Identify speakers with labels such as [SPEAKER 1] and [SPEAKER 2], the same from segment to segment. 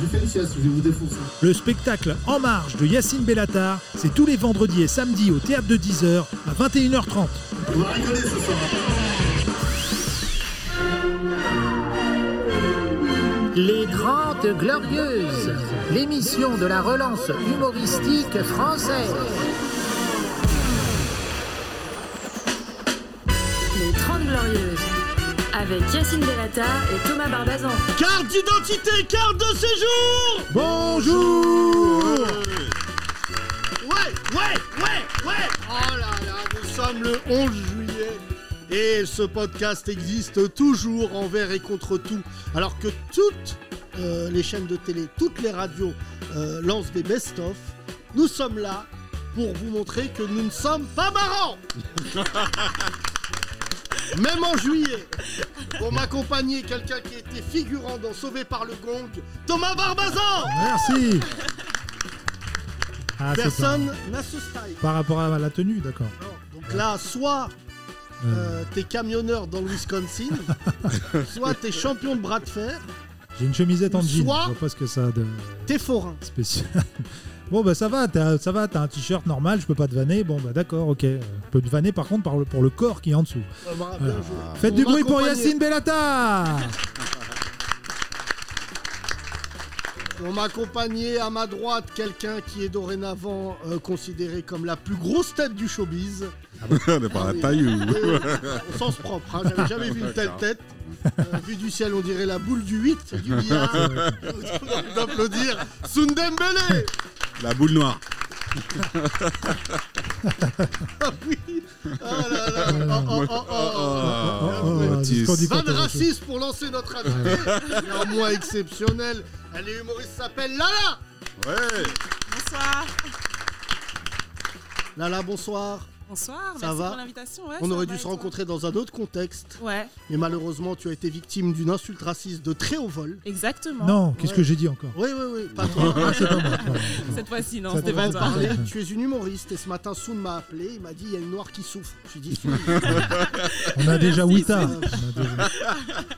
[SPEAKER 1] J'ai fait une sieste, je vais vous défoncer.
[SPEAKER 2] Le spectacle En Marche de Yacine Bellatar, c'est tous les vendredis et samedis au théâtre de 10h à 21h30.
[SPEAKER 1] On va rigoler ce soir.
[SPEAKER 3] Les Grandes Glorieuses, l'émission de la relance humoristique française.
[SPEAKER 4] Les 30 Glorieuses, avec Yacine Delata et Thomas Barbazan.
[SPEAKER 5] Carte d'identité, carte de séjour
[SPEAKER 2] Bonjour
[SPEAKER 5] Ouais, ouais, ouais, ouais Oh là là, nous sommes le 11 juillet et ce podcast existe toujours envers et contre tout. Alors que toutes euh, les chaînes de télé, toutes les radios euh, lancent des best-of, nous sommes là pour vous montrer que nous ne sommes pas marrants Même en juillet Pour m'accompagner, quelqu'un qui était figurant dans Sauvé par le Gong, Thomas Barbazan
[SPEAKER 2] Merci Ah, c'est
[SPEAKER 5] Personne n'a ce style.
[SPEAKER 2] Par par rapport à la tenue, d'accord.
[SPEAKER 5] Non. Donc là, soit euh, t'es camionneur dans le Wisconsin, soit t'es champion de bras de fer,
[SPEAKER 2] J'ai une chemisette en
[SPEAKER 5] Ou
[SPEAKER 2] jean,
[SPEAKER 5] soit-
[SPEAKER 2] je vois pas ce que ça a de
[SPEAKER 5] t'es forain.
[SPEAKER 2] spécial. Bon bah ça va, t'as, ça va, t'as un t-shirt normal, je peux pas te vanner, bon bah d'accord, ok. Euh, Je peux te vanner par contre par le- pour le corps qui est en dessous.
[SPEAKER 5] Euh, bah, bien joué.
[SPEAKER 2] Faites
[SPEAKER 5] Pour
[SPEAKER 2] du bruit pour
[SPEAKER 5] m'accompagner-
[SPEAKER 2] Yacine Bellata
[SPEAKER 5] Pour m'accompagner à ma droite, quelqu'un qui est dorénavant euh, considéré comme la plus grosse tête du showbiz.
[SPEAKER 6] Ah On est par la taille ou
[SPEAKER 5] Euh, au sens propre, hein, j'avais jamais vu une telle tête. Euh, vu du ciel, on dirait la boule du 8 du billard. J'ai envie d'applaudir Sundembele
[SPEAKER 6] la boule noire.
[SPEAKER 5] Ah oui Ah là là Oh, oh, oh, oh, oh.
[SPEAKER 2] oh, oh, oh,
[SPEAKER 6] Otis.
[SPEAKER 2] c'est ce qu'on dit.
[SPEAKER 5] Van raciste pour lancer notre invité, néanmoins exceptionnel. Elle est humoriste, s'appelle Lala.
[SPEAKER 6] Ouais.
[SPEAKER 7] Bonsoir.
[SPEAKER 5] Lala, bonsoir.
[SPEAKER 7] Bonsoir,
[SPEAKER 5] Ça
[SPEAKER 7] Ah, merci
[SPEAKER 5] va
[SPEAKER 7] pour l'invitation. Ouais,
[SPEAKER 5] On
[SPEAKER 7] ça va
[SPEAKER 5] aurait dû
[SPEAKER 7] et
[SPEAKER 5] se
[SPEAKER 7] toi
[SPEAKER 5] rencontrer dans un autre contexte,
[SPEAKER 7] Ouais,
[SPEAKER 5] mais malheureusement, tu as été victime d'une insulte raciste de très haut vol.
[SPEAKER 7] exactement.
[SPEAKER 2] Non, qu'est-ce que j'ai dit encore
[SPEAKER 5] Oui, oui, oui, pas toi.
[SPEAKER 2] C'est pas moi, c'est pas moi.
[SPEAKER 7] Cette fois-ci, non,
[SPEAKER 2] Ça
[SPEAKER 7] c'était
[SPEAKER 2] te
[SPEAKER 7] pas
[SPEAKER 5] On va en
[SPEAKER 2] regarde
[SPEAKER 7] toi.
[SPEAKER 5] parler. Tu es une humoriste et ce matin, Soun m'a appelé. Il m'a dit il y a une noire qui souffre. Je lui ai dit Soun,
[SPEAKER 2] On a déjà
[SPEAKER 7] Merci,
[SPEAKER 2] Wita.
[SPEAKER 5] c'est-
[SPEAKER 2] On a déjà-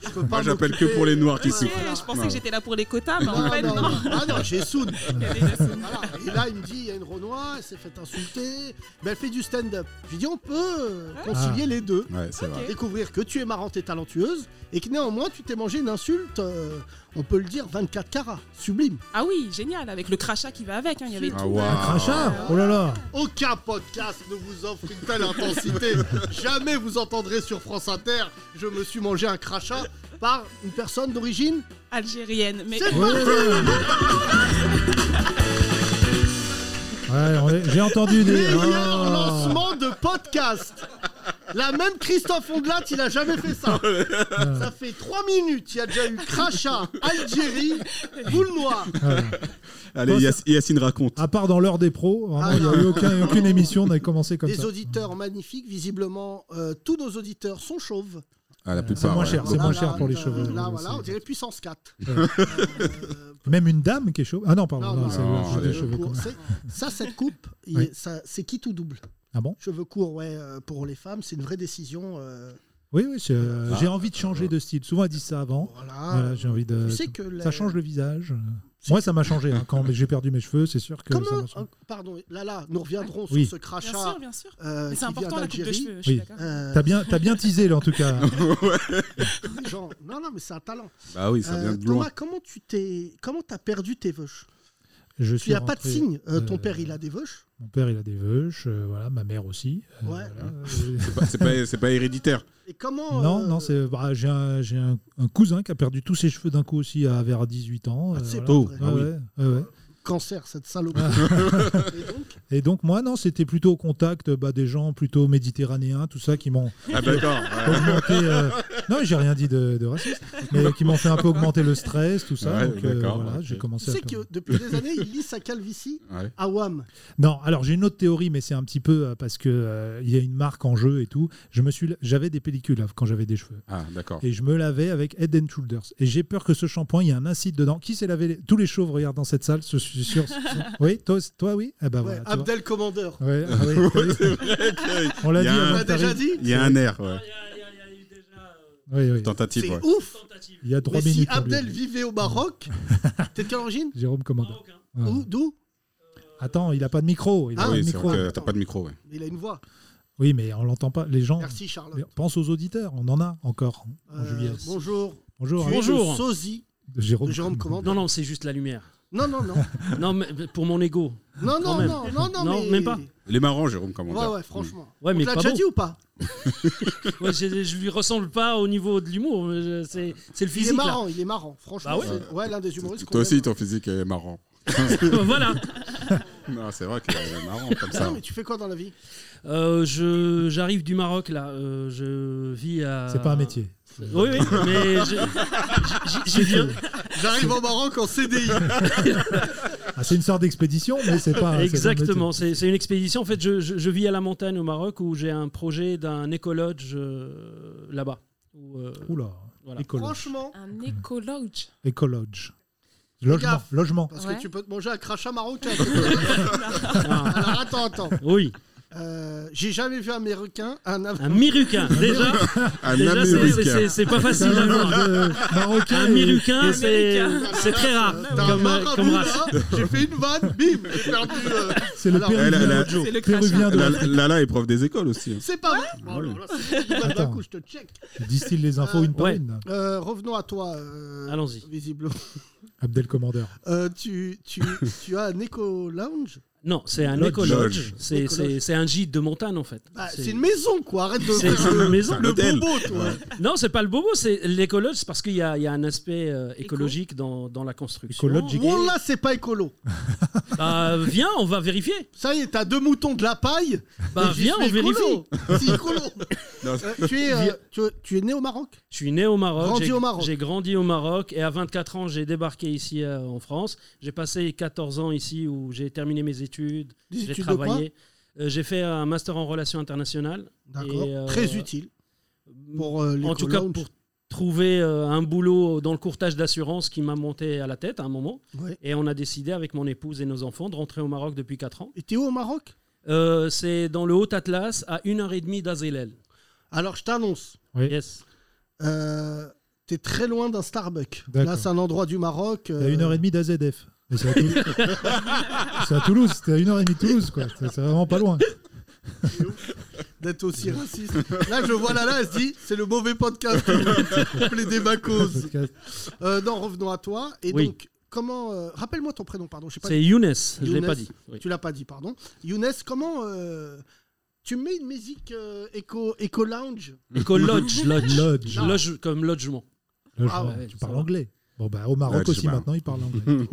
[SPEAKER 5] je peux pas.
[SPEAKER 6] Moi, j'appelle que
[SPEAKER 5] m'occuper.
[SPEAKER 6] pour les noirs qui
[SPEAKER 7] Ok,
[SPEAKER 6] souffrent.
[SPEAKER 7] je pensais
[SPEAKER 6] Non.
[SPEAKER 7] que j'étais là pour les quotas, mais
[SPEAKER 5] Non,
[SPEAKER 7] en fait,
[SPEAKER 5] non,
[SPEAKER 7] non.
[SPEAKER 5] non. Ah non, j'ai Soun.
[SPEAKER 7] Il y a déjà ça.
[SPEAKER 5] Voilà. Et là, il me dit, il y a une Renoir, elle s'est fait insulter, mais elle fait du stand-up. Je lui dis, on peut euh, concilier les deux.
[SPEAKER 6] Ouais, c'est vrai.
[SPEAKER 5] Découvrir que tu es marrante et talentueuse, et que néanmoins, tu t'es mangé une insulte, euh, on peut le dire, 24 carats, sublime.
[SPEAKER 7] Ah oui, génial, avec le crachat qui va avec, hein, il y avait
[SPEAKER 6] Ah,
[SPEAKER 7] tout.
[SPEAKER 6] waouh.
[SPEAKER 2] Crachat Oh là là
[SPEAKER 5] Aucun podcast ne vous offre une telle intensité. Jamais vous entendrez sur France Inter, je me suis mangé un crachat par une personne d'origine.
[SPEAKER 7] Algérienne, mais Oh.
[SPEAKER 5] C'est
[SPEAKER 2] Ouais, ouais, ouais. Ouais, on est- J'ai entendu des.
[SPEAKER 5] Meilleur
[SPEAKER 2] Oh.
[SPEAKER 5] lancement de podcast La même Christophe Ondelat, il a jamais fait ça Ça fait 3 minutes, il y a déjà eu Crachat, Algérie, Boule Noire
[SPEAKER 2] Voilà.
[SPEAKER 6] Allez, Yac- Yacine raconte.
[SPEAKER 2] À part dans l'heure des pros, vraiment,
[SPEAKER 5] Ah,
[SPEAKER 2] il n'y a eu aucun- aucune émission, on avait commencé comme
[SPEAKER 5] Des
[SPEAKER 2] ça.
[SPEAKER 5] auditeurs magnifiques, visiblement, euh, tous nos auditeurs sont chauves.
[SPEAKER 6] Ah, la
[SPEAKER 2] C'est
[SPEAKER 6] plupart.
[SPEAKER 2] moins
[SPEAKER 6] ouais.
[SPEAKER 2] cher, c'est
[SPEAKER 5] Voilà,
[SPEAKER 2] moins cher pour les
[SPEAKER 5] euh,
[SPEAKER 2] cheveux.
[SPEAKER 5] Là,
[SPEAKER 2] euh,
[SPEAKER 5] voilà,
[SPEAKER 2] c'est-
[SPEAKER 5] on dirait puissance 4.
[SPEAKER 2] Même une dame qui est chauve. Ah non, pardon,
[SPEAKER 5] Non,
[SPEAKER 2] non,
[SPEAKER 5] non,
[SPEAKER 2] c'est
[SPEAKER 6] non,
[SPEAKER 2] juste
[SPEAKER 6] allez.
[SPEAKER 2] des cheveux. quoi.
[SPEAKER 5] ça, Euh, cette coupe, il-
[SPEAKER 2] Oui.
[SPEAKER 5] ça- c'est qui tout double
[SPEAKER 2] Ah bon
[SPEAKER 5] Cheveux courts, ouais, euh, pour les femmes, c'est une vraie décision. euh,
[SPEAKER 2] Oui, oui, c'est, euh, j'ai envie de changer de style. Souvent, elle dit ça avant.
[SPEAKER 5] voilà.
[SPEAKER 2] Voilà, j'ai envie de.
[SPEAKER 5] Tu sais que la-
[SPEAKER 2] Ça change le visage. Moi, ça m'a changé. hein. Quand j'ai perdu mes cheveux, c'est sûr que ça
[SPEAKER 5] Comment
[SPEAKER 2] m'a changé.
[SPEAKER 5] euh, Pardon, là, là, nous reviendrons
[SPEAKER 2] Oui.
[SPEAKER 5] sur ce crachat.
[SPEAKER 7] bien sûr, bien sûr.
[SPEAKER 5] euh,
[SPEAKER 7] Mais
[SPEAKER 5] qui
[SPEAKER 7] c'est important
[SPEAKER 5] vient
[SPEAKER 7] la coupe de
[SPEAKER 5] d'Algérie.
[SPEAKER 7] cheveux, je suis
[SPEAKER 2] Oui.
[SPEAKER 7] d'accord.
[SPEAKER 5] Euh,
[SPEAKER 2] T'as bien, t'as bien teasé, là, en tout cas.
[SPEAKER 5] genre- non, non, mais c'est un talent.
[SPEAKER 6] Bah oui, ça
[SPEAKER 5] Euh,
[SPEAKER 6] vient de
[SPEAKER 5] Thomas,
[SPEAKER 6] loin.
[SPEAKER 5] comment tu t'es, comment t'as perdu tes veuches
[SPEAKER 2] Je
[SPEAKER 5] Tu
[SPEAKER 2] suis
[SPEAKER 5] n'as pas de
[SPEAKER 2] rentré-
[SPEAKER 5] signe. euh, ton
[SPEAKER 2] euh,
[SPEAKER 5] père, il a des veuches.
[SPEAKER 2] Mon père, il a des veuches, euh, voilà, ma mère aussi. euh,
[SPEAKER 5] Ouais.
[SPEAKER 2] voilà, euh,
[SPEAKER 6] C'est pas- C'est pas, c'est pas héréditaire.
[SPEAKER 5] Et comment
[SPEAKER 2] non,
[SPEAKER 5] euh,
[SPEAKER 2] non, c'est bah, j'ai un, j'ai un- un cousin qui a perdu tous ses cheveux d'un coup aussi à, vers 18 ans. euh,
[SPEAKER 5] Ah, c'est
[SPEAKER 2] voilà.
[SPEAKER 5] pas vrai.
[SPEAKER 2] Ouais, ouais, ah ouais, ouais.
[SPEAKER 5] cancer cette salope. Et donc,
[SPEAKER 2] Et donc moi, non, c'était plutôt au contact bah, des gens plutôt méditerranéens, tout ça, qui m'ont
[SPEAKER 6] Ah, d'accord. ouais.
[SPEAKER 2] augmenté... euh, Non, j'ai rien dit de, de raciste, mais qui m'ont fait un peu augmenter le stress, tout ça.
[SPEAKER 6] Ouais,
[SPEAKER 2] donc euh,
[SPEAKER 6] d'accord,
[SPEAKER 2] voilà,
[SPEAKER 6] ok.
[SPEAKER 2] j'ai
[SPEAKER 5] tu
[SPEAKER 2] commencé à...
[SPEAKER 5] sais que depuis des années, il lit sa calvitie
[SPEAKER 6] Ouais.
[SPEAKER 5] à Wam.
[SPEAKER 2] Non, alors j'ai une autre théorie, mais c'est un petit peu euh, parce que euh, il y a une marque en jeu et tout. Je me suis, j'avais des pellicules là, quand j'avais des cheveux.
[SPEAKER 6] Ah, d'accord.
[SPEAKER 2] Et je me lavais avec Head and Shoulders. Et j'ai peur que ce shampoing, il y a un acide dedans. Qui s'est lavé les- Tous les chauves, regarde dans cette salle, je suis sûr. oui, toi, toi oui Ah bah
[SPEAKER 5] Ouais,
[SPEAKER 2] voilà. tu vois.
[SPEAKER 5] Abdel Commandeur.
[SPEAKER 2] Ouais, ah oui, t'as vu
[SPEAKER 6] Ok.
[SPEAKER 2] On l'a
[SPEAKER 6] Il
[SPEAKER 2] dit
[SPEAKER 6] y a un-
[SPEAKER 5] On
[SPEAKER 2] avant
[SPEAKER 5] l'a
[SPEAKER 2] que t'arrives.
[SPEAKER 5] déjà dit.
[SPEAKER 6] Il y a un air, ouais.
[SPEAKER 2] Oui, oui.
[SPEAKER 6] Tentative,
[SPEAKER 5] C'est
[SPEAKER 6] ouais.
[SPEAKER 5] ouf
[SPEAKER 2] Il y a trois
[SPEAKER 5] Mais si
[SPEAKER 2] minutes. pour lui.
[SPEAKER 5] Abdel vivait au Maroc, t'es de quelle origine
[SPEAKER 2] Jérôme commande.
[SPEAKER 5] hein.
[SPEAKER 2] Ouais.
[SPEAKER 5] Où- D'où
[SPEAKER 2] Attends, il n'a pas de micro. Il a
[SPEAKER 5] Ah,
[SPEAKER 2] pas de
[SPEAKER 6] oui, c'est
[SPEAKER 2] micro.
[SPEAKER 6] vrai que t'as pas de micro, ouais.
[SPEAKER 5] Il a une voix.
[SPEAKER 2] Oui, mais on l'entend pas. Les gens.
[SPEAKER 5] Merci Charlotte.
[SPEAKER 2] Pense aux auditeurs. On en a encore. hein, en
[SPEAKER 5] Euh,
[SPEAKER 2] juillet.
[SPEAKER 5] bonjour.
[SPEAKER 2] Bonjour.
[SPEAKER 5] Tu es
[SPEAKER 2] hein.
[SPEAKER 8] Bonjour.
[SPEAKER 5] le sosie
[SPEAKER 2] De Jérôme.
[SPEAKER 5] de Jérôme Commande.
[SPEAKER 8] Non, non, c'est juste la lumière.
[SPEAKER 5] Non, non, non.
[SPEAKER 8] Non, mais pour mon ego.
[SPEAKER 5] Non,
[SPEAKER 8] Quand
[SPEAKER 5] non,
[SPEAKER 8] même.
[SPEAKER 5] non, non, non,
[SPEAKER 8] Non,
[SPEAKER 5] mais...
[SPEAKER 8] même pas.
[SPEAKER 6] Il est marrant, Jérôme, comment
[SPEAKER 5] Ouais, ouais, franchement.
[SPEAKER 8] Mm. Ouais,
[SPEAKER 5] On
[SPEAKER 8] mais
[SPEAKER 5] te l'a
[SPEAKER 8] pas Bah
[SPEAKER 5] déjà
[SPEAKER 8] beau.
[SPEAKER 5] dit ou pas
[SPEAKER 8] Ouais, je, je lui ressemble pas au niveau de l'humour. mais je- C'est c'est le
[SPEAKER 5] Il est
[SPEAKER 8] physique. là.
[SPEAKER 5] marrant, il est marrant. Franchement,
[SPEAKER 8] Bah ouais.
[SPEAKER 5] c'est ouais, l'un des humoristes. qu'on
[SPEAKER 6] Toi aussi,
[SPEAKER 5] aime.
[SPEAKER 6] ton physique est marrant.
[SPEAKER 8] Bah, voilà.
[SPEAKER 6] Non, c'est vrai qu'il est marrant comme ça.
[SPEAKER 5] Non, mais tu fais quoi dans la vie
[SPEAKER 8] Euh, je j'arrive du Maroc là. Euh, je vis à.
[SPEAKER 2] C'est pas un métier.
[SPEAKER 8] Oui, oui, mais je- j'y j'y viens.
[SPEAKER 5] J'arrive au Maroc en CDI.
[SPEAKER 2] Ah, c'est une sorte d'expédition, mais c'est pas. c'est pas un métier.
[SPEAKER 8] Exactement, c'est c'est une expédition. En fait, je, je- je vis à la montagne au Maroc où j'ai un projet d'un écologe euh, là-bas. Où, euh,
[SPEAKER 2] Oula.
[SPEAKER 8] Voilà.
[SPEAKER 2] Écologe.
[SPEAKER 5] Franchement,
[SPEAKER 7] Un écologe.
[SPEAKER 2] Écologe. Logement.
[SPEAKER 5] gaffe.
[SPEAKER 2] Logement.
[SPEAKER 5] parce
[SPEAKER 7] Ouais.
[SPEAKER 5] que tu peux te manger un crachat marocain.
[SPEAKER 8] ah,
[SPEAKER 5] Alors attends, attends.
[SPEAKER 8] oui,
[SPEAKER 5] Euh, J'ai jamais vu un américain, un Am-
[SPEAKER 8] un miruquin. Déjà,
[SPEAKER 6] Un
[SPEAKER 8] déjà c'est-
[SPEAKER 6] Américain.
[SPEAKER 8] c'est- c'est- c'est pas
[SPEAKER 2] C'est un
[SPEAKER 8] facile à
[SPEAKER 2] mélange
[SPEAKER 8] voir.
[SPEAKER 2] de marocain
[SPEAKER 8] Un
[SPEAKER 2] et-
[SPEAKER 8] miruquin, c'est
[SPEAKER 7] Américain.
[SPEAKER 8] c'est très rare
[SPEAKER 5] T'as un
[SPEAKER 8] comme, euh, comme
[SPEAKER 5] marabout,
[SPEAKER 8] race.
[SPEAKER 5] là, J'ai fait une vanne, bim, j'ai perdu. euh,
[SPEAKER 2] C'est le
[SPEAKER 5] Alors,
[SPEAKER 6] elle, elle
[SPEAKER 2] péruvien.
[SPEAKER 6] a-
[SPEAKER 2] Joe.
[SPEAKER 7] C'est le
[SPEAKER 2] Péruvien de-
[SPEAKER 6] La- Lala est prof des écoles aussi. hein. Ah
[SPEAKER 5] C'est pas vrai. Oh là là, c'est une vanne d'un
[SPEAKER 2] Hein. Attends.
[SPEAKER 5] coup, je te check.
[SPEAKER 2] Il distille les infos une par
[SPEAKER 8] Ouais.
[SPEAKER 2] une.
[SPEAKER 5] Euh, revenons à toi. euh,
[SPEAKER 8] Allons-y.
[SPEAKER 5] Visiblement.
[SPEAKER 2] Abdel Commandeur.
[SPEAKER 5] Euh, tu, tu, tu as un éco lounge
[SPEAKER 8] Non, c'est un
[SPEAKER 2] Lodge.
[SPEAKER 8] écologe. C'est-
[SPEAKER 5] Écologe.
[SPEAKER 8] C'est c'est un gîte de montagne en fait.
[SPEAKER 5] Bah,
[SPEAKER 8] C'est-
[SPEAKER 5] C'est une maison, quoi. Arrête de
[SPEAKER 8] c'est-
[SPEAKER 5] faire
[SPEAKER 8] c'est une
[SPEAKER 5] le,
[SPEAKER 8] maison.
[SPEAKER 6] Un
[SPEAKER 5] le
[SPEAKER 6] hôtel.
[SPEAKER 5] bobo, toi.
[SPEAKER 8] Non, c'est pas le bobo, c'est l'écologe, c'est parce qu'il y, a- il y a un aspect euh, écologique dans, dans la construction.
[SPEAKER 2] Écologique.
[SPEAKER 5] Wallah, c'est pas écolo.
[SPEAKER 8] Bah, viens, on va vérifier.
[SPEAKER 5] Ça y est, t'as deux moutons de la paille.
[SPEAKER 8] Bah,
[SPEAKER 5] et j'y
[SPEAKER 8] viens,
[SPEAKER 5] suis
[SPEAKER 8] on vérifie.
[SPEAKER 5] écolo. C'est écolo.
[SPEAKER 6] Non,
[SPEAKER 5] Euh, tu, es, euh, tu, tu es né au Maroc
[SPEAKER 8] Je suis né au Maroc.
[SPEAKER 5] Grandi
[SPEAKER 8] j'ai-
[SPEAKER 5] au Maroc.
[SPEAKER 8] J'ai grandi au Maroc et à 24 ans, j'ai débarqué ici euh, en France. J'ai passé 14 ans ici où j'ai terminé mes études.
[SPEAKER 5] Des
[SPEAKER 8] J'ai
[SPEAKER 5] études de quoi
[SPEAKER 8] travaillé. Euh, j'ai fait un master en relations internationales.
[SPEAKER 5] D'accord.
[SPEAKER 8] Et, euh,
[SPEAKER 5] Très utile pour euh,
[SPEAKER 8] en tout cas,
[SPEAKER 5] l'écolo-lounge.
[SPEAKER 8] pour trouver euh, un boulot dans le courtage d'assurance qui m'a monté à la tête à un moment.
[SPEAKER 5] Ouais.
[SPEAKER 8] Et on a décidé avec mon épouse et nos enfants de rentrer au Maroc depuis 4 ans.
[SPEAKER 5] Et t'es où au Maroc
[SPEAKER 8] Euh, c'est dans le Haut-Atlas à 1h30 d'Azélel.
[SPEAKER 5] Alors, je t'annonce.
[SPEAKER 8] Yes.
[SPEAKER 5] euh, T'es très loin d'un Starbucks.
[SPEAKER 2] D'accord.
[SPEAKER 5] Là, c'est un endroit du Maroc. euh,
[SPEAKER 2] T'as une heure et demie d'AZF. Mais c'est à Toulouse. c'est à Toulouse. T'as une heure et demie de Toulouse, quoi. C'est c'est vraiment pas loin.
[SPEAKER 5] D'être aussi raciste. Là, je vois Lala, elle se dit c'est le mauvais podcast. Plaider ma cause.
[SPEAKER 2] Podcast.
[SPEAKER 5] Euh, non, revenons à toi. Et
[SPEAKER 8] Oui.
[SPEAKER 5] donc, comment. euh, Rappelle-moi ton prénom, pardon. Je sais pas.
[SPEAKER 8] C'est Younes, je ne l'ai
[SPEAKER 5] Younes.
[SPEAKER 8] pas dit. Oui.
[SPEAKER 5] Tu l'as pas dit, pardon. Younes, comment. euh, tu mets une musique euh, éco, éco lounge
[SPEAKER 8] Éco lodge, lodge.
[SPEAKER 2] Lodge.
[SPEAKER 8] Lodge comme logement.
[SPEAKER 2] Là, je-
[SPEAKER 5] Ah ouais,
[SPEAKER 2] tu
[SPEAKER 8] ça
[SPEAKER 2] parles
[SPEAKER 8] va.
[SPEAKER 2] anglais. Bon, bah, au Maroc
[SPEAKER 6] Ouais, je
[SPEAKER 2] aussi,
[SPEAKER 6] sais pas.
[SPEAKER 2] maintenant, ils parlent anglais.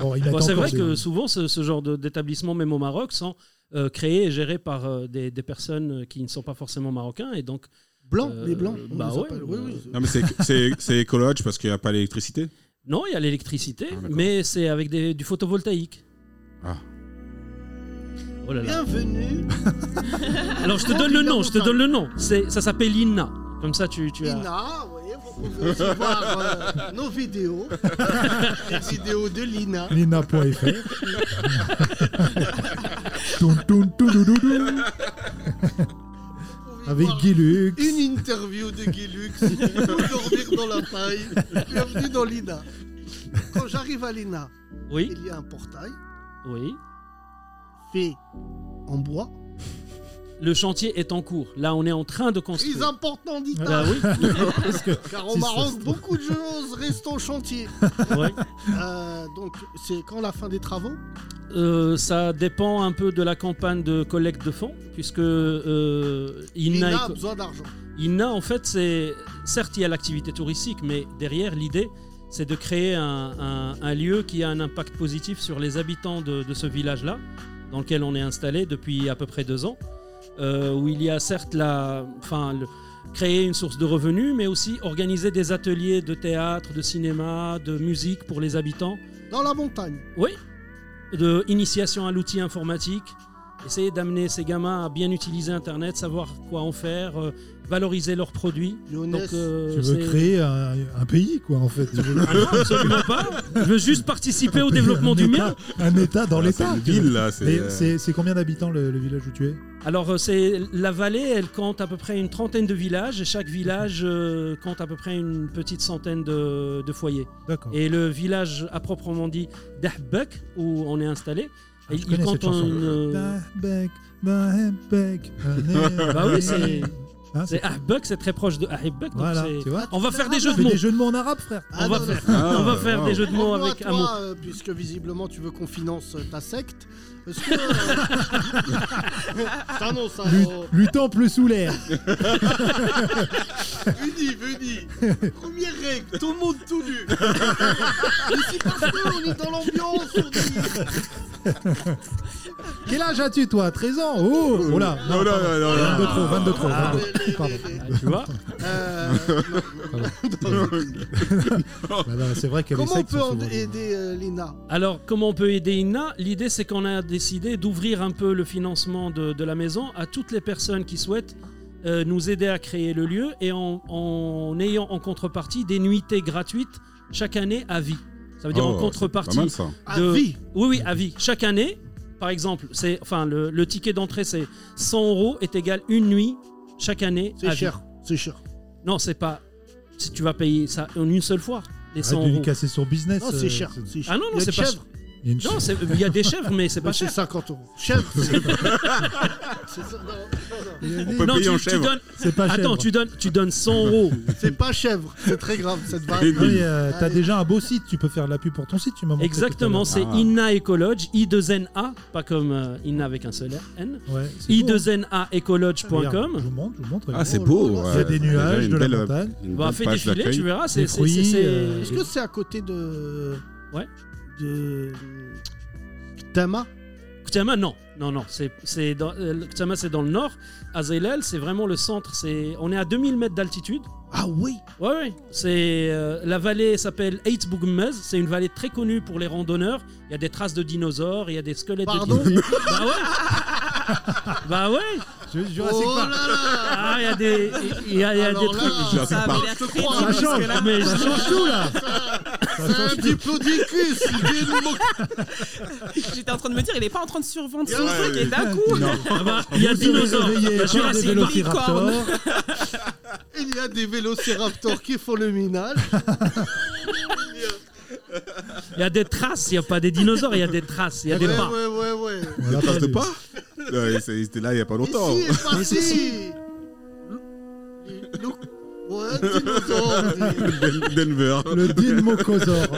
[SPEAKER 2] Bon, ils
[SPEAKER 8] Bon,
[SPEAKER 2] mettent
[SPEAKER 8] c'est
[SPEAKER 2] encore
[SPEAKER 8] vrai que
[SPEAKER 2] des-
[SPEAKER 8] souvent, ce, ce genre de- d'établissement, même au Maroc, sont euh, créés et gérés par euh, des, des personnes qui ne sont pas forcément marocains. Et donc,
[SPEAKER 5] Blanc,
[SPEAKER 8] Euh,
[SPEAKER 5] les blancs. on
[SPEAKER 8] bah
[SPEAKER 5] les
[SPEAKER 8] ouais,
[SPEAKER 5] appelle. oui, oui.
[SPEAKER 6] Non, mais c'est- c'est c'est écologe parce qu'il n'y a pas l'électricité.
[SPEAKER 8] non, il y a l'électricité,
[SPEAKER 6] Ah, d'accord.
[SPEAKER 8] mais c'est avec des- du photovoltaïque.
[SPEAKER 6] Ah.
[SPEAKER 8] Oh là là.
[SPEAKER 5] Bienvenue.
[SPEAKER 8] Alors, je te donne le nom, je te donne le nom. C'est- Ça s'appelle INNA. Comme ça, tu, tu as.
[SPEAKER 5] Lina, oui, vous pouvez aussi voir euh, nos vidéos, les vidéos de Lina.
[SPEAKER 2] Nina.fr. Toun, toun, toun, dou, dou, dou.
[SPEAKER 5] Vous pouvez
[SPEAKER 2] Avec
[SPEAKER 5] voir
[SPEAKER 2] Guy Lux.
[SPEAKER 5] Une interview de Guy Lux, dormir dans la paille. Bienvenue dans Lina. Quand j'arrive à Lina,
[SPEAKER 8] Oui,
[SPEAKER 5] il y a un portail
[SPEAKER 8] oui.
[SPEAKER 5] fait en bois,
[SPEAKER 8] Le chantier est en cours. Là, on est en train de
[SPEAKER 5] très
[SPEAKER 8] construire.
[SPEAKER 5] important, dit
[SPEAKER 8] Bah oui,
[SPEAKER 2] Parce que
[SPEAKER 5] car au
[SPEAKER 2] si, ça,
[SPEAKER 5] Maroc,
[SPEAKER 2] c'est-
[SPEAKER 5] beaucoup de choses restent en chantier.
[SPEAKER 8] ouais.
[SPEAKER 5] Euh, donc, c'est quand la fin des travaux
[SPEAKER 8] Euh, ça dépend un peu de la campagne de collecte de fonds, puisque euh, INNA,
[SPEAKER 5] Lina a
[SPEAKER 8] éco-
[SPEAKER 5] besoin d'argent.
[SPEAKER 8] INNA, en fait, c'est certes il y a l'activité touristique, mais derrière l'idée, c'est de créer un, un- un lieu qui a un impact positif sur les habitants de, de ce village-là, dans lequel on est installé depuis à peu près deux ans, euh, où il y a certes la, enfin, le- créer une source de revenus, mais aussi organiser des ateliers de théâtre, de cinéma, de musique pour les habitants
[SPEAKER 5] Dans la montagne.
[SPEAKER 8] de initiation à l'outil informatique, Essayer d'amener ces gamins à bien utiliser Internet, savoir quoi en faire, euh, valoriser leurs produits.
[SPEAKER 1] Younes,
[SPEAKER 8] Donc, euh,
[SPEAKER 2] Tu veux
[SPEAKER 8] c'est-
[SPEAKER 2] créer un, un pays, quoi, en fait. Tu veux
[SPEAKER 8] Ah non, absolument pas. Je veux juste participer au développement
[SPEAKER 2] un
[SPEAKER 8] du
[SPEAKER 2] État-
[SPEAKER 8] mien.
[SPEAKER 2] Un État dans
[SPEAKER 6] Voilà, Ah, c'est
[SPEAKER 2] l'État.
[SPEAKER 6] une
[SPEAKER 2] tu vois.
[SPEAKER 6] ville, là.
[SPEAKER 2] Et
[SPEAKER 6] C'est euh,
[SPEAKER 2] c'est c'est combien d'habitants le, le village où tu es
[SPEAKER 8] Alors, euh, c'est la vallée, elle compte à peu près une trentaine de villages et chaque village euh, compte à peu près une petite centaine de, de foyers.
[SPEAKER 2] D'accord.
[SPEAKER 8] Et le village à proprement dit d'Ahbek, où on est installé,
[SPEAKER 2] Ah, je
[SPEAKER 8] il
[SPEAKER 2] connais
[SPEAKER 8] compte
[SPEAKER 2] cette chanson.
[SPEAKER 8] une, euh,
[SPEAKER 2] Bahbek, Bahbek,
[SPEAKER 8] Bah oui, c'est
[SPEAKER 2] Euh, Hein, c'est-
[SPEAKER 8] c'est Ahbek, c'est très proche de Ahbek. donc
[SPEAKER 2] Voilà,
[SPEAKER 8] c'est-
[SPEAKER 2] tu vois.
[SPEAKER 8] On va faire des jeux
[SPEAKER 2] Je
[SPEAKER 8] de
[SPEAKER 2] fais
[SPEAKER 8] mots.
[SPEAKER 2] des jeux de mots en arabe, frère.
[SPEAKER 1] Ah
[SPEAKER 8] on va
[SPEAKER 1] non,
[SPEAKER 8] faire,
[SPEAKER 6] ah,
[SPEAKER 8] on va faire
[SPEAKER 6] wow.
[SPEAKER 8] des jeux de mots
[SPEAKER 1] Revenons à
[SPEAKER 8] avec
[SPEAKER 1] toi,
[SPEAKER 8] un mot.
[SPEAKER 1] euh, puisque visiblement tu veux qu'on finance euh, ta secte. Est-ce que. euh, ça non, ça.
[SPEAKER 2] Lu-
[SPEAKER 1] oh,
[SPEAKER 2] Luttant plus sous l'air.
[SPEAKER 1] Uni, veni. Première règle, tout le monde tout nu. Mais c'est parce qu'on est dans l'ambiance. on est-
[SPEAKER 2] Quel âge as-tu, toi 13 ans Oh Oh là
[SPEAKER 6] Non, non,
[SPEAKER 2] pardon.
[SPEAKER 6] non, non, non.
[SPEAKER 2] 22 trop, 22 trop.
[SPEAKER 8] Ah.
[SPEAKER 2] 22. Pardon.
[SPEAKER 8] Tu vois
[SPEAKER 1] Euh, non.
[SPEAKER 2] Bah, bah, c'est vrai qu'elle est
[SPEAKER 1] Comment on
[SPEAKER 2] secte.
[SPEAKER 1] peut en- aider euh, Lena
[SPEAKER 8] Alors, comment on peut aider INNA L'idée, c'est qu'on a décidé d'ouvrir un peu le financement de, de la maison à toutes les personnes qui souhaitent euh, nous aider à créer le lieu et en, en ayant en contrepartie des nuitées gratuites chaque année à vie. Ça veut dire
[SPEAKER 6] oh,
[SPEAKER 8] en
[SPEAKER 6] c'est
[SPEAKER 8] contrepartie.
[SPEAKER 6] Pas mal ça.
[SPEAKER 1] À
[SPEAKER 8] de-
[SPEAKER 1] vie
[SPEAKER 8] Oui, oui, à vie. Chaque année, par exemple, c'est, enfin, le, le ticket d'entrée, c'est 100 euros est égal une nuit chaque année. à
[SPEAKER 1] C'est
[SPEAKER 8] vie.
[SPEAKER 1] cher, c'est cher.
[SPEAKER 8] Non, c'est pas. Si tu vas payer ça en une seule fois, les 100
[SPEAKER 2] Arrête de
[SPEAKER 8] euros.
[SPEAKER 2] lui casser son business.
[SPEAKER 1] Non,
[SPEAKER 2] euh,
[SPEAKER 1] c'est cher.
[SPEAKER 2] c'est-
[SPEAKER 1] c'est cher.
[SPEAKER 8] Ah non,
[SPEAKER 1] Il
[SPEAKER 8] non,
[SPEAKER 1] y a
[SPEAKER 8] c'est
[SPEAKER 1] une
[SPEAKER 8] pas
[SPEAKER 1] chèvre.
[SPEAKER 2] il y a une
[SPEAKER 8] Non,
[SPEAKER 2] ch-
[SPEAKER 8] c'est- il y a des chèvres, mais c'est pas
[SPEAKER 1] Non, C'est
[SPEAKER 8] cher.
[SPEAKER 1] 50 euros. Chèvre, c'est. C'est ça, non, non, non.
[SPEAKER 6] On peut
[SPEAKER 8] Non,
[SPEAKER 6] payer
[SPEAKER 8] tu,
[SPEAKER 6] en
[SPEAKER 8] tu
[SPEAKER 6] chèvre.
[SPEAKER 8] donnes,
[SPEAKER 2] C'est pas cher.
[SPEAKER 8] attends, tu donnes, tu donnes 100 euros.
[SPEAKER 1] C'est pas chèvre, c'est très grave cette vanne.
[SPEAKER 2] Non, mais, euh, T'as
[SPEAKER 1] Allez.
[SPEAKER 2] déjà un beau site, tu peux faire de la pub pour ton site, tu m'as montré tout à
[SPEAKER 8] Exactement, c'est
[SPEAKER 6] Ah.
[SPEAKER 8] INNA Ecologe, I2NA, pas comme euh, INNA avec un seul N.
[SPEAKER 2] l'heure. Ouais, c'est beau, hein. Regarde, Je
[SPEAKER 8] I2NAEcologe.com.
[SPEAKER 2] vous montre, je vous montre.
[SPEAKER 6] Ah, c'est
[SPEAKER 1] Oh,
[SPEAKER 6] beau.
[SPEAKER 1] là,
[SPEAKER 2] Il y a
[SPEAKER 6] ouais.
[SPEAKER 2] des
[SPEAKER 6] Déjà,
[SPEAKER 2] nuages,
[SPEAKER 6] une
[SPEAKER 2] de la
[SPEAKER 6] belle, euh,
[SPEAKER 2] montagne.
[SPEAKER 6] une
[SPEAKER 8] Bah,
[SPEAKER 6] bonne
[SPEAKER 8] fais
[SPEAKER 6] page
[SPEAKER 8] défiler,
[SPEAKER 6] d'accueil.
[SPEAKER 8] tu verras.
[SPEAKER 2] Des
[SPEAKER 8] C'est, c'est,
[SPEAKER 2] fruits,
[SPEAKER 8] c'est- c'est-
[SPEAKER 2] euh,
[SPEAKER 1] Est-ce que c'est à côté de.
[SPEAKER 8] Ouais.
[SPEAKER 1] De. Tama
[SPEAKER 8] Koutama, non. Non, non. C'est, c'est dans, euh, le Koutama, c'est dans le nord. Azelel, c'est vraiment le centre. C'est, on est à 2000 mètres d'altitude.
[SPEAKER 1] Ah oui
[SPEAKER 8] Ouais, ouais. C'est, euh, la vallée s'appelle Eitbugmez. C'est une vallée très connue pour les randonneurs. Il y a des traces de dinosaures, il y a des squelettes
[SPEAKER 1] Pardon
[SPEAKER 8] de dinosaures. bah ouais Bah ouais
[SPEAKER 2] Je Jurassic
[SPEAKER 1] Oh
[SPEAKER 2] Park.
[SPEAKER 1] là là
[SPEAKER 8] Ah, il y a des, il y a, il y a des
[SPEAKER 1] Alors
[SPEAKER 8] trucs.
[SPEAKER 1] là,
[SPEAKER 6] Jurassic
[SPEAKER 7] Ça avait
[SPEAKER 6] Park.
[SPEAKER 7] l'air
[SPEAKER 1] Je
[SPEAKER 7] très
[SPEAKER 1] crois,
[SPEAKER 7] dur,
[SPEAKER 2] ça
[SPEAKER 7] parce que
[SPEAKER 2] change.
[SPEAKER 7] là,
[SPEAKER 8] Mais
[SPEAKER 2] Ça change tout là Ça
[SPEAKER 1] C'est un
[SPEAKER 2] change tout.
[SPEAKER 1] diplodocus il vient de manquer.
[SPEAKER 7] J'étais en train de me dire, il est pas en train de survendre son
[SPEAKER 6] Ouais,
[SPEAKER 7] truc
[SPEAKER 6] ouais.
[SPEAKER 7] et d'un coup.
[SPEAKER 6] Non.
[SPEAKER 8] Ah bah, il y a
[SPEAKER 2] Vous
[SPEAKER 8] des dinosaures.
[SPEAKER 2] serez réveillés
[SPEAKER 8] Bah,
[SPEAKER 2] par
[SPEAKER 8] Jurassic
[SPEAKER 2] des
[SPEAKER 8] Park.
[SPEAKER 2] vélociraptors.
[SPEAKER 1] Il y a des vélociraptors qui font le minage.
[SPEAKER 8] Il y a des traces. Il n'y a pas des dinosaures, il y a des traces. Il y a des
[SPEAKER 1] Eh ben ouais,
[SPEAKER 8] pas.
[SPEAKER 1] ouais, ouais, ouais.
[SPEAKER 2] On
[SPEAKER 6] Des
[SPEAKER 2] l'a
[SPEAKER 6] traces de
[SPEAKER 2] vu.
[SPEAKER 6] pas Ouais, c'est- C'était là il n'y a pas longtemps.
[SPEAKER 1] Ici est parti Look- Ouais, dinosaure, dis.
[SPEAKER 6] Den- Denver.
[SPEAKER 2] Le Dilmocosaure.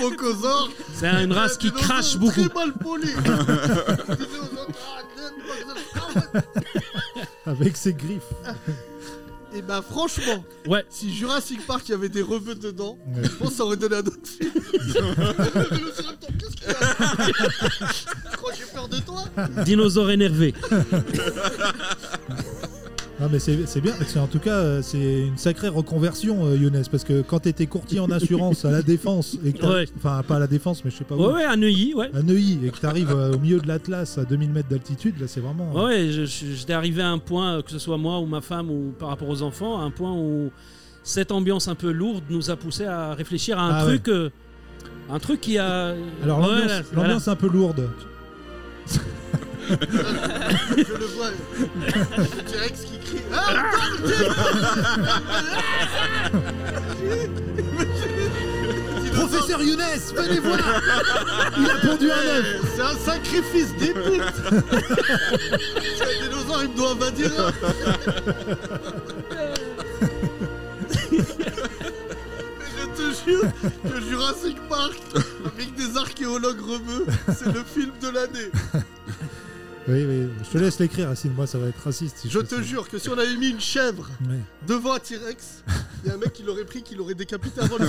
[SPEAKER 1] Dinocosaure.
[SPEAKER 8] C'est une race qui
[SPEAKER 1] Dinosaure
[SPEAKER 8] crache beaucoup.
[SPEAKER 1] Très mal poli. Dinosaure, ah, dinosaure, ah ouais.
[SPEAKER 2] Avec ses griffes.
[SPEAKER 1] Et bah franchement,
[SPEAKER 8] Ouais.
[SPEAKER 1] si Jurassic Park il y avait des reveux dedans,
[SPEAKER 2] Ouais.
[SPEAKER 1] je pense que ça aurait donné un autre film. Le vélociraptor, qu'est-ce qu'il a Tu crois que j'ai peur de toi
[SPEAKER 8] Dinosaure énervé.
[SPEAKER 2] Non mais c'est c'est bien, c'est en tout cas euh, c'est une sacrée reconversion euh, Younes parce que quand t'étais courtier en assurance à la défense et que t'as-
[SPEAKER 8] Ouais.
[SPEAKER 2] enfin pas à la défense mais je sais pas où,
[SPEAKER 8] Ouais, ouais, à Neuilly, ouais.
[SPEAKER 2] à Neuilly et que t'arrives euh, au milieu de l'Atlas à 2000 mètres d'altitude là c'est vraiment euh,
[SPEAKER 8] Ouais, je- je- j'étais arrivé à un point, euh, que ce soit moi ou ma femme ou par rapport aux enfants, à un point où cette ambiance un peu lourde nous a poussé à réfléchir à un
[SPEAKER 2] Ah
[SPEAKER 8] truc. euh, un truc qui a.
[SPEAKER 2] alors
[SPEAKER 8] Ouais,
[SPEAKER 2] l'ambiance
[SPEAKER 8] là, voilà.
[SPEAKER 2] l'ambiance un peu lourde
[SPEAKER 1] Je le vois. T-Rex qui crie. Ah,
[SPEAKER 2] Professeur Younes venez voir il a pondu un œuf
[SPEAKER 1] ouais, c'est un sacrifice des putes. C'est un dinosaure, il me doit invadir. Je te jure que Jurassic Park, avec des archéologues remeux, c'est le film de l'année.
[SPEAKER 2] oui oui je te laisse l'écrire sinon moi ça va être raciste si
[SPEAKER 1] Je
[SPEAKER 2] fais
[SPEAKER 1] te
[SPEAKER 2] ça.
[SPEAKER 1] jure que si on avait mis une chèvre
[SPEAKER 2] Ouais.
[SPEAKER 1] devant un T-Rex, il y a un mec qui l'aurait pris, qui l'aurait décapité avant le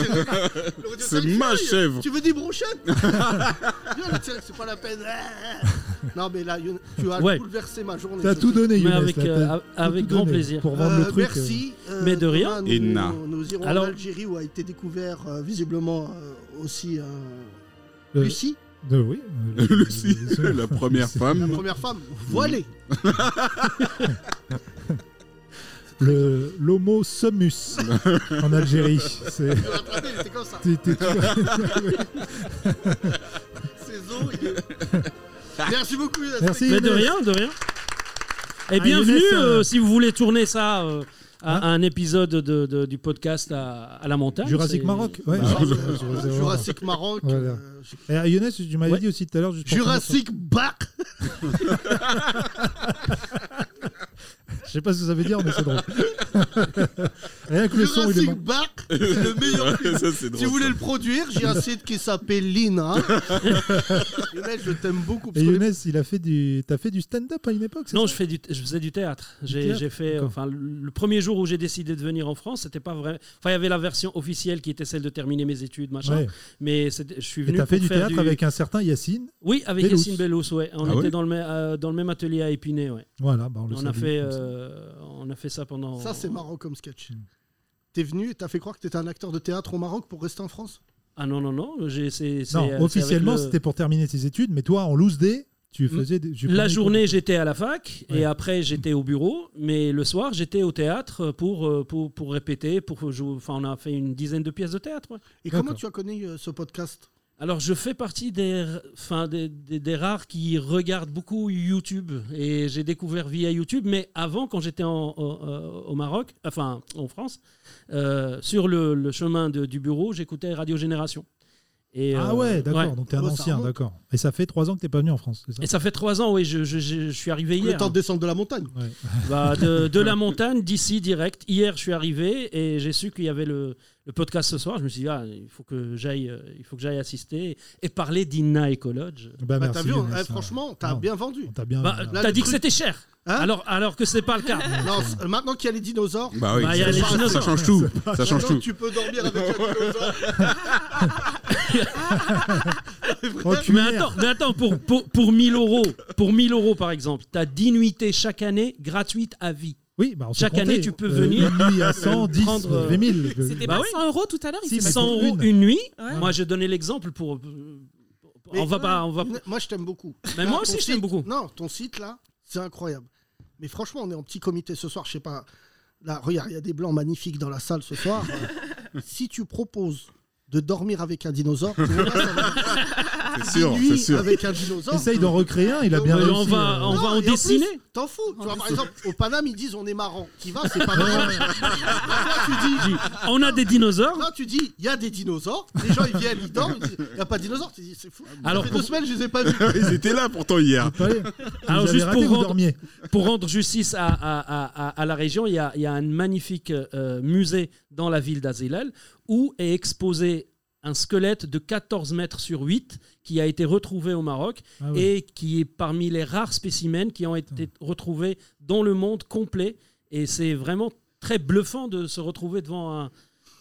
[SPEAKER 1] T-Rex. Il aurait dit,
[SPEAKER 6] C'est
[SPEAKER 1] Salut,
[SPEAKER 6] ma
[SPEAKER 1] chérie,
[SPEAKER 6] chèvre.
[SPEAKER 1] Tu veux des brochettes Viens, le T-Rex, c'est pas la peine. Non, mais là, Youn- tu as
[SPEAKER 8] Ouais.
[SPEAKER 1] bouleversé ma journée.
[SPEAKER 2] t'as
[SPEAKER 1] ce
[SPEAKER 2] tout
[SPEAKER 1] truc.
[SPEAKER 2] donné
[SPEAKER 8] Mais
[SPEAKER 2] Younes
[SPEAKER 8] avec,
[SPEAKER 2] là, t'as-
[SPEAKER 8] euh,
[SPEAKER 2] t'as
[SPEAKER 8] avec
[SPEAKER 2] tout
[SPEAKER 8] grand
[SPEAKER 2] donné
[SPEAKER 8] plaisir.
[SPEAKER 2] pour vendre le
[SPEAKER 1] Euh,
[SPEAKER 2] truc euh.
[SPEAKER 1] Merci. euh,
[SPEAKER 8] Mais de
[SPEAKER 1] demain,
[SPEAKER 8] rien.
[SPEAKER 1] Nous,
[SPEAKER 6] Et na.
[SPEAKER 1] nous- nous irons
[SPEAKER 8] Alors-
[SPEAKER 1] en Algérie où a été découvert euh, visiblement euh, aussi un
[SPEAKER 2] Le-
[SPEAKER 1] euh, Lucie.
[SPEAKER 2] De, oui. euh,
[SPEAKER 6] Le si- la première
[SPEAKER 5] La
[SPEAKER 6] femme.
[SPEAKER 5] première femme voilée.
[SPEAKER 2] le- L'homo summus en Algérie. C'est-
[SPEAKER 5] Il a attrapé, il était comme ça.
[SPEAKER 2] t'es- t'es toujours-
[SPEAKER 5] Ses os, il est- Merci beaucoup. Yacine.
[SPEAKER 2] Merci.
[SPEAKER 8] Mais de
[SPEAKER 2] Younes.
[SPEAKER 8] rien, de rien. Et
[SPEAKER 2] Ah,
[SPEAKER 8] bienvenue
[SPEAKER 2] Younes, euh,
[SPEAKER 8] euh, si vous voulez tourner ça euh, à,
[SPEAKER 2] Hein
[SPEAKER 8] à un épisode de- de- du podcast à, à la montagne.
[SPEAKER 2] Jurassic
[SPEAKER 8] c'est-
[SPEAKER 2] Maroc. Ouais.
[SPEAKER 5] Ah,
[SPEAKER 2] Jurassic-
[SPEAKER 5] euh,
[SPEAKER 2] Jurassic-
[SPEAKER 5] Jurassic Maroc.
[SPEAKER 2] Voilà.
[SPEAKER 5] euh,
[SPEAKER 2] Et, euh, Younes, tu m'avais
[SPEAKER 8] Ouais.
[SPEAKER 2] dit aussi tout à l'heure. juste pour
[SPEAKER 5] Jurassic Bark.
[SPEAKER 2] commencer. Je sais pas ce que ça veut dire, mais c'est drôle. Rien que le son, il est
[SPEAKER 5] Jurassic
[SPEAKER 2] bon.
[SPEAKER 5] Bark, c'est le meilleur film.
[SPEAKER 6] Ça, c'est
[SPEAKER 5] Si
[SPEAKER 6] drôle.
[SPEAKER 5] vous voulez le produire, j'ai un site qui s'appelle Lina. Lina, je t'aime beaucoup.
[SPEAKER 2] Et
[SPEAKER 5] Parce que
[SPEAKER 2] Younes, il a fait du, t'as fait du stand-up à une époque. c'est
[SPEAKER 8] Non,
[SPEAKER 2] ça
[SPEAKER 8] je, fais du, je faisais du théâtre. J'ai
[SPEAKER 2] théâtre,
[SPEAKER 8] j'ai fait,
[SPEAKER 2] d'accord.
[SPEAKER 8] enfin, le premier jour où j'ai décidé de venir en France, c'était pas vrai. Enfin, il y avait la version officielle qui était celle de terminer mes études, machin.
[SPEAKER 2] Ouais.
[SPEAKER 8] Mais c'était- je suis
[SPEAKER 2] Et
[SPEAKER 8] venu.
[SPEAKER 2] t'as fait
[SPEAKER 8] pour
[SPEAKER 2] du
[SPEAKER 8] faire
[SPEAKER 2] théâtre avec un certain Yacine.
[SPEAKER 8] Oui, avec
[SPEAKER 2] Bellous.
[SPEAKER 8] Yacine Bellous, ouais. On
[SPEAKER 6] Ah
[SPEAKER 8] était
[SPEAKER 6] ouais
[SPEAKER 8] dans, le, mê- euh, dans le même atelier à Épinay, ouais.
[SPEAKER 2] Voilà, bah, on le
[SPEAKER 8] On a,
[SPEAKER 2] salue,
[SPEAKER 8] fait,
[SPEAKER 2] comme ça.
[SPEAKER 8] euh, on a fait ça pendant.
[SPEAKER 5] Ça, c'est marrant comme sketch.
[SPEAKER 2] Hmm.
[SPEAKER 5] T'es venu et t'as fait croire que t'étais un acteur de théâtre au Maroc pour rester en France
[SPEAKER 8] Ah non, non, non. j'ai- c'est- euh, c'est- c'est
[SPEAKER 2] Non,
[SPEAKER 8] avec
[SPEAKER 2] officiellement,
[SPEAKER 8] le-
[SPEAKER 2] c'était pour terminer tes études, mais toi, en loose day, tu faisais. des- tu prenais
[SPEAKER 8] La
[SPEAKER 2] des
[SPEAKER 8] journée, j'étais à la fac
[SPEAKER 2] Ouais.
[SPEAKER 8] et après, j'étais au bureau. Mais le soir, j'étais au théâtre pour, euh, pour, pour répéter. Pour jouer. Enfin, on a fait une dizaine de pièces de théâtre. ouais.
[SPEAKER 5] Et
[SPEAKER 2] D'accord.
[SPEAKER 5] comment tu as connu euh, ce podcast
[SPEAKER 8] Alors, je fais partie des, enfin, des, des- des rares qui regardent beaucoup YouTube. Et j'ai découvert via YouTube. Mais avant, quand j'étais en- au, euh, au Maroc, enfin, en France, euh, sur le, le chemin de- du bureau, j'écoutais Radio Génération. Et,
[SPEAKER 2] cours. Ah
[SPEAKER 8] euh,
[SPEAKER 2] ouais, d'accord. Donc t'es un
[SPEAKER 5] Oh, ça
[SPEAKER 2] ancien,
[SPEAKER 5] remonte.
[SPEAKER 2] d'accord. Et ça fait trois ans que t'es pas venu en France, c'est ça
[SPEAKER 8] Et ça fait trois ans, oui, je, je- je- je suis arrivé
[SPEAKER 5] Le
[SPEAKER 8] hier.
[SPEAKER 5] temps de descendre de la montagne.
[SPEAKER 8] Bah, de, de la montagne, d'ici, direct. Hier, je suis arrivé et j'ai su qu'il y avait le, le podcast ce soir. Je me suis dit, ah, il faut que j'aille euh, il faut que j'aille assister et parler d'Inna Ecologe.
[SPEAKER 2] Bah,
[SPEAKER 5] Bah,
[SPEAKER 2] merci,
[SPEAKER 5] t'as vu,
[SPEAKER 2] Younes,
[SPEAKER 5] eh,
[SPEAKER 2] hein.
[SPEAKER 5] franchement, t'as
[SPEAKER 2] Non.
[SPEAKER 5] bien vendu.
[SPEAKER 2] On t'a bien.
[SPEAKER 8] Bah,
[SPEAKER 5] là,
[SPEAKER 8] T'as
[SPEAKER 5] le
[SPEAKER 8] dit que
[SPEAKER 5] truc-
[SPEAKER 8] c'était cher,
[SPEAKER 5] Hein
[SPEAKER 8] alors, alors que c'est pas le cas.
[SPEAKER 5] Non, c'est- euh, maintenant qu'il y a les dinosaures,
[SPEAKER 6] Bah oui,
[SPEAKER 8] Bah, il y a
[SPEAKER 6] ça,
[SPEAKER 8] les
[SPEAKER 6] change- ça
[SPEAKER 8] dinosaures.
[SPEAKER 6] change tout. Ça change
[SPEAKER 5] maintenant
[SPEAKER 6] tout.
[SPEAKER 5] tu peux dormir avec un dinosaure.
[SPEAKER 2] Enculé.
[SPEAKER 8] Mais attends, mais attends, pour, pour, pour 1000 euros, pour 1000 euros par exemple, t'as 10 nuitées chaque année gratuites à vie.
[SPEAKER 2] Oui, bah, on s'est
[SPEAKER 8] chaque
[SPEAKER 2] compté.
[SPEAKER 8] année, tu peux
[SPEAKER 2] Euh,
[SPEAKER 8] venir
[SPEAKER 2] une nuit à 100, 10,
[SPEAKER 8] prendre, euh,
[SPEAKER 2] 20 000.
[SPEAKER 7] C'était
[SPEAKER 8] Bah
[SPEAKER 7] pas
[SPEAKER 8] oui.
[SPEAKER 7] 100 euros tout à l'heure, il
[SPEAKER 2] Si,
[SPEAKER 7] s'est passé-
[SPEAKER 2] mais
[SPEAKER 8] 100
[SPEAKER 2] pour
[SPEAKER 8] euros
[SPEAKER 2] une.
[SPEAKER 8] une nuit.
[SPEAKER 7] Ouais.
[SPEAKER 8] Moi, j'ai donné l'exemple pour. on va pas, on va.
[SPEAKER 5] Mais Moi, je t'aime beaucoup.
[SPEAKER 8] Mais moi
[SPEAKER 5] Ton
[SPEAKER 8] aussi, je
[SPEAKER 5] site-
[SPEAKER 8] t'aime beaucoup.
[SPEAKER 5] Non, ton site là, c'est incroyable. Mais franchement, on est en petit comité ce soir. Je sais pas. Là, regarde, il y a des blancs magnifiques dans la salle ce soir. Euh, si tu proposes de dormir avec un dinosaure, tu verras, ça va être
[SPEAKER 6] C'est
[SPEAKER 5] une
[SPEAKER 6] sûr, c'est
[SPEAKER 5] nuit
[SPEAKER 6] sûr.
[SPEAKER 5] avec un dinosaure.
[SPEAKER 2] Essaye d'en recréer un, il a bien
[SPEAKER 8] Mais
[SPEAKER 2] réussi.
[SPEAKER 8] on va,
[SPEAKER 2] euh,
[SPEAKER 8] on va
[SPEAKER 5] Non,
[SPEAKER 8] en
[SPEAKER 5] et plus,
[SPEAKER 8] dessiner.
[SPEAKER 5] T'en fous. Tu vois, par exemple, au Paname, ils disent on est marrant. Qui va, c'est pas marrant.
[SPEAKER 8] Ah,
[SPEAKER 5] Là, tu dis,
[SPEAKER 8] On a des dinosaures.
[SPEAKER 5] Là, tu dis, il y a des dinosaures. Les gens, ils viennent, ils dorment. ils disent, Il n'y a pas de dinosaures. Tu dis, c'est fou.
[SPEAKER 8] Alors,
[SPEAKER 5] ça fait
[SPEAKER 8] pour-
[SPEAKER 5] deux semaines, je les ai pas vus.
[SPEAKER 6] Ils étaient là pourtant hier.
[SPEAKER 2] pas aller.
[SPEAKER 8] Alors,
[SPEAKER 2] Vous avez
[SPEAKER 8] juste
[SPEAKER 2] raté,
[SPEAKER 8] pour
[SPEAKER 2] vous
[SPEAKER 8] rendre-
[SPEAKER 2] dormiez.
[SPEAKER 8] Pour rendre justice à, à- à- à- à la région, il y a, il y a un magnifique euh, musée dans la ville d'Azilal où est exposé un squelette de 14 mètres sur 8 qui a été retrouvé au Maroc
[SPEAKER 2] Ah ouais.
[SPEAKER 8] et qui est parmi les rares spécimens qui ont été retrouvés dans le monde complet. Et c'est vraiment très bluffant de se retrouver devant un,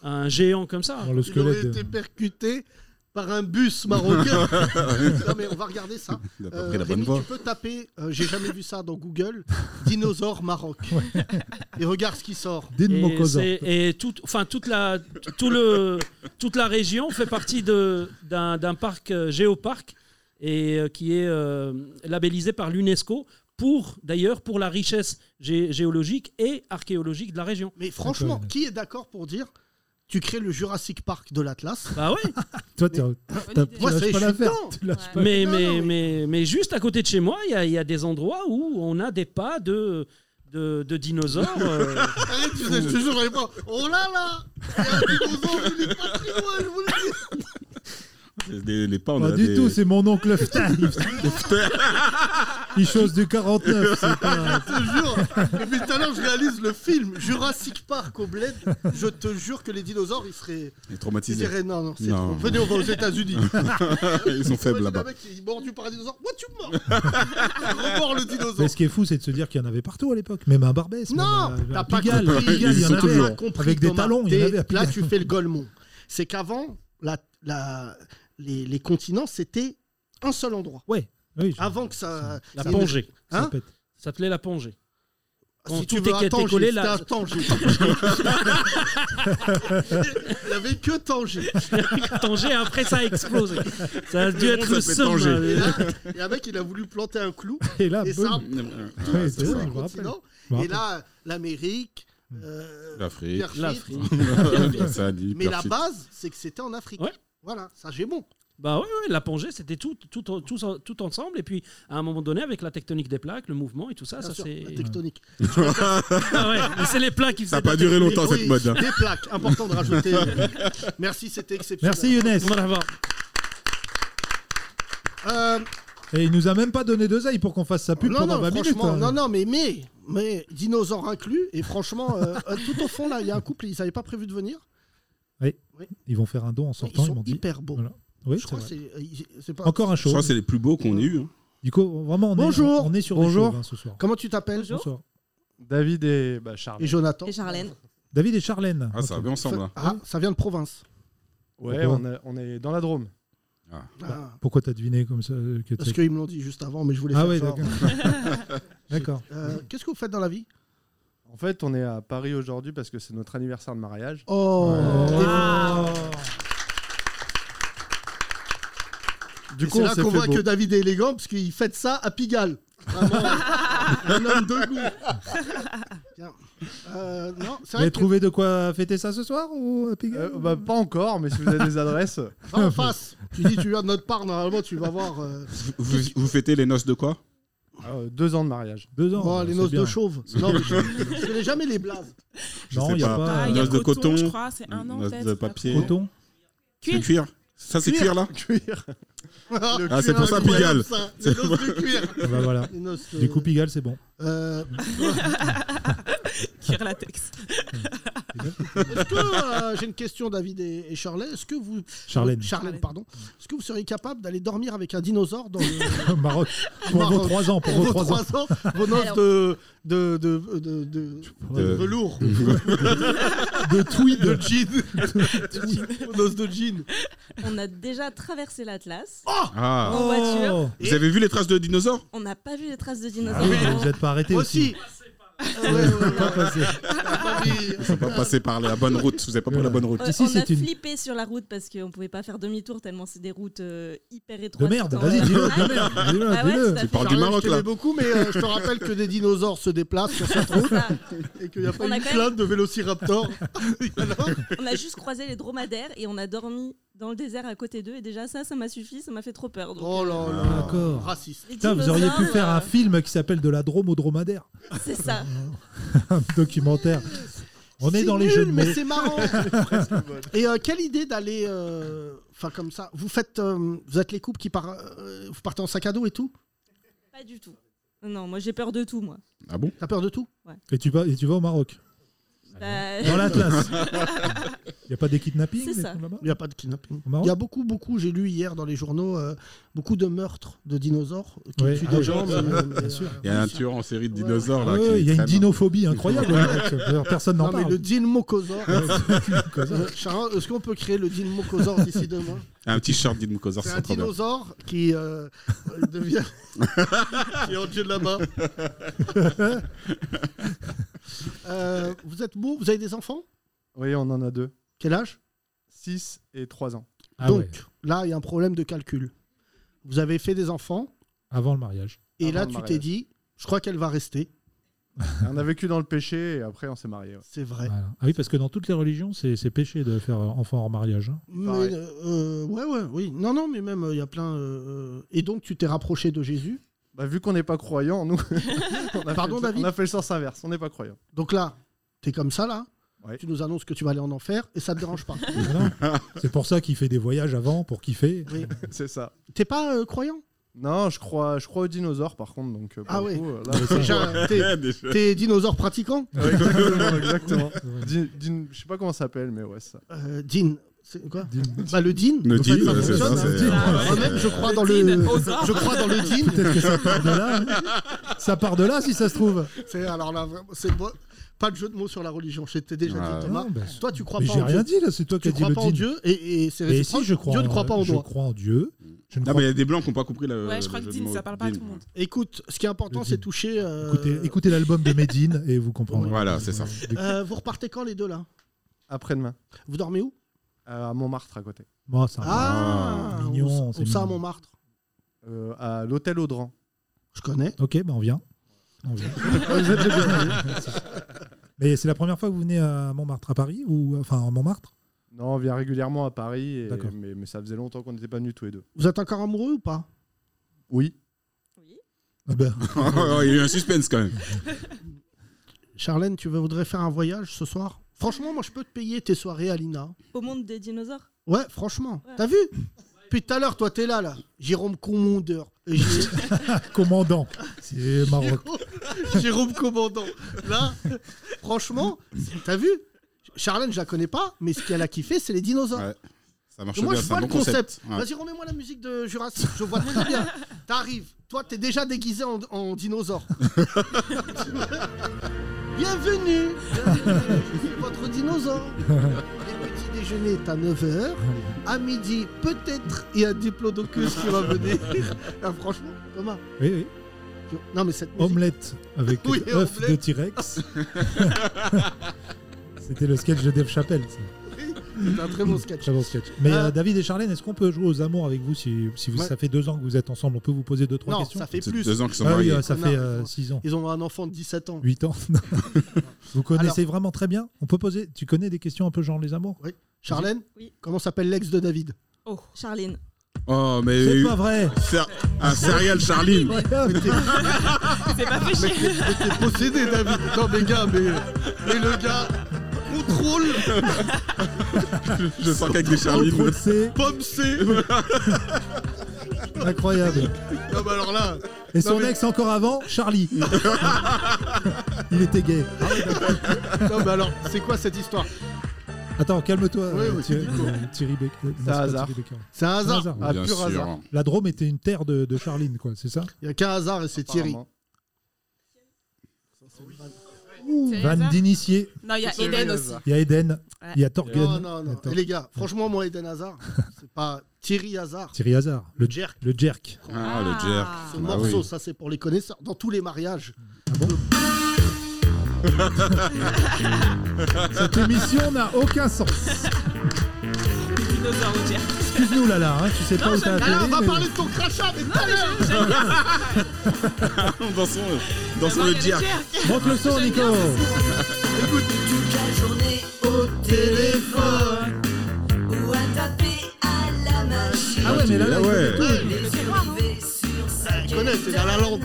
[SPEAKER 8] un géant comme ça.
[SPEAKER 2] Dans le
[SPEAKER 5] Il aurait
[SPEAKER 2] squelette. de-
[SPEAKER 5] été percuté par un bus marocain. non, mais on va regarder ça.
[SPEAKER 6] Il a
[SPEAKER 5] Euh,
[SPEAKER 6] pas pris la bonne
[SPEAKER 5] Rémi,
[SPEAKER 6] voie.
[SPEAKER 5] tu peux taper, euh, j'ai jamais vu ça dans Google, dinosaure Maroc. Et regarde ce qui sort.
[SPEAKER 8] Et,
[SPEAKER 2] Dinmokosa.
[SPEAKER 8] c'est- et tout, enfin, toute, la, tout le, toute la région fait partie de- d'un d'un parc euh, géoparc et euh, qui est euh, labellisé par l'UNESCO pour d'ailleurs pour la richesse gé- géologique et archéologique de la région.
[SPEAKER 5] Mais franchement,
[SPEAKER 2] Incroyable.
[SPEAKER 5] qui est d'accord pour dire tu crées le Jurassic Park de l'Atlas
[SPEAKER 8] Bah ouais,
[SPEAKER 2] Toi, t'es- t'as- tu
[SPEAKER 5] Moi, ça
[SPEAKER 2] lâches
[SPEAKER 5] y est,
[SPEAKER 2] pas
[SPEAKER 5] je suis
[SPEAKER 2] l'affaire. Ah,
[SPEAKER 5] dedans.
[SPEAKER 2] Tu lâches
[SPEAKER 9] Ouais.
[SPEAKER 2] pas.
[SPEAKER 8] mais,
[SPEAKER 5] Non,
[SPEAKER 8] mais,
[SPEAKER 5] non, mais-
[SPEAKER 8] mais... mais juste à côté de chez moi, il y a, il y a des endroits où on a des pas de, de, de dinosaures. euh,
[SPEAKER 5] Arrête, je je te jure, j'en ai pas. Oh là là Il y a un dinosaure, il est pas très loin, je vous le dis.
[SPEAKER 6] Les, les pas, on
[SPEAKER 2] Pas
[SPEAKER 6] a
[SPEAKER 2] du
[SPEAKER 6] des-
[SPEAKER 2] tout, c'est mon oncle Steve. Il chose du 49. c'est pas-
[SPEAKER 5] Je te jure. Depuis tout à l'heure, je réalise le film Jurassic Park au bled. Je te jure que les dinosaures, ils
[SPEAKER 6] Ils
[SPEAKER 5] seraient. Ils
[SPEAKER 6] traumatisés.
[SPEAKER 5] diraient non, non, c'est
[SPEAKER 6] Non.
[SPEAKER 5] trop. Venez, on va aux États-Unis.
[SPEAKER 6] Ils sont faibles là-bas.
[SPEAKER 5] Le mec, il est mordu par un dinosaure. Moi, tu mords Il remord le dinosaure.
[SPEAKER 2] Mais ce qui est fou, c'est de se dire qu'il y en avait partout à l'époque. Même à Barbès.
[SPEAKER 5] Non,
[SPEAKER 2] même à- à
[SPEAKER 5] t'as pas
[SPEAKER 2] Pigalle,
[SPEAKER 5] compris.
[SPEAKER 2] à Pigalle, il y en
[SPEAKER 6] Ils sont
[SPEAKER 2] avait. hein.
[SPEAKER 6] toujours-
[SPEAKER 5] T'as compris,
[SPEAKER 2] Avec des
[SPEAKER 5] Thomas.
[SPEAKER 2] talons, il y en
[SPEAKER 5] T'es-
[SPEAKER 2] avait à
[SPEAKER 5] Là,
[SPEAKER 2] Pigalle.
[SPEAKER 5] tu fais le golemont. C'est qu'avant, la, la- les, les continents, c'était un seul endroit.
[SPEAKER 2] Oui, je-
[SPEAKER 5] Avant que ça.
[SPEAKER 8] la
[SPEAKER 5] ça-
[SPEAKER 8] Pongée.
[SPEAKER 2] ça
[SPEAKER 5] Hein Ah,
[SPEAKER 2] pète.
[SPEAKER 8] Ça s'appelait la Pongée. Quand
[SPEAKER 5] si tu
[SPEAKER 8] tout
[SPEAKER 5] veux,
[SPEAKER 8] est
[SPEAKER 5] attends,
[SPEAKER 8] collé,
[SPEAKER 5] j'ai-
[SPEAKER 8] là-
[SPEAKER 5] Attends, j'ai. Il n'y avait que Tanger.
[SPEAKER 8] Tanger, après ça a explosé. Ça a dû
[SPEAKER 6] Le
[SPEAKER 8] être
[SPEAKER 6] monde
[SPEAKER 8] le
[SPEAKER 6] s'appelle
[SPEAKER 8] seul.
[SPEAKER 6] Tanger.
[SPEAKER 5] Et là, il y a un mec, il a voulu planter un clou.
[SPEAKER 2] hein. Et là,
[SPEAKER 5] Et
[SPEAKER 2] boum.
[SPEAKER 5] ça,
[SPEAKER 6] Ah,
[SPEAKER 2] Ouais,
[SPEAKER 6] c'est
[SPEAKER 2] c'est
[SPEAKER 5] tous
[SPEAKER 2] ça,
[SPEAKER 5] les
[SPEAKER 2] je me rappelle.
[SPEAKER 5] continents.
[SPEAKER 2] Je me
[SPEAKER 5] Et
[SPEAKER 2] rappelle. Hmm.
[SPEAKER 5] là, l'Amérique. euh,
[SPEAKER 6] L'Afrique.
[SPEAKER 5] l'Afrique.
[SPEAKER 6] Ça a dit
[SPEAKER 5] Mais la
[SPEAKER 6] perfide.
[SPEAKER 5] base, c'est que c'était en Afrique.
[SPEAKER 8] Ouais.
[SPEAKER 5] Voilà, ça j'ai bon.
[SPEAKER 8] Bah ouais, ouais, la plongée, c'était tout, tout, tout, tout, ensemble. Et puis, à un moment donné, avec la tectonique des plaques, le mouvement et tout ça,
[SPEAKER 5] Bien
[SPEAKER 8] ça
[SPEAKER 5] sûr,
[SPEAKER 8] c'est.
[SPEAKER 5] la tectonique.
[SPEAKER 8] Ah ouais, mais c'est les plaques qui
[SPEAKER 6] Ça
[SPEAKER 8] faisaient.
[SPEAKER 6] n'a pas duré longtemps
[SPEAKER 5] Oui,
[SPEAKER 6] cette mode. hein.
[SPEAKER 5] Des plaques, important de rajouter. Merci, c'était exceptionnel.
[SPEAKER 2] Merci Younes.
[SPEAKER 8] Bravo.
[SPEAKER 5] Euh,
[SPEAKER 2] Et il nous a même pas donné d'oseille pour qu'on fasse sa pub
[SPEAKER 5] non,
[SPEAKER 2] pendant
[SPEAKER 5] non,
[SPEAKER 2] 20 minutes.
[SPEAKER 5] franchement,
[SPEAKER 2] hein.
[SPEAKER 5] non, non, mais mais mais dinosaures inclus. Et franchement, euh, euh, tout au fond là, il y a un couple, ils n'avaient pas prévu de venir.
[SPEAKER 2] Ils vont faire un don en
[SPEAKER 5] mais
[SPEAKER 2] sortant,
[SPEAKER 5] ils
[SPEAKER 2] ils,
[SPEAKER 5] sont
[SPEAKER 2] m'ont dit.
[SPEAKER 5] hyper beaux.
[SPEAKER 2] Voilà. Oui,
[SPEAKER 5] Je
[SPEAKER 2] c'est
[SPEAKER 5] crois que
[SPEAKER 2] vrai.
[SPEAKER 5] c'est euh, c'est pas.
[SPEAKER 2] Encore un
[SPEAKER 6] Je
[SPEAKER 2] show.
[SPEAKER 6] crois que c'est les plus beaux qu'on ait eu. hein.
[SPEAKER 2] Du coup, vraiment, on,
[SPEAKER 5] Bonjour.
[SPEAKER 2] Est, on est sur
[SPEAKER 5] Bonjour.
[SPEAKER 2] des choses, hein, ce soir.
[SPEAKER 5] Comment tu t'appelles
[SPEAKER 2] Bonsoir.
[SPEAKER 1] David et bah, Charles.
[SPEAKER 5] Et Jonathan.
[SPEAKER 10] Et Charlène.
[SPEAKER 2] David et Charlène.
[SPEAKER 6] Ah, ça
[SPEAKER 2] Ok.
[SPEAKER 6] va bien ensemble. hein.
[SPEAKER 5] Ah, ça vient de province.
[SPEAKER 1] Ouais,
[SPEAKER 2] Pourquoi
[SPEAKER 1] on, a- on est dans la Drôme.
[SPEAKER 5] Ah,
[SPEAKER 2] Pourquoi t'as deviné comme ça euh, que
[SPEAKER 5] parce
[SPEAKER 2] t'es-
[SPEAKER 5] qu'ils me l'ont dit juste avant, mais je voulais
[SPEAKER 2] Ah
[SPEAKER 5] faire
[SPEAKER 2] oui,
[SPEAKER 5] genre.
[SPEAKER 2] d'accord. D'accord.
[SPEAKER 5] Euh, Qu'est-ce que vous faites dans la vie
[SPEAKER 1] En fait, on est à Paris aujourd'hui parce que c'est notre anniversaire de mariage.
[SPEAKER 5] Oh,
[SPEAKER 6] Ah.
[SPEAKER 1] Du
[SPEAKER 5] C'est
[SPEAKER 1] on
[SPEAKER 5] là
[SPEAKER 1] s'est
[SPEAKER 5] qu'on
[SPEAKER 1] fait
[SPEAKER 5] voit
[SPEAKER 1] beau.
[SPEAKER 5] que David est élégant parce qu'il fête ça à Pigalle. Vraiment, un homme de goût. Tiens. Euh, non,
[SPEAKER 2] Vous
[SPEAKER 5] c'est vrai
[SPEAKER 2] avez
[SPEAKER 5] que
[SPEAKER 2] trouvé de quoi fêter ça ce soir ou à Pigalle
[SPEAKER 1] Euh, bah, pas encore, mais si vous avez des adresses,
[SPEAKER 5] Non, en face, tu dis tu viens de notre part, normalement tu vas voir euh,
[SPEAKER 6] Vous, vous fêtez les noces de quoi
[SPEAKER 1] euh, deux ans de mariage.
[SPEAKER 2] Deux ans.
[SPEAKER 5] oh, les
[SPEAKER 2] c'est
[SPEAKER 5] noces
[SPEAKER 2] bien.
[SPEAKER 5] de chauve. Non, mais je je connais jamais les blazes.
[SPEAKER 6] Je
[SPEAKER 2] Non,
[SPEAKER 6] sais
[SPEAKER 2] il n'y a
[SPEAKER 6] pas.
[SPEAKER 2] pas.
[SPEAKER 11] Ah,
[SPEAKER 2] euh,
[SPEAKER 11] il y a
[SPEAKER 6] noce de coton,
[SPEAKER 11] je crois, c'est un an
[SPEAKER 6] noce
[SPEAKER 11] peut-être.
[SPEAKER 6] de papier.
[SPEAKER 11] Coton.
[SPEAKER 2] Coton
[SPEAKER 6] C'est
[SPEAKER 11] Cuir.
[SPEAKER 6] cuir Ça, c'est cuir là
[SPEAKER 1] Cuir.
[SPEAKER 5] Le
[SPEAKER 6] Ah, c'est
[SPEAKER 5] cuir
[SPEAKER 6] pour ça, Pigalle.
[SPEAKER 5] incroyable, ça. Les noces de cuir.
[SPEAKER 2] Ah bah voilà.
[SPEAKER 5] Les noces, euh,
[SPEAKER 2] Du coup, Pigalle, c'est bon.
[SPEAKER 5] euh,
[SPEAKER 11] Cuir latex.
[SPEAKER 5] est-ce que, euh, J'ai une question, David et, et Charlet. Est-ce que vous. euh,
[SPEAKER 2] Charlène.
[SPEAKER 5] Charlène, pardon. Est-ce que vous seriez capable d'aller dormir avec un dinosaure dans le.
[SPEAKER 2] Maroc. Pour
[SPEAKER 5] Maroc.
[SPEAKER 2] vos trois ans. Pour vos
[SPEAKER 5] vos
[SPEAKER 2] trois ans.
[SPEAKER 5] trois ans, vos noces
[SPEAKER 10] Alors.
[SPEAKER 5] de, de, de, de, de-
[SPEAKER 6] De-
[SPEAKER 5] velours,
[SPEAKER 2] De tweed.
[SPEAKER 5] de jean, vos noces de jean.
[SPEAKER 10] On a déjà traversé l'Atlas.
[SPEAKER 6] Ah.
[SPEAKER 10] En voiture.
[SPEAKER 6] Vous avez vu les traces de dinosaures
[SPEAKER 10] On n'a pas vu les traces de
[SPEAKER 2] Ah oui,
[SPEAKER 10] dinosaures.
[SPEAKER 2] vous n'êtes pas arrêté
[SPEAKER 5] Moi
[SPEAKER 2] aussi.
[SPEAKER 5] aussi. Ouais, ouais, ouais,
[SPEAKER 2] Pas passé.
[SPEAKER 5] la famille.
[SPEAKER 6] Vous n'avez pas passé par la bonne route. Vous n'avez pas pris la bonne route.
[SPEAKER 10] Euh,
[SPEAKER 2] Ici,
[SPEAKER 10] on a
[SPEAKER 2] c'est une-
[SPEAKER 10] flippé sur la route parce qu'on pouvait pas faire demi-tour tellement c'est des routes euh, hyper étroites.
[SPEAKER 2] merde,
[SPEAKER 10] Quand-
[SPEAKER 2] vas-y, dis-le, de
[SPEAKER 10] Ah,
[SPEAKER 2] merde,
[SPEAKER 10] bah
[SPEAKER 2] dis-le,
[SPEAKER 10] ouais,
[SPEAKER 2] dis-le.
[SPEAKER 10] tout à
[SPEAKER 6] Tu
[SPEAKER 10] fait.
[SPEAKER 6] parles du
[SPEAKER 5] Charlène,
[SPEAKER 6] Maroc
[SPEAKER 5] je t'aimais
[SPEAKER 6] là
[SPEAKER 5] beaucoup, mais euh, je te rappelle que des dinosaures se déplacent sur cette route
[SPEAKER 10] Ça.
[SPEAKER 5] et qu'il n'y a pas
[SPEAKER 10] On a
[SPEAKER 5] une
[SPEAKER 10] quand même-
[SPEAKER 5] plainte de vélociraptor. Alors,
[SPEAKER 10] On a juste croisé les dromadaires et on a dormi dans le désert à côté d'eux. Et déjà, ça, ça m'a suffi, ça m'a fait trop peur. donc, euh,
[SPEAKER 5] oh là là,
[SPEAKER 2] D'accord.
[SPEAKER 5] raciste.
[SPEAKER 10] les
[SPEAKER 2] Putain, vous auriez pu
[SPEAKER 10] dinosaures,
[SPEAKER 2] faire un
[SPEAKER 10] euh,
[SPEAKER 2] film qui s'appelle De la Drôme au dromadaire.
[SPEAKER 10] C'est ça.
[SPEAKER 2] Un documentaire. On est,
[SPEAKER 5] C'est
[SPEAKER 2] dans les
[SPEAKER 5] nul,
[SPEAKER 2] jeux de mots.
[SPEAKER 5] mais c'est marrant. Et euh, quelle idée d'aller, euh, enfin comme ça, vous faites, euh, vous êtes les couples qui partent, vous partez en sac à dos et tout.
[SPEAKER 10] Pas du tout. Non, moi j'ai peur de tout, moi.
[SPEAKER 6] Ah bon
[SPEAKER 5] T'as peur de tout
[SPEAKER 2] Et tu vas, et tu vas au Maroc.
[SPEAKER 10] Bah,
[SPEAKER 2] Ah Dans l'Atlas. Il n'y a pas des kidnappings
[SPEAKER 10] C'est
[SPEAKER 2] des
[SPEAKER 10] ça.
[SPEAKER 2] trucs là-bas
[SPEAKER 5] Il n'y a pas de kidnapping.
[SPEAKER 2] Au Maroc
[SPEAKER 5] Il y a beaucoup, beaucoup, j'ai lu hier dans les journaux, euh, beaucoup de meurtres de dinosaures qui
[SPEAKER 2] Ouais.
[SPEAKER 5] tuent
[SPEAKER 2] Ah
[SPEAKER 5] des
[SPEAKER 2] oui.
[SPEAKER 5] gens. mais, euh, mais,
[SPEAKER 2] sûr.
[SPEAKER 5] euh,
[SPEAKER 6] Il y a un tueur en série de
[SPEAKER 5] Ouais.
[SPEAKER 1] Oh
[SPEAKER 6] dinosaures
[SPEAKER 2] Ah
[SPEAKER 6] là.
[SPEAKER 2] ouais,
[SPEAKER 6] qui
[SPEAKER 2] Il y a une
[SPEAKER 6] traîne.
[SPEAKER 2] dinophobie incroyable. au Maroc. D'ailleurs, Personne n'en
[SPEAKER 5] Non, mais
[SPEAKER 2] parle.
[SPEAKER 5] le dinocosaure.
[SPEAKER 2] Dinocosaure.
[SPEAKER 5] Euh, Charin, est-ce qu'on peut créer le dinocosaure d'ici demain
[SPEAKER 6] Un petit short dinosaure,
[SPEAKER 5] C'est un
[SPEAKER 6] c'est trop bien.
[SPEAKER 5] dinosaure qui euh, euh, devient. qui est en dieu de la main. Euh, vous êtes beau, vous avez des enfants
[SPEAKER 1] Oui, on en a deux.
[SPEAKER 5] Quel âge
[SPEAKER 1] 6 et 3 ans.
[SPEAKER 2] Ah
[SPEAKER 5] Donc
[SPEAKER 2] ouais,
[SPEAKER 5] là, il y a un problème de calcul. Vous avez fait des enfants
[SPEAKER 2] Avant le mariage.
[SPEAKER 5] et
[SPEAKER 1] Avant
[SPEAKER 5] là,
[SPEAKER 1] le
[SPEAKER 5] tu
[SPEAKER 1] mariage.
[SPEAKER 5] t'es dit, je crois qu'elle va rester.
[SPEAKER 1] On a vécu dans le péché et après on s'est mariés. ouais.
[SPEAKER 5] C'est vrai.
[SPEAKER 2] Voilà. Ah oui, parce que dans toutes les religions, c'est c'est péché de faire euh, enfant hors mariage. hein.
[SPEAKER 5] Mais,
[SPEAKER 1] Pareil.
[SPEAKER 5] euh, euh, ouais, ouais, oui. Non, non, mais même, euh, il y a plein. euh, et donc, tu t'es rapproché de Jésus.
[SPEAKER 1] Bah, vu qu'on n'est pas croyants, nous, on, a
[SPEAKER 5] Pardon,
[SPEAKER 1] fait, le-
[SPEAKER 5] David
[SPEAKER 1] on a fait le sens inverse. On n'est pas croyants.
[SPEAKER 5] Donc là, t'es comme ça, là.
[SPEAKER 1] Ouais.
[SPEAKER 5] Tu nous annonces que tu vas aller en enfer et ça te dérange pas.
[SPEAKER 2] Voilà. C'est pour ça qu'il fait des voyages avant, pour kiffer.
[SPEAKER 5] Oui.
[SPEAKER 1] C'est ça.
[SPEAKER 5] T'es pas euh, croyant
[SPEAKER 1] Non, Ah, je crois, je crois aux dinosaures par contre. Donc, euh, pour
[SPEAKER 5] Ah
[SPEAKER 1] le
[SPEAKER 5] oui.
[SPEAKER 1] coup, euh, là-
[SPEAKER 5] Déjà, t'es,
[SPEAKER 6] Déjà. Ah
[SPEAKER 5] t'es dinosaure pratiquant
[SPEAKER 1] Ouais, exactement, exactement. Din- din- je sais pas comment ça s'appelle, mais ouais, c'est ça.
[SPEAKER 5] Euh, Dean. C'est quoi Bah, le Dean.
[SPEAKER 6] Le
[SPEAKER 5] En fait,
[SPEAKER 6] Dean,
[SPEAKER 5] ça
[SPEAKER 6] ouais, c'est
[SPEAKER 5] fonctionne,
[SPEAKER 6] ça,
[SPEAKER 5] hein.
[SPEAKER 6] c'est-
[SPEAKER 1] Ah
[SPEAKER 5] Moi-même, je crois dans
[SPEAKER 11] Le
[SPEAKER 5] le.
[SPEAKER 11] Dean, Ozark.
[SPEAKER 5] Je crois dans le Dean.
[SPEAKER 2] Peut-être que ça part de là. hein. Ça part de là, si ça se trouve.
[SPEAKER 5] C'est, alors là, vraiment, c'est moi- Pas de jeu de mots sur la religion. Je t'ai déjà
[SPEAKER 6] Ah.
[SPEAKER 5] dit, Thomas.
[SPEAKER 2] Non, bah,
[SPEAKER 5] Toi, tu crois
[SPEAKER 2] Mais
[SPEAKER 5] pas
[SPEAKER 2] j'ai
[SPEAKER 5] en
[SPEAKER 2] rien
[SPEAKER 5] Dieu.
[SPEAKER 2] dit là, c'est toi qui
[SPEAKER 5] Tu
[SPEAKER 2] as dit
[SPEAKER 5] crois
[SPEAKER 2] le
[SPEAKER 5] pas en
[SPEAKER 2] dîne.
[SPEAKER 5] Dieu et, et c'est
[SPEAKER 2] Et
[SPEAKER 5] réciproque.
[SPEAKER 2] si je crois,
[SPEAKER 5] Dieu
[SPEAKER 2] en,
[SPEAKER 5] ne croit pas en
[SPEAKER 2] je
[SPEAKER 5] toi.
[SPEAKER 2] crois en Dieu Je ne
[SPEAKER 6] Ah,
[SPEAKER 2] crois
[SPEAKER 6] bah, il y a des blancs qui n'ont pas compris
[SPEAKER 1] euh,
[SPEAKER 6] la.
[SPEAKER 7] Ouais, je crois que
[SPEAKER 6] le
[SPEAKER 7] Dean,
[SPEAKER 6] mot.
[SPEAKER 7] ça parle pas à
[SPEAKER 6] Dean.
[SPEAKER 7] tout le monde.
[SPEAKER 5] Écoute, ce qui est important,
[SPEAKER 2] Le
[SPEAKER 5] c'est
[SPEAKER 2] Dean.
[SPEAKER 5] toucher. euh,
[SPEAKER 2] Écoutez, écoutez l'album de Medine et vous comprendrez.
[SPEAKER 6] Voilà, c'est ça.
[SPEAKER 5] euh, vous repartez quand les deux là
[SPEAKER 1] Après-demain,
[SPEAKER 5] Vous dormez où
[SPEAKER 1] euh, à Montmartre à côté,
[SPEAKER 2] Bon, ça va.
[SPEAKER 5] Ah,
[SPEAKER 2] Ah, mignon,
[SPEAKER 5] on-
[SPEAKER 2] c'est
[SPEAKER 5] ça à
[SPEAKER 2] mignon.
[SPEAKER 5] Montmartre.
[SPEAKER 1] Euh, à l'hôtel Audran.
[SPEAKER 5] Je connais.
[SPEAKER 2] Ok, ben on vient. On vient. Mais c'est la première fois que vous venez à Montmartre, à Paris ou enfin à Montmartre
[SPEAKER 1] Non, on vient régulièrement à Paris, et-
[SPEAKER 2] D'accord.
[SPEAKER 1] mais, mais ça faisait longtemps qu'on n'était pas venus tous les deux.
[SPEAKER 5] Vous êtes encore amoureux ou pas
[SPEAKER 1] Oui,
[SPEAKER 2] Ah ben,
[SPEAKER 6] Oh, il y a eu un suspense quand même.
[SPEAKER 5] Charlène, tu veux- voudrais faire un voyage ce soir Franchement, moi je peux te payer tes soirées à l'INA.
[SPEAKER 10] Au monde des dinosaures.
[SPEAKER 5] Ouais, franchement.
[SPEAKER 10] Ouais.
[SPEAKER 5] T'as vu Depuis tout à l'heure, toi t'es là, là. Jérôme Commandeur. Et j'ai-
[SPEAKER 2] Commandant, c'est Maroc.
[SPEAKER 5] Jérôme, Jérôme Commandant. Là, franchement, t'as vu Charlène, je la connais pas, mais ce qu'elle a kiffé, c'est les dinosaures.
[SPEAKER 6] Ouais, Ça marche
[SPEAKER 5] Et moi,
[SPEAKER 6] bien,
[SPEAKER 5] je
[SPEAKER 6] c'est
[SPEAKER 5] vois
[SPEAKER 6] un
[SPEAKER 5] le
[SPEAKER 6] bon
[SPEAKER 5] concept.
[SPEAKER 6] concept. Ouais.
[SPEAKER 5] Vas-y, remets-moi la musique de Jurassic. Je vois très bien. T'arrives. Toi, t'es déjà déguisé en, en dinosaure. Bienvenue. Je suis votre dinosaure. Et petit déjeuner est à 9h. À midi, peut-être, il y a Diplodocus qui va venir. Ah, franchement, Thomas.
[SPEAKER 2] Oui, oui.
[SPEAKER 5] tu- Non, mais cette musique.
[SPEAKER 2] Omelette avec
[SPEAKER 5] Oui,
[SPEAKER 2] œuf
[SPEAKER 5] omelette.
[SPEAKER 2] de T-Rex. C'était le sketch de Dave Chappelle. ça.
[SPEAKER 5] C'est un très bon sketch.
[SPEAKER 2] Très bon sketch. Mais
[SPEAKER 5] Euh,
[SPEAKER 2] euh, David et Charlène, est-ce qu'on peut jouer aux amours avec vous si, si vous,
[SPEAKER 5] Ouais.
[SPEAKER 2] ça fait deux ans que vous êtes ensemble On peut vous poser deux, trois
[SPEAKER 5] Non,
[SPEAKER 2] questions
[SPEAKER 5] ça fait
[SPEAKER 6] C'est
[SPEAKER 5] plus.
[SPEAKER 6] deux ans qu'ils sont
[SPEAKER 2] Ah oui,
[SPEAKER 6] mariés.
[SPEAKER 2] euh, ça
[SPEAKER 5] Non,
[SPEAKER 2] fait
[SPEAKER 5] non,
[SPEAKER 2] euh,
[SPEAKER 5] non.
[SPEAKER 2] six ans,
[SPEAKER 5] Ils ont un enfant de 17 ans.
[SPEAKER 2] huit ans. vous connaissez vraiment très bien On peut poser. Tu connais des questions un peu genre les amours
[SPEAKER 5] Charlène,
[SPEAKER 10] Oui.
[SPEAKER 5] comment s'appelle l'ex de David
[SPEAKER 10] Charline.
[SPEAKER 6] Oh, mais.
[SPEAKER 2] C'est pas vrai
[SPEAKER 6] Cer- Un serial Charline.
[SPEAKER 7] C'est pas fait chier.
[SPEAKER 5] T'es possédé, David. Non, mais gars, mais, mais le gars contrôle
[SPEAKER 6] Je sens qu'avec des
[SPEAKER 2] Contrôle
[SPEAKER 6] Charlines.
[SPEAKER 2] C,
[SPEAKER 5] pomme C.
[SPEAKER 2] incroyable.
[SPEAKER 5] Non, mais alors là,
[SPEAKER 2] Et son
[SPEAKER 5] mais-
[SPEAKER 2] ex encore avant, Charlie. Il était gay.
[SPEAKER 5] non, mais alors, c'est quoi cette histoire
[SPEAKER 2] Attends, calme-toi,
[SPEAKER 5] Oui,
[SPEAKER 2] euh,
[SPEAKER 5] oui,
[SPEAKER 2] Thierry,
[SPEAKER 5] dis-moi.
[SPEAKER 2] euh, Thierry Beck- non, c'est pas
[SPEAKER 1] hasard.
[SPEAKER 2] Thierry Becker.
[SPEAKER 5] C'est un
[SPEAKER 2] Un
[SPEAKER 5] hasard.
[SPEAKER 2] hasard.
[SPEAKER 1] à
[SPEAKER 6] Bien
[SPEAKER 1] pur hasard.
[SPEAKER 6] sûr.
[SPEAKER 2] La Drôme était une terre de, de Charline, quoi, c'est ça
[SPEAKER 5] Il n'y a qu'un hasard et c'est Thierry. Ah
[SPEAKER 1] apparemment.
[SPEAKER 7] C'est
[SPEAKER 2] Van
[SPEAKER 7] bizarre.
[SPEAKER 2] d'initié,
[SPEAKER 7] Non, il y a
[SPEAKER 1] C'est
[SPEAKER 7] Eden
[SPEAKER 1] le
[SPEAKER 7] aussi.
[SPEAKER 1] hasard.
[SPEAKER 2] il y a Eden,
[SPEAKER 7] Ouais.
[SPEAKER 2] il y a Torgen,
[SPEAKER 5] Non, non, non.
[SPEAKER 2] Attends.
[SPEAKER 5] Et les gars, franchement, moi, Eden Hazard, c'est pas Thierry Hazard.
[SPEAKER 2] Thierry Hazard, le,
[SPEAKER 5] Jerk.
[SPEAKER 2] le jerk.
[SPEAKER 6] Ah, le jerk.
[SPEAKER 5] Ce
[SPEAKER 6] Ah
[SPEAKER 5] morceau,
[SPEAKER 6] oui.
[SPEAKER 5] ça, c'est pour les connaisseurs. Dans tous les mariages.
[SPEAKER 2] Ah Cette émission n'a aucun sens.
[SPEAKER 7] Dinosaure au Jerk.
[SPEAKER 2] Excuse-nous, là, là, hein, tu sais pas où t'as atterri.
[SPEAKER 5] Alors, on va
[SPEAKER 2] mais-
[SPEAKER 5] parler de ton crachat, mais tout à l'heure.
[SPEAKER 6] Dansons, euh, dansons le jerk.
[SPEAKER 2] Monte le son, Nico
[SPEAKER 12] Toute la journée au téléphone ou à taper à la machine.
[SPEAKER 2] Ah ouais, mais là,
[SPEAKER 6] Ah
[SPEAKER 2] là, il
[SPEAKER 6] ouais.
[SPEAKER 2] connaît tout.
[SPEAKER 12] Les yeux rivés sur sa
[SPEAKER 5] Je connais, c'est dans la lande.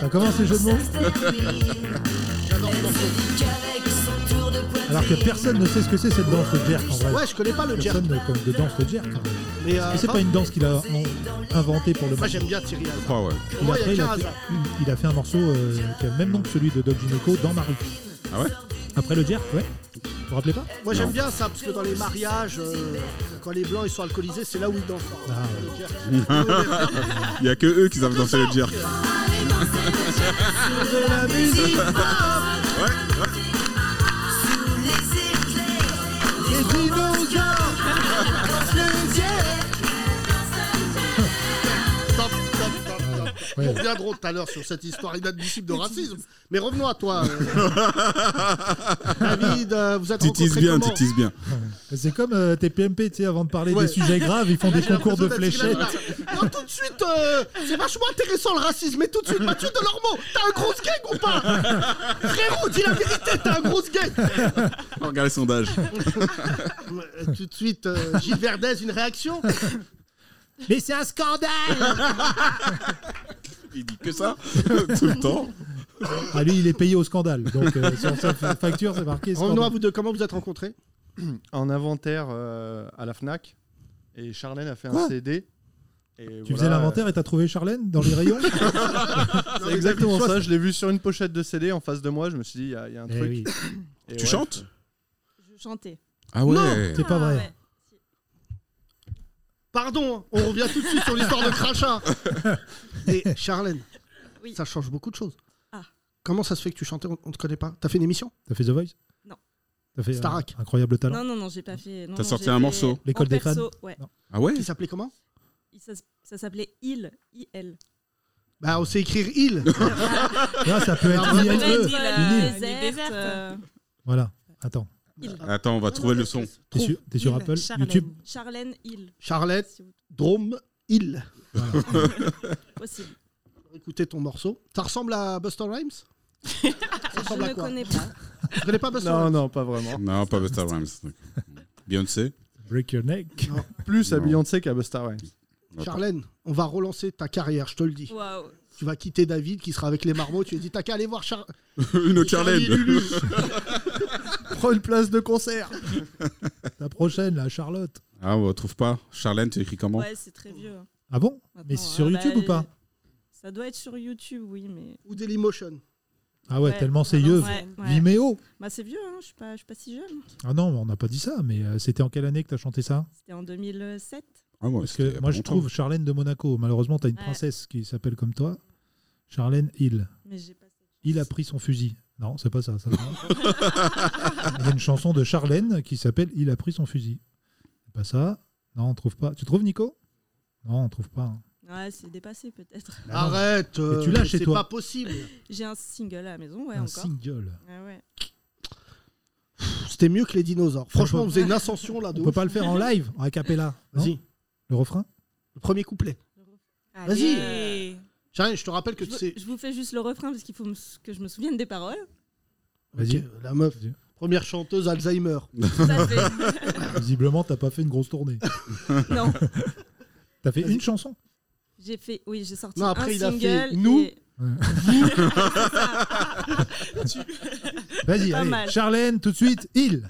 [SPEAKER 2] Ça commence, les jeux de mots.
[SPEAKER 5] J'adore ce morceau.
[SPEAKER 2] Alors que personne ne sait ce que c'est cette danse de jerk en vrai.
[SPEAKER 5] Ouais, je connais pas le jerk.
[SPEAKER 2] Personne ne connaît de danse de jerk. hein.
[SPEAKER 5] Mais euh,
[SPEAKER 2] Et c'est pas une danse qu'il a en- inventée pour le
[SPEAKER 5] moi,
[SPEAKER 2] match.
[SPEAKER 5] j'aime bien Thierry Hazard.
[SPEAKER 6] Ah ouais.
[SPEAKER 5] Pour
[SPEAKER 2] Il
[SPEAKER 5] moi,
[SPEAKER 2] a,
[SPEAKER 5] il
[SPEAKER 2] fait,
[SPEAKER 5] n'y
[SPEAKER 2] il
[SPEAKER 5] a qu'un
[SPEAKER 2] a fait-
[SPEAKER 5] hasard.
[SPEAKER 2] il a fait un morceau euh, qui a le même nom que celui de Doc Gineco dans Marie.
[SPEAKER 6] Ah ouais
[SPEAKER 2] Après le jerk, ouais. Vous vous rappelez pas
[SPEAKER 5] Moi j'aime
[SPEAKER 6] Oh. Non.
[SPEAKER 5] bien ça parce que dans les mariages, euh, quand les blancs ils sont alcoolisés, c'est là où ils dansent.
[SPEAKER 2] Ah
[SPEAKER 6] Il y a que eux qui savent danser le jerk.
[SPEAKER 5] Stop, stop, stop, stop.
[SPEAKER 2] Ouais.
[SPEAKER 5] On reviendra tout à l'heure sur cette histoire inadmissible de racisme. Mais revenons à toi. euh. David, euh, vous êtes
[SPEAKER 6] Titise
[SPEAKER 5] rencontrés
[SPEAKER 6] bien,
[SPEAKER 5] comment
[SPEAKER 6] titise bien.
[SPEAKER 2] C'est comme euh, tes PMP, tu sais, avant de parler
[SPEAKER 5] Ouais.
[SPEAKER 2] des sujets graves, ils font des
[SPEAKER 5] J'ai l'impression
[SPEAKER 2] concours de
[SPEAKER 5] d'être Sylvain
[SPEAKER 2] fléchettes.
[SPEAKER 5] Vartan. Non, tout de suite, euh, c'est vachement intéressant le racisme, mais tout de suite, Mathieu Delormeau, t'as un gros gag ou pas Frérot, dis la vérité, t'as un gros gag
[SPEAKER 6] Regardez le sondage.
[SPEAKER 5] Euh, Tout de suite, euh, Gilles Verdez, une réaction
[SPEAKER 2] Mais c'est un scandale
[SPEAKER 6] Il dit que ça tout le temps.
[SPEAKER 2] ah, Lui, il est payé au scandale. Donc euh, sur sa fa- facture, c'est marqué
[SPEAKER 5] Revenons à
[SPEAKER 2] scandale.
[SPEAKER 5] vous deux, comment vous êtes rencontrés
[SPEAKER 1] En inventaire euh, à la Fnac, et Charlène a fait
[SPEAKER 2] Quoi
[SPEAKER 1] un CD. et
[SPEAKER 2] Tu
[SPEAKER 1] voilà,
[SPEAKER 2] faisais l'inventaire et t'as trouvé Charlène dans les rayons
[SPEAKER 1] euh, C'est exactement ça. Je l'ai vu sur une pochette de CD en face de moi. Je me suis dit, il y, a- il y a un
[SPEAKER 2] Eh
[SPEAKER 1] truc.
[SPEAKER 2] oui,
[SPEAKER 1] Et
[SPEAKER 6] Tu
[SPEAKER 1] ouais,
[SPEAKER 6] chantes
[SPEAKER 10] Je chantais.
[SPEAKER 6] Ah ouais.
[SPEAKER 2] c'est pas
[SPEAKER 10] Ah,
[SPEAKER 2] vrai.
[SPEAKER 10] ouais.
[SPEAKER 5] Pardon, hein, on revient tout de suite sur l'histoire de crachat. Et Charlène,
[SPEAKER 10] Oui.
[SPEAKER 5] ça change beaucoup de choses.
[SPEAKER 10] Ah.
[SPEAKER 5] Comment ça se fait que tu chantais, on, on te connaît pas T'as fait une émission
[SPEAKER 2] T'as fait The Voice T'as fait, euh,
[SPEAKER 5] Starac.
[SPEAKER 2] incroyable talent.
[SPEAKER 10] Non, non, non, j'ai pas fait. non,
[SPEAKER 6] T'as
[SPEAKER 10] non,
[SPEAKER 6] sorti
[SPEAKER 10] j'ai
[SPEAKER 6] un
[SPEAKER 10] fait
[SPEAKER 6] morceau.
[SPEAKER 2] L'école
[SPEAKER 10] en
[SPEAKER 2] des
[SPEAKER 10] perso, ouais.
[SPEAKER 6] Ah ouais
[SPEAKER 5] Qui s'appelait comment
[SPEAKER 10] Il- Ça, s- ça s'appelait Il. I-L.
[SPEAKER 5] Bah, on sait écrire il.
[SPEAKER 2] Ah, ça peut être
[SPEAKER 5] Ah,
[SPEAKER 2] une île, euh,
[SPEAKER 5] peut-être, il
[SPEAKER 10] Euh,
[SPEAKER 2] une île.
[SPEAKER 10] déserte,
[SPEAKER 7] déserte.
[SPEAKER 10] euh,
[SPEAKER 2] Voilà. Attends.
[SPEAKER 6] Attends, on va trouver le son.
[SPEAKER 2] T'es sur, t'es sur Apple, YouTube.
[SPEAKER 10] Charlène Il.
[SPEAKER 5] Charlotte, Drôme, il.
[SPEAKER 10] Possible.
[SPEAKER 5] Écoutez ton morceau. Ça ressemble à Buster Rhymes Ça
[SPEAKER 10] Je
[SPEAKER 5] ressemble à
[SPEAKER 10] ne
[SPEAKER 5] quoi
[SPEAKER 10] connais pas.
[SPEAKER 5] Vous connaissez pas Buster
[SPEAKER 1] Non,
[SPEAKER 5] Rhymes
[SPEAKER 1] non, pas vraiment.
[SPEAKER 6] Non, pas Buster Rhymes. Beyoncé
[SPEAKER 2] Break your neck.
[SPEAKER 1] Plus à
[SPEAKER 6] Non.
[SPEAKER 1] Beyoncé qu'à Busta Rhymes.
[SPEAKER 6] Attends.
[SPEAKER 5] Charlène, on va relancer ta carrière, je te le dis.
[SPEAKER 10] Waouh.
[SPEAKER 5] Tu vas quitter David qui sera avec les marmots. Tu lui dis T'as qu'à aller voir Char...
[SPEAKER 6] Une autre
[SPEAKER 5] Charlie Lulu.
[SPEAKER 6] Charlène.
[SPEAKER 1] Prends une place de concert.
[SPEAKER 2] La prochaine, la Charlotte.
[SPEAKER 6] Ah, on retrouve pas. Charlène, tu écris comment
[SPEAKER 10] Ouais, c'est très vieux. hein.
[SPEAKER 2] Ah bon Mais
[SPEAKER 10] Maintenant,
[SPEAKER 2] c'est sur
[SPEAKER 10] hein,
[SPEAKER 2] YouTube
[SPEAKER 10] bah,
[SPEAKER 2] ou pas
[SPEAKER 10] Ça doit être sur YouTube, oui, mais.
[SPEAKER 5] Ou Dailymotion.
[SPEAKER 2] Ah ouais,
[SPEAKER 10] ouais,
[SPEAKER 2] tellement c'est
[SPEAKER 10] ouais,
[SPEAKER 2] vieux.
[SPEAKER 10] ouais, ouais.
[SPEAKER 2] Vimeo.
[SPEAKER 10] Bah, c'est vieux, hein, je suis pas, je suis pas si jeune.
[SPEAKER 2] Ah non, mais on n'a pas dit ça, mais euh, c'était en quelle année que t'as chanté ça
[SPEAKER 10] C'était en 2007.
[SPEAKER 6] Ah ouais,
[SPEAKER 2] Parce
[SPEAKER 6] c'était il y
[SPEAKER 2] que
[SPEAKER 6] a
[SPEAKER 2] moi,
[SPEAKER 6] pas
[SPEAKER 2] je
[SPEAKER 6] longtemps.
[SPEAKER 2] trouve Charlène de Monaco. Malheureusement, t'as une
[SPEAKER 10] Ouais.
[SPEAKER 2] princesse qui s'appelle comme toi. Charlène Hill.
[SPEAKER 10] Mais j'ai pas.
[SPEAKER 2] Il a pris son fusil. Non, c'est pas ça. ça. Il y a une chanson de Charlène qui s'appelle Il a pris son fusil. C'est pas ça. Non, on trouve pas. Tu trouves, Nico Non, on trouve pas. hein.
[SPEAKER 10] Ouais, c'est dépassé peut-être.
[SPEAKER 2] Bah non.
[SPEAKER 5] Arrête euh,
[SPEAKER 2] Mais tu l'as chez
[SPEAKER 5] C'est
[SPEAKER 2] toi.
[SPEAKER 5] pas possible.
[SPEAKER 10] J'ai un single à la maison, ouais,
[SPEAKER 2] un
[SPEAKER 10] encore.
[SPEAKER 2] single.
[SPEAKER 10] Ouais, ouais.
[SPEAKER 5] C'était mieux que les dinosaures. Franchement,
[SPEAKER 2] peut-
[SPEAKER 5] on faisait une ascension là de
[SPEAKER 2] On
[SPEAKER 5] ouf.
[SPEAKER 2] peut pas le faire en live, en a cappella. non
[SPEAKER 5] Vas-y,
[SPEAKER 2] Le refrain
[SPEAKER 5] le premier couplet. Vas-y.
[SPEAKER 7] Allez.
[SPEAKER 5] Charlène, je te rappelle que
[SPEAKER 10] Je,
[SPEAKER 5] tu
[SPEAKER 10] vous-
[SPEAKER 5] sais.
[SPEAKER 10] je vous fais juste le refrain parce qu'il faut me s- que je me souvienne des paroles.
[SPEAKER 2] Vas-y.
[SPEAKER 5] Ok, La Ah, meuf,
[SPEAKER 2] Vas-y.
[SPEAKER 5] première chanteuse Alzheimer.
[SPEAKER 10] Tout à fait.
[SPEAKER 2] Visiblement, t'as pas fait une grosse tournée.
[SPEAKER 10] non,
[SPEAKER 2] T'as fait
[SPEAKER 5] Vas-y.
[SPEAKER 2] une chanson
[SPEAKER 10] j'ai fait. Oui, j'ai sorti
[SPEAKER 5] Non, après,
[SPEAKER 10] un
[SPEAKER 5] il a fait
[SPEAKER 10] single.
[SPEAKER 5] nous.
[SPEAKER 10] et-
[SPEAKER 2] Vas-y,
[SPEAKER 10] Pas
[SPEAKER 2] allez.
[SPEAKER 10] mal.
[SPEAKER 2] Charlène, tout de suite, il.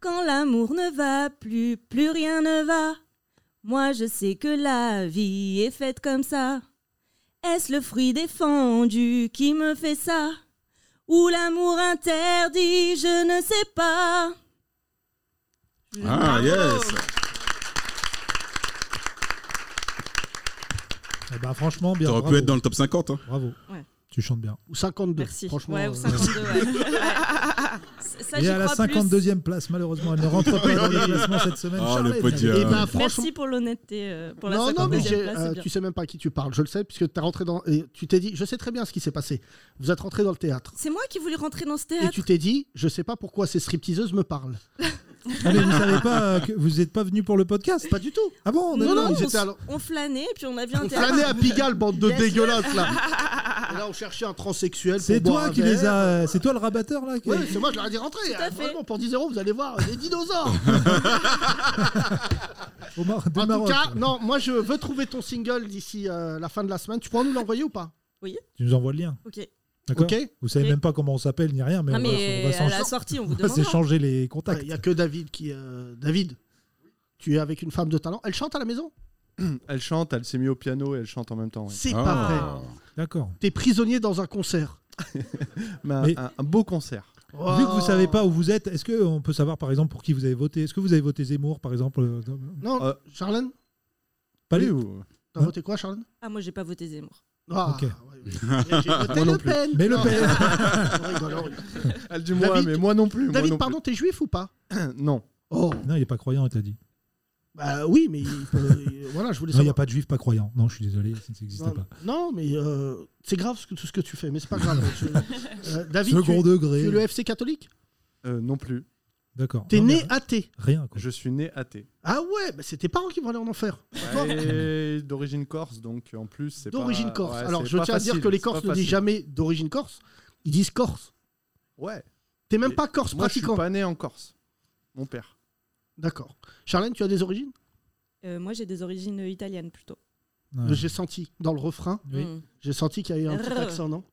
[SPEAKER 10] Quand l'amour ne va plus, plus rien ne va. Moi, je sais que la vie est faite comme ça. Est-ce le fruit défendu qui me fait ça Ou l'amour interdit, je ne sais pas.
[SPEAKER 6] Ah, yes
[SPEAKER 2] Eh ben, franchement, bien.
[SPEAKER 6] T'aurais
[SPEAKER 2] bravo.
[SPEAKER 6] pu être dans le top 50. hein.
[SPEAKER 2] Bravo.
[SPEAKER 10] Ouais.
[SPEAKER 2] Tu chantes bien.
[SPEAKER 5] Ou 52.
[SPEAKER 10] Merci.
[SPEAKER 5] Franchement,
[SPEAKER 10] Ouais, ou
[SPEAKER 5] euh,
[SPEAKER 10] 52, ouais. Ouais. Ça,
[SPEAKER 2] Et
[SPEAKER 10] j'y
[SPEAKER 2] à la
[SPEAKER 10] crois
[SPEAKER 2] 52e place, malheureusement, elle ne rentre pas dans le classement cette semaine.
[SPEAKER 6] Ah, le
[SPEAKER 2] Charlène,
[SPEAKER 6] podium.
[SPEAKER 5] Eh ben,
[SPEAKER 10] plus.
[SPEAKER 5] franchement.
[SPEAKER 10] Merci pour l'honnêteté, euh, pour la
[SPEAKER 5] non, non, mais
[SPEAKER 10] 52e
[SPEAKER 5] j'ai-
[SPEAKER 10] place,
[SPEAKER 5] euh,
[SPEAKER 10] c'est bien.
[SPEAKER 5] tu sais même pas à qui tu parles, je le sais, puisque t'es rentré dans. Et tu t'es dit, je sais très bien ce qui s'est passé. Vous êtes rentré dans le théâtre.
[SPEAKER 10] C'est moi qui voulais rentrer dans ce
[SPEAKER 5] Et
[SPEAKER 10] théâtre.
[SPEAKER 5] tu t'es dit, je sais pas pourquoi ces stripteaseuses me parlent.
[SPEAKER 2] Ah, mais vous savez pas euh, que vous n'êtes pas venu pour le podcast
[SPEAKER 5] Pas du tout.
[SPEAKER 2] Ah bon
[SPEAKER 5] Non,
[SPEAKER 10] on,
[SPEAKER 2] d'accord.
[SPEAKER 5] non, ils étaient
[SPEAKER 10] s-
[SPEAKER 5] alors-
[SPEAKER 10] on flânait, puis on a vu un
[SPEAKER 5] On
[SPEAKER 10] théâtre.
[SPEAKER 5] flânait à Pigalle, bande de
[SPEAKER 10] Yes.
[SPEAKER 5] dégueulasses là. Et là, on cherchait un transsexuel. pour
[SPEAKER 2] C'est
[SPEAKER 5] boire
[SPEAKER 2] toi
[SPEAKER 5] un
[SPEAKER 2] qui
[SPEAKER 5] verre.
[SPEAKER 2] les as. C'est toi le rabatteur là qui-
[SPEAKER 5] Ouais, c'est moi, je leur ai dit rentrez.
[SPEAKER 10] à fait.
[SPEAKER 5] Vraiment, pour 10 euros, vous allez voir des dinosaures.
[SPEAKER 2] au Mar- du
[SPEAKER 5] en tout
[SPEAKER 2] Maroc.
[SPEAKER 5] cas, non, moi, je veux trouver ton single d'ici euh, la fin de la semaine. Tu pourras nous l'envoyer ou pas
[SPEAKER 2] Tu nous envoies le lien.
[SPEAKER 10] Ok.
[SPEAKER 2] D'accord
[SPEAKER 5] Ok Ouais,
[SPEAKER 2] Vous savez
[SPEAKER 10] Ok.
[SPEAKER 2] même pas comment on s'appelle ni rien, mais,
[SPEAKER 10] Ah,
[SPEAKER 2] on va-
[SPEAKER 10] mais
[SPEAKER 2] on va
[SPEAKER 10] à la
[SPEAKER 2] s'en-
[SPEAKER 10] sortie, on vous
[SPEAKER 2] on va
[SPEAKER 10] demande.
[SPEAKER 2] s'échanger les
[SPEAKER 5] Il
[SPEAKER 2] contacts.
[SPEAKER 5] n'y a que David qui. euh, David, tu es avec une femme de talent. Elle chante à la maison
[SPEAKER 1] Elle chante, elle s'est mise au piano et elle chante en même temps. ouais.
[SPEAKER 5] C'est pas vrai.
[SPEAKER 6] Ah.
[SPEAKER 2] D'accord.
[SPEAKER 5] T'es prisonnier dans un concert. Oh.
[SPEAKER 1] Mais un-
[SPEAKER 2] Mais-
[SPEAKER 1] un, un beau concert.
[SPEAKER 2] Vu que vous savez pas où vous êtes, est-ce qu'on peut savoir par exemple pour qui vous avez voté Est-ce que vous avez voté Zemmour par exemple euh, dans-
[SPEAKER 5] Non,
[SPEAKER 1] Euh,
[SPEAKER 5] Charlène
[SPEAKER 2] Pas lui
[SPEAKER 1] Oui, ou-
[SPEAKER 5] T'as
[SPEAKER 2] Hein
[SPEAKER 5] voté quoi, Charlène
[SPEAKER 10] Ah, moi, j'ai pas voté Zemmour.
[SPEAKER 5] Ah,
[SPEAKER 2] Ok.
[SPEAKER 5] ouais, oui. J'ai voté
[SPEAKER 2] Moi non
[SPEAKER 5] Le
[SPEAKER 2] plus.
[SPEAKER 5] Pen.
[SPEAKER 2] Mais Le
[SPEAKER 5] Non.
[SPEAKER 2] Pen.
[SPEAKER 5] On rigole, on rigole.
[SPEAKER 1] Elle dit moi,
[SPEAKER 5] David-
[SPEAKER 1] mais moi non plus. moi
[SPEAKER 5] David,
[SPEAKER 1] non
[SPEAKER 5] pardon, t'es juif ou pas
[SPEAKER 1] plus. Non.
[SPEAKER 5] Oh,
[SPEAKER 2] Non, il est pas croyant, il t'a dit.
[SPEAKER 5] bah oui, mais il peut- voilà, je voulais
[SPEAKER 2] Non, il n'y
[SPEAKER 5] savoir.
[SPEAKER 2] a pas de juif pas croyant. Non, je suis désolé, ça n'existait
[SPEAKER 5] Non,
[SPEAKER 2] pas.
[SPEAKER 5] non, mais euh, c'est grave ce que- tout ce que tu fais, mais c'est pas grave. Je- euh, David, tu,
[SPEAKER 2] Second
[SPEAKER 5] tu es le
[SPEAKER 2] degré.
[SPEAKER 5] FC catholique
[SPEAKER 1] Euh, non plus.
[SPEAKER 2] D'accord.
[SPEAKER 5] T'es
[SPEAKER 2] Non, mais
[SPEAKER 5] né athée.
[SPEAKER 2] Rien. quoi.
[SPEAKER 1] Je suis né athée.
[SPEAKER 5] Ah ouais, bah c'est tes parents qui vont aller en enfer. Toi,
[SPEAKER 1] Et d'origine corse, donc en plus, c'est pas-
[SPEAKER 5] D'origine corse.
[SPEAKER 1] ouais,
[SPEAKER 5] Alors
[SPEAKER 1] c'est
[SPEAKER 5] je
[SPEAKER 1] pas
[SPEAKER 5] tiens à dire
[SPEAKER 1] facile,
[SPEAKER 5] que les
[SPEAKER 1] c'est pas
[SPEAKER 5] Corses ne disent
[SPEAKER 1] facile.
[SPEAKER 5] jamais d'origine corse, ils disent corse.
[SPEAKER 1] Ouais.
[SPEAKER 5] T'es même
[SPEAKER 1] Et
[SPEAKER 5] pas corse
[SPEAKER 1] Moi, je suis
[SPEAKER 5] pratiquant.
[SPEAKER 1] pas né en Corse. Mon père.
[SPEAKER 5] D'accord. Charlène, tu as des origines
[SPEAKER 10] Euh, moi, j'ai des origines euh, italiennes plutôt.
[SPEAKER 2] Ouais.
[SPEAKER 5] J'ai senti dans le refrain,
[SPEAKER 2] Oui.
[SPEAKER 10] Mm.
[SPEAKER 5] j'ai senti qu'il y avait un petit
[SPEAKER 10] Rrr.
[SPEAKER 5] accent, non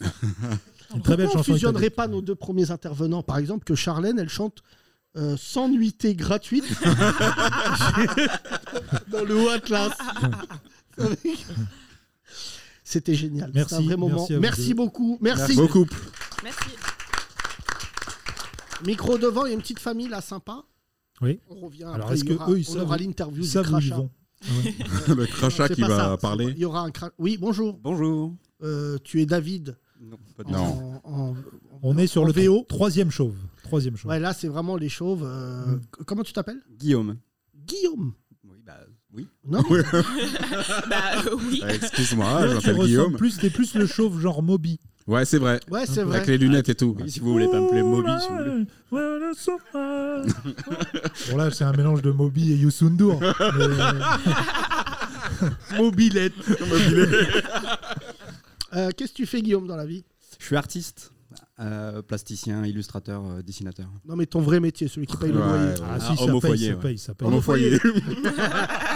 [SPEAKER 2] Une très belle
[SPEAKER 5] Pourquoi on
[SPEAKER 2] chanson.
[SPEAKER 5] fusionnerait
[SPEAKER 2] italienne.
[SPEAKER 5] pas nos deux premiers intervenants Par exemple, que Charlène, elle chante euh, sans nuitée gratuite dans le haut Atlas. C'était génial.
[SPEAKER 2] Merci,
[SPEAKER 5] C'était un vrai moment.
[SPEAKER 2] merci à vous deux.
[SPEAKER 5] beaucoup. Merci.
[SPEAKER 6] Beau couple.
[SPEAKER 10] Merci.
[SPEAKER 5] Micro devant, il y a une petite famille là sympa.
[SPEAKER 2] Oui.
[SPEAKER 5] On revient.
[SPEAKER 2] Alors,
[SPEAKER 5] après,
[SPEAKER 2] est-ce
[SPEAKER 5] il y
[SPEAKER 2] que
[SPEAKER 5] aura-
[SPEAKER 2] eux, ils
[SPEAKER 5] on
[SPEAKER 2] savent
[SPEAKER 5] aura
[SPEAKER 2] où-
[SPEAKER 5] l'interview
[SPEAKER 2] Ils
[SPEAKER 5] du
[SPEAKER 2] savent où ils
[SPEAKER 5] crachat.
[SPEAKER 2] vont.
[SPEAKER 6] Le crachat
[SPEAKER 5] C'est
[SPEAKER 6] qui
[SPEAKER 5] pas
[SPEAKER 6] va
[SPEAKER 5] ça, c'est vrai.
[SPEAKER 6] parler.
[SPEAKER 5] Il y aura un cra- Oui, bonjour.
[SPEAKER 13] Bonjour.
[SPEAKER 5] Euh, tu es David
[SPEAKER 13] Non, pas
[SPEAKER 5] en,
[SPEAKER 6] Non.
[SPEAKER 5] en- en
[SPEAKER 2] On est sur le tro- troisième chauve. Troisième chauve.
[SPEAKER 5] Ouais, là, c'est vraiment les chauves. euh,
[SPEAKER 2] Mm.
[SPEAKER 5] c- Comment tu t'appelles
[SPEAKER 6] Guillaume.
[SPEAKER 5] Guillaume.
[SPEAKER 6] Oui.
[SPEAKER 5] Non
[SPEAKER 14] bah euh, oui.
[SPEAKER 6] Ah, Excuse-moi,
[SPEAKER 2] Là, tu
[SPEAKER 6] je m'appelle
[SPEAKER 2] ressembles
[SPEAKER 6] Guillaume.
[SPEAKER 2] plus, t'es plus le chauve genre Moby.
[SPEAKER 6] Ouais, c'est vrai.
[SPEAKER 2] Ouais, c'est vrai.
[SPEAKER 6] Avec les lunettes et tout. Si vous voulez pas m'appeler Moby, si vous voulez.
[SPEAKER 2] Bon là, c'est un mélange de Moby et Youssoundour.
[SPEAKER 5] Mobilette.
[SPEAKER 6] Mobilette.
[SPEAKER 5] Euh, Qu'est-ce que tu fais, Guillaume, dans la vie
[SPEAKER 15] Je suis artiste, euh, plasticien, illustrateur, euh, dessinateur.
[SPEAKER 5] Non, mais ton vrai métier, celui qui paye le
[SPEAKER 15] Ouais,
[SPEAKER 5] loyer.
[SPEAKER 15] ouais. Ah, si, Ah, ça homme au paye, foyer, ça ouais. paye, ça paye. Homme au
[SPEAKER 5] Homofoyer.
[SPEAKER 15] foyer.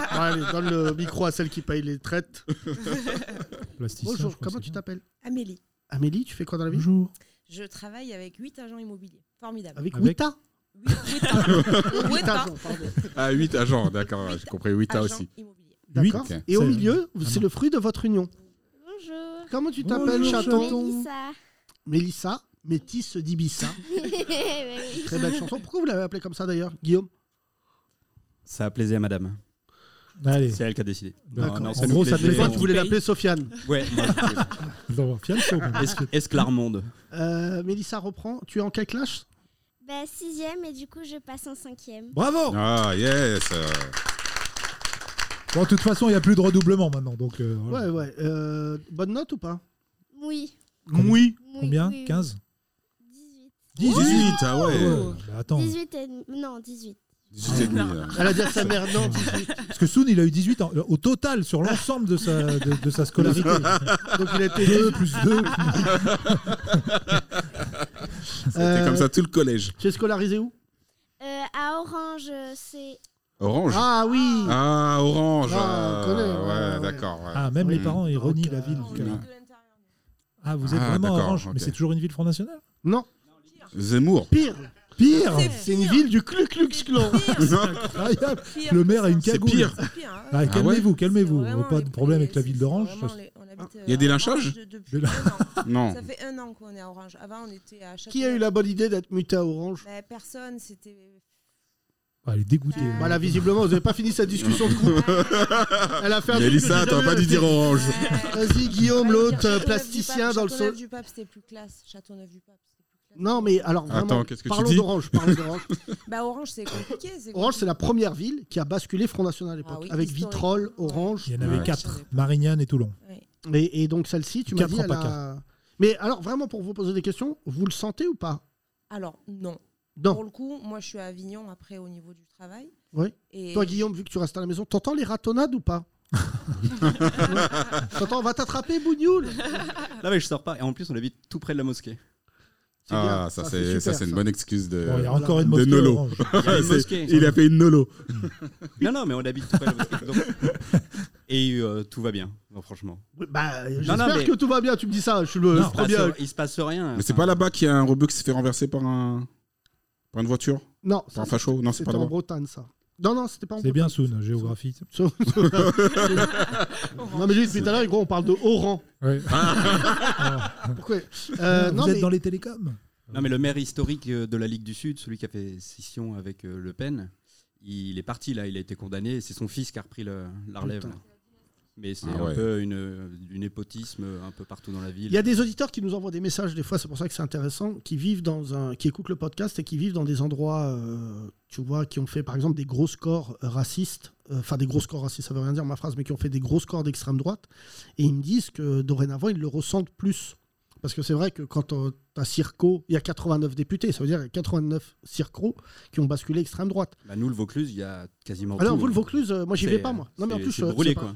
[SPEAKER 5] allez, donne le micro à celle qui paye les traites.
[SPEAKER 2] Plasticien, je
[SPEAKER 5] Bonjour,
[SPEAKER 2] crois que
[SPEAKER 5] comment tu t'appelles
[SPEAKER 16] Amélie.
[SPEAKER 5] Amélie, tu fais quoi dans la vie Bonjour.
[SPEAKER 16] Je travaille avec 8 agents immobiliers. Formidable.
[SPEAKER 5] Avec Wita
[SPEAKER 16] Oui, Wita.
[SPEAKER 5] Huit
[SPEAKER 16] Wita.
[SPEAKER 5] agents, pardon.
[SPEAKER 6] Ah, 8 agents, d'accord, j'ai compris. 8
[SPEAKER 16] agents
[SPEAKER 6] aussi.
[SPEAKER 5] D'accord.
[SPEAKER 6] Ok.
[SPEAKER 5] Et au
[SPEAKER 6] C'est-
[SPEAKER 5] milieu, c'est le fruit de votre union.
[SPEAKER 1] Bonjour.
[SPEAKER 5] Comment tu t'appelles,
[SPEAKER 1] Bonjour,
[SPEAKER 5] chaton
[SPEAKER 1] Mélissa.
[SPEAKER 5] Mélissa, métisse d'Ibissa. Très belle chanson. Pourquoi vous l'avez appelée comme ça d'ailleurs, Guillaume
[SPEAKER 15] Ça a plaisé à madame.
[SPEAKER 2] Allez.
[SPEAKER 15] C'est elle qui a décidé.
[SPEAKER 2] D'accord. En
[SPEAKER 15] nous
[SPEAKER 2] gros,
[SPEAKER 15] plaisait.
[SPEAKER 2] ça te plaisait.
[SPEAKER 5] Toi, tu voulais l'appeler Sofiane.
[SPEAKER 15] Ouais. moi,
[SPEAKER 2] Non, Fianso, bon.
[SPEAKER 15] je- Es- Esclarmonde.
[SPEAKER 5] Euh, Mélissa reprend. Tu es en quelle classe
[SPEAKER 1] Bah, sixième, et du coup, je passe en cinquième.
[SPEAKER 5] Bravo
[SPEAKER 6] Ah, yes. euh,
[SPEAKER 2] Bon, de toute façon, il n'y a plus de redoublement maintenant. Donc, euh, voilà.
[SPEAKER 5] Ouais, ouais. Euh, bonne note ou pas
[SPEAKER 1] Oui.
[SPEAKER 5] Oui.
[SPEAKER 2] Combien
[SPEAKER 1] oui.
[SPEAKER 2] 15
[SPEAKER 6] 18. 18, ah ouais.
[SPEAKER 2] Bah, attends.
[SPEAKER 1] 18 et... Non, 18.
[SPEAKER 6] 18 et demi, euh. là.
[SPEAKER 5] Elle a dit à sa mère, non,
[SPEAKER 2] Parce que Soon, il a eu 18 ans, au total sur l'ensemble de sa, de, de sa scolarité.
[SPEAKER 5] Donc il a été
[SPEAKER 2] 2 plus 2.
[SPEAKER 6] C'était
[SPEAKER 5] Euh,
[SPEAKER 6] comme ça tout le collège.
[SPEAKER 5] Tu es scolarisé où
[SPEAKER 1] Euh, à Orange, euh, c'est.
[SPEAKER 6] Orange.
[SPEAKER 5] Ah oui.
[SPEAKER 6] Ah, orange.
[SPEAKER 2] Ah,
[SPEAKER 6] euh,
[SPEAKER 2] on connaît,
[SPEAKER 6] ouais, d'accord. ouais.
[SPEAKER 2] Ah, même les
[SPEAKER 6] Mm.
[SPEAKER 2] parents, ils renient la ville. carrément. Ah, vous êtes
[SPEAKER 6] Ah,
[SPEAKER 2] vraiment
[SPEAKER 6] d'accord,
[SPEAKER 2] orange,
[SPEAKER 6] ok.
[SPEAKER 2] mais c'est toujours une ville Front National
[SPEAKER 5] Non.
[SPEAKER 6] Zemmour.
[SPEAKER 5] Pire.
[SPEAKER 2] Pire
[SPEAKER 5] C'est une ville du Klu Klux Klan.
[SPEAKER 2] C'est incroyable.
[SPEAKER 16] Pire
[SPEAKER 2] Le maire a une
[SPEAKER 16] C'est
[SPEAKER 2] cagoule.
[SPEAKER 6] pire.
[SPEAKER 5] hein.
[SPEAKER 2] Ah,
[SPEAKER 6] ouais
[SPEAKER 2] calmez-vous, calmez-vous.
[SPEAKER 16] vraiment
[SPEAKER 2] Pas de problème avec la ville d'Orange. ça-
[SPEAKER 6] Il y a des lynchages
[SPEAKER 2] Des lyn-
[SPEAKER 6] Non.
[SPEAKER 16] Ça fait un an qu'on est à Orange. Avant, on était à Château.
[SPEAKER 5] Qui a eu la bonne idée d'être muté à Orange
[SPEAKER 16] Bah, Personne, c'était.
[SPEAKER 2] Ah, Elle est dégoûtée.
[SPEAKER 5] Voilà, visiblement, vous n'avez pas fini cette discussion de groupe. Elle a fait un truc
[SPEAKER 6] Mélissa,
[SPEAKER 5] que j'ai
[SPEAKER 6] t'aurais
[SPEAKER 5] jamais
[SPEAKER 6] pas dû
[SPEAKER 5] fait.
[SPEAKER 6] dire orange.
[SPEAKER 5] Vas-y, Guillaume, l'autre euh, plasticien dans le sol.
[SPEAKER 16] Châteauneuf du Pape, c'était plus classe. Châteauneuf du Pape.
[SPEAKER 5] Non, mais alors vraiment,
[SPEAKER 6] Attends, qu'est-ce que tu
[SPEAKER 5] parlons
[SPEAKER 6] dis
[SPEAKER 5] d'Orange. parlons d'Orange.
[SPEAKER 16] Bah, Orange, c'est compliqué. c'est
[SPEAKER 5] Orange, c'est la première ville qui a basculé Front National à l'époque,
[SPEAKER 16] Ah oui,
[SPEAKER 5] avec
[SPEAKER 16] historique.
[SPEAKER 5] Vitrolles, Orange.
[SPEAKER 2] Il y en avait 4, Marignane et Toulon.
[SPEAKER 5] Et, et donc celle-ci, tu m'as
[SPEAKER 2] Quatre
[SPEAKER 5] dit,
[SPEAKER 2] en
[SPEAKER 5] elle a-
[SPEAKER 2] PACA.
[SPEAKER 5] Mais alors vraiment, pour vous poser des questions, vous le sentez ou pas
[SPEAKER 16] Alors, non.
[SPEAKER 5] Non.
[SPEAKER 16] Pour le coup, moi, je suis à Avignon après au niveau du travail.
[SPEAKER 5] Oui.
[SPEAKER 16] Et-
[SPEAKER 5] Toi, Guillaume, vu que tu restes à la maison, t'entends les ratonnades ou pas T'entends, on va t'attraper, Bougnoul
[SPEAKER 15] Là, mais je sors pas. Et en plus, on habite tout près de la mosquée.
[SPEAKER 6] Ah, ça, c'est ça, c'est une bonne excuse de.
[SPEAKER 15] Bon, il y a encore une
[SPEAKER 6] de
[SPEAKER 15] mosquée
[SPEAKER 6] Nolo.
[SPEAKER 15] orange. Il y a une
[SPEAKER 6] C'est-
[SPEAKER 15] mosquée.
[SPEAKER 6] Il a fait une Nolo.
[SPEAKER 15] Non, non, mais on habite tout près de la mosquée. donc- Et euh, tout va bien, bon, franchement.
[SPEAKER 5] Bah,
[SPEAKER 15] Non,
[SPEAKER 5] j'espère
[SPEAKER 15] non, mais-
[SPEAKER 5] que tout va bien, tu me dis ça, je suis le
[SPEAKER 15] il, se
[SPEAKER 5] premier.
[SPEAKER 15] passe, il se passe rien.
[SPEAKER 6] Mais c'est
[SPEAKER 15] Enfin,
[SPEAKER 6] pas là-bas qu'il y a un rebeu qui s'est fait renverser par un. par une voiture
[SPEAKER 5] Non,
[SPEAKER 6] Par un facho Non, c'est pas
[SPEAKER 5] C'était en
[SPEAKER 6] là-bas.
[SPEAKER 5] Bretagne, ça. Non, non, c'était pas en
[SPEAKER 2] C'est bien
[SPEAKER 5] Bretagne.
[SPEAKER 2] Soon, géographie.
[SPEAKER 5] non, mais juste, depuis tout à l'heure, gros, on parle de Oran.
[SPEAKER 2] Ouais.
[SPEAKER 5] Pourquoi Euh,
[SPEAKER 2] Vous
[SPEAKER 5] non,
[SPEAKER 2] êtes
[SPEAKER 5] mais-
[SPEAKER 2] dans les télécoms
[SPEAKER 15] Non, mais le maire historique euh, de la Ligue du Sud, celui qui a fait scission avec euh, Le Pen, il est parti là, il a été condamné. et C'est son fils qui a repris le- la relève.
[SPEAKER 5] Putain.
[SPEAKER 15] là. Mais c'est
[SPEAKER 6] Ah
[SPEAKER 15] un
[SPEAKER 6] ouais.
[SPEAKER 15] peu une, une népotisme un peu partout dans la ville.
[SPEAKER 5] Il y a des auditeurs qui nous envoient des messages des fois, c'est pour ça que c'est intéressant, qui vivent dans un, qui écoutent le podcast et qui vivent dans des endroits, euh, tu vois, qui ont fait par exemple des gros scores euh, racistes, euh, enfin des gros scores racistes, ça veut rien dire ma phrase, mais qui ont fait des gros scores d'extrême droite, et ils me disent que dorénavant ils le ressentent plus, parce que c'est vrai que quand euh, t'as Circo, il y a 89 députés, ça veut dire qu'il y a 89 Circo qui ont basculé extrême droite.
[SPEAKER 15] Bah, nous, le Vaucluse, il y a quasiment.
[SPEAKER 5] Alors
[SPEAKER 15] tout,
[SPEAKER 5] vous le
[SPEAKER 15] hein.
[SPEAKER 5] Vaucluse, euh, moi j'y
[SPEAKER 15] C'est-
[SPEAKER 5] vais pas moi. Non mais en
[SPEAKER 15] c'est-
[SPEAKER 5] plus
[SPEAKER 15] c'est
[SPEAKER 5] euh,
[SPEAKER 15] brûlé,
[SPEAKER 5] c'est pas-
[SPEAKER 15] quoi.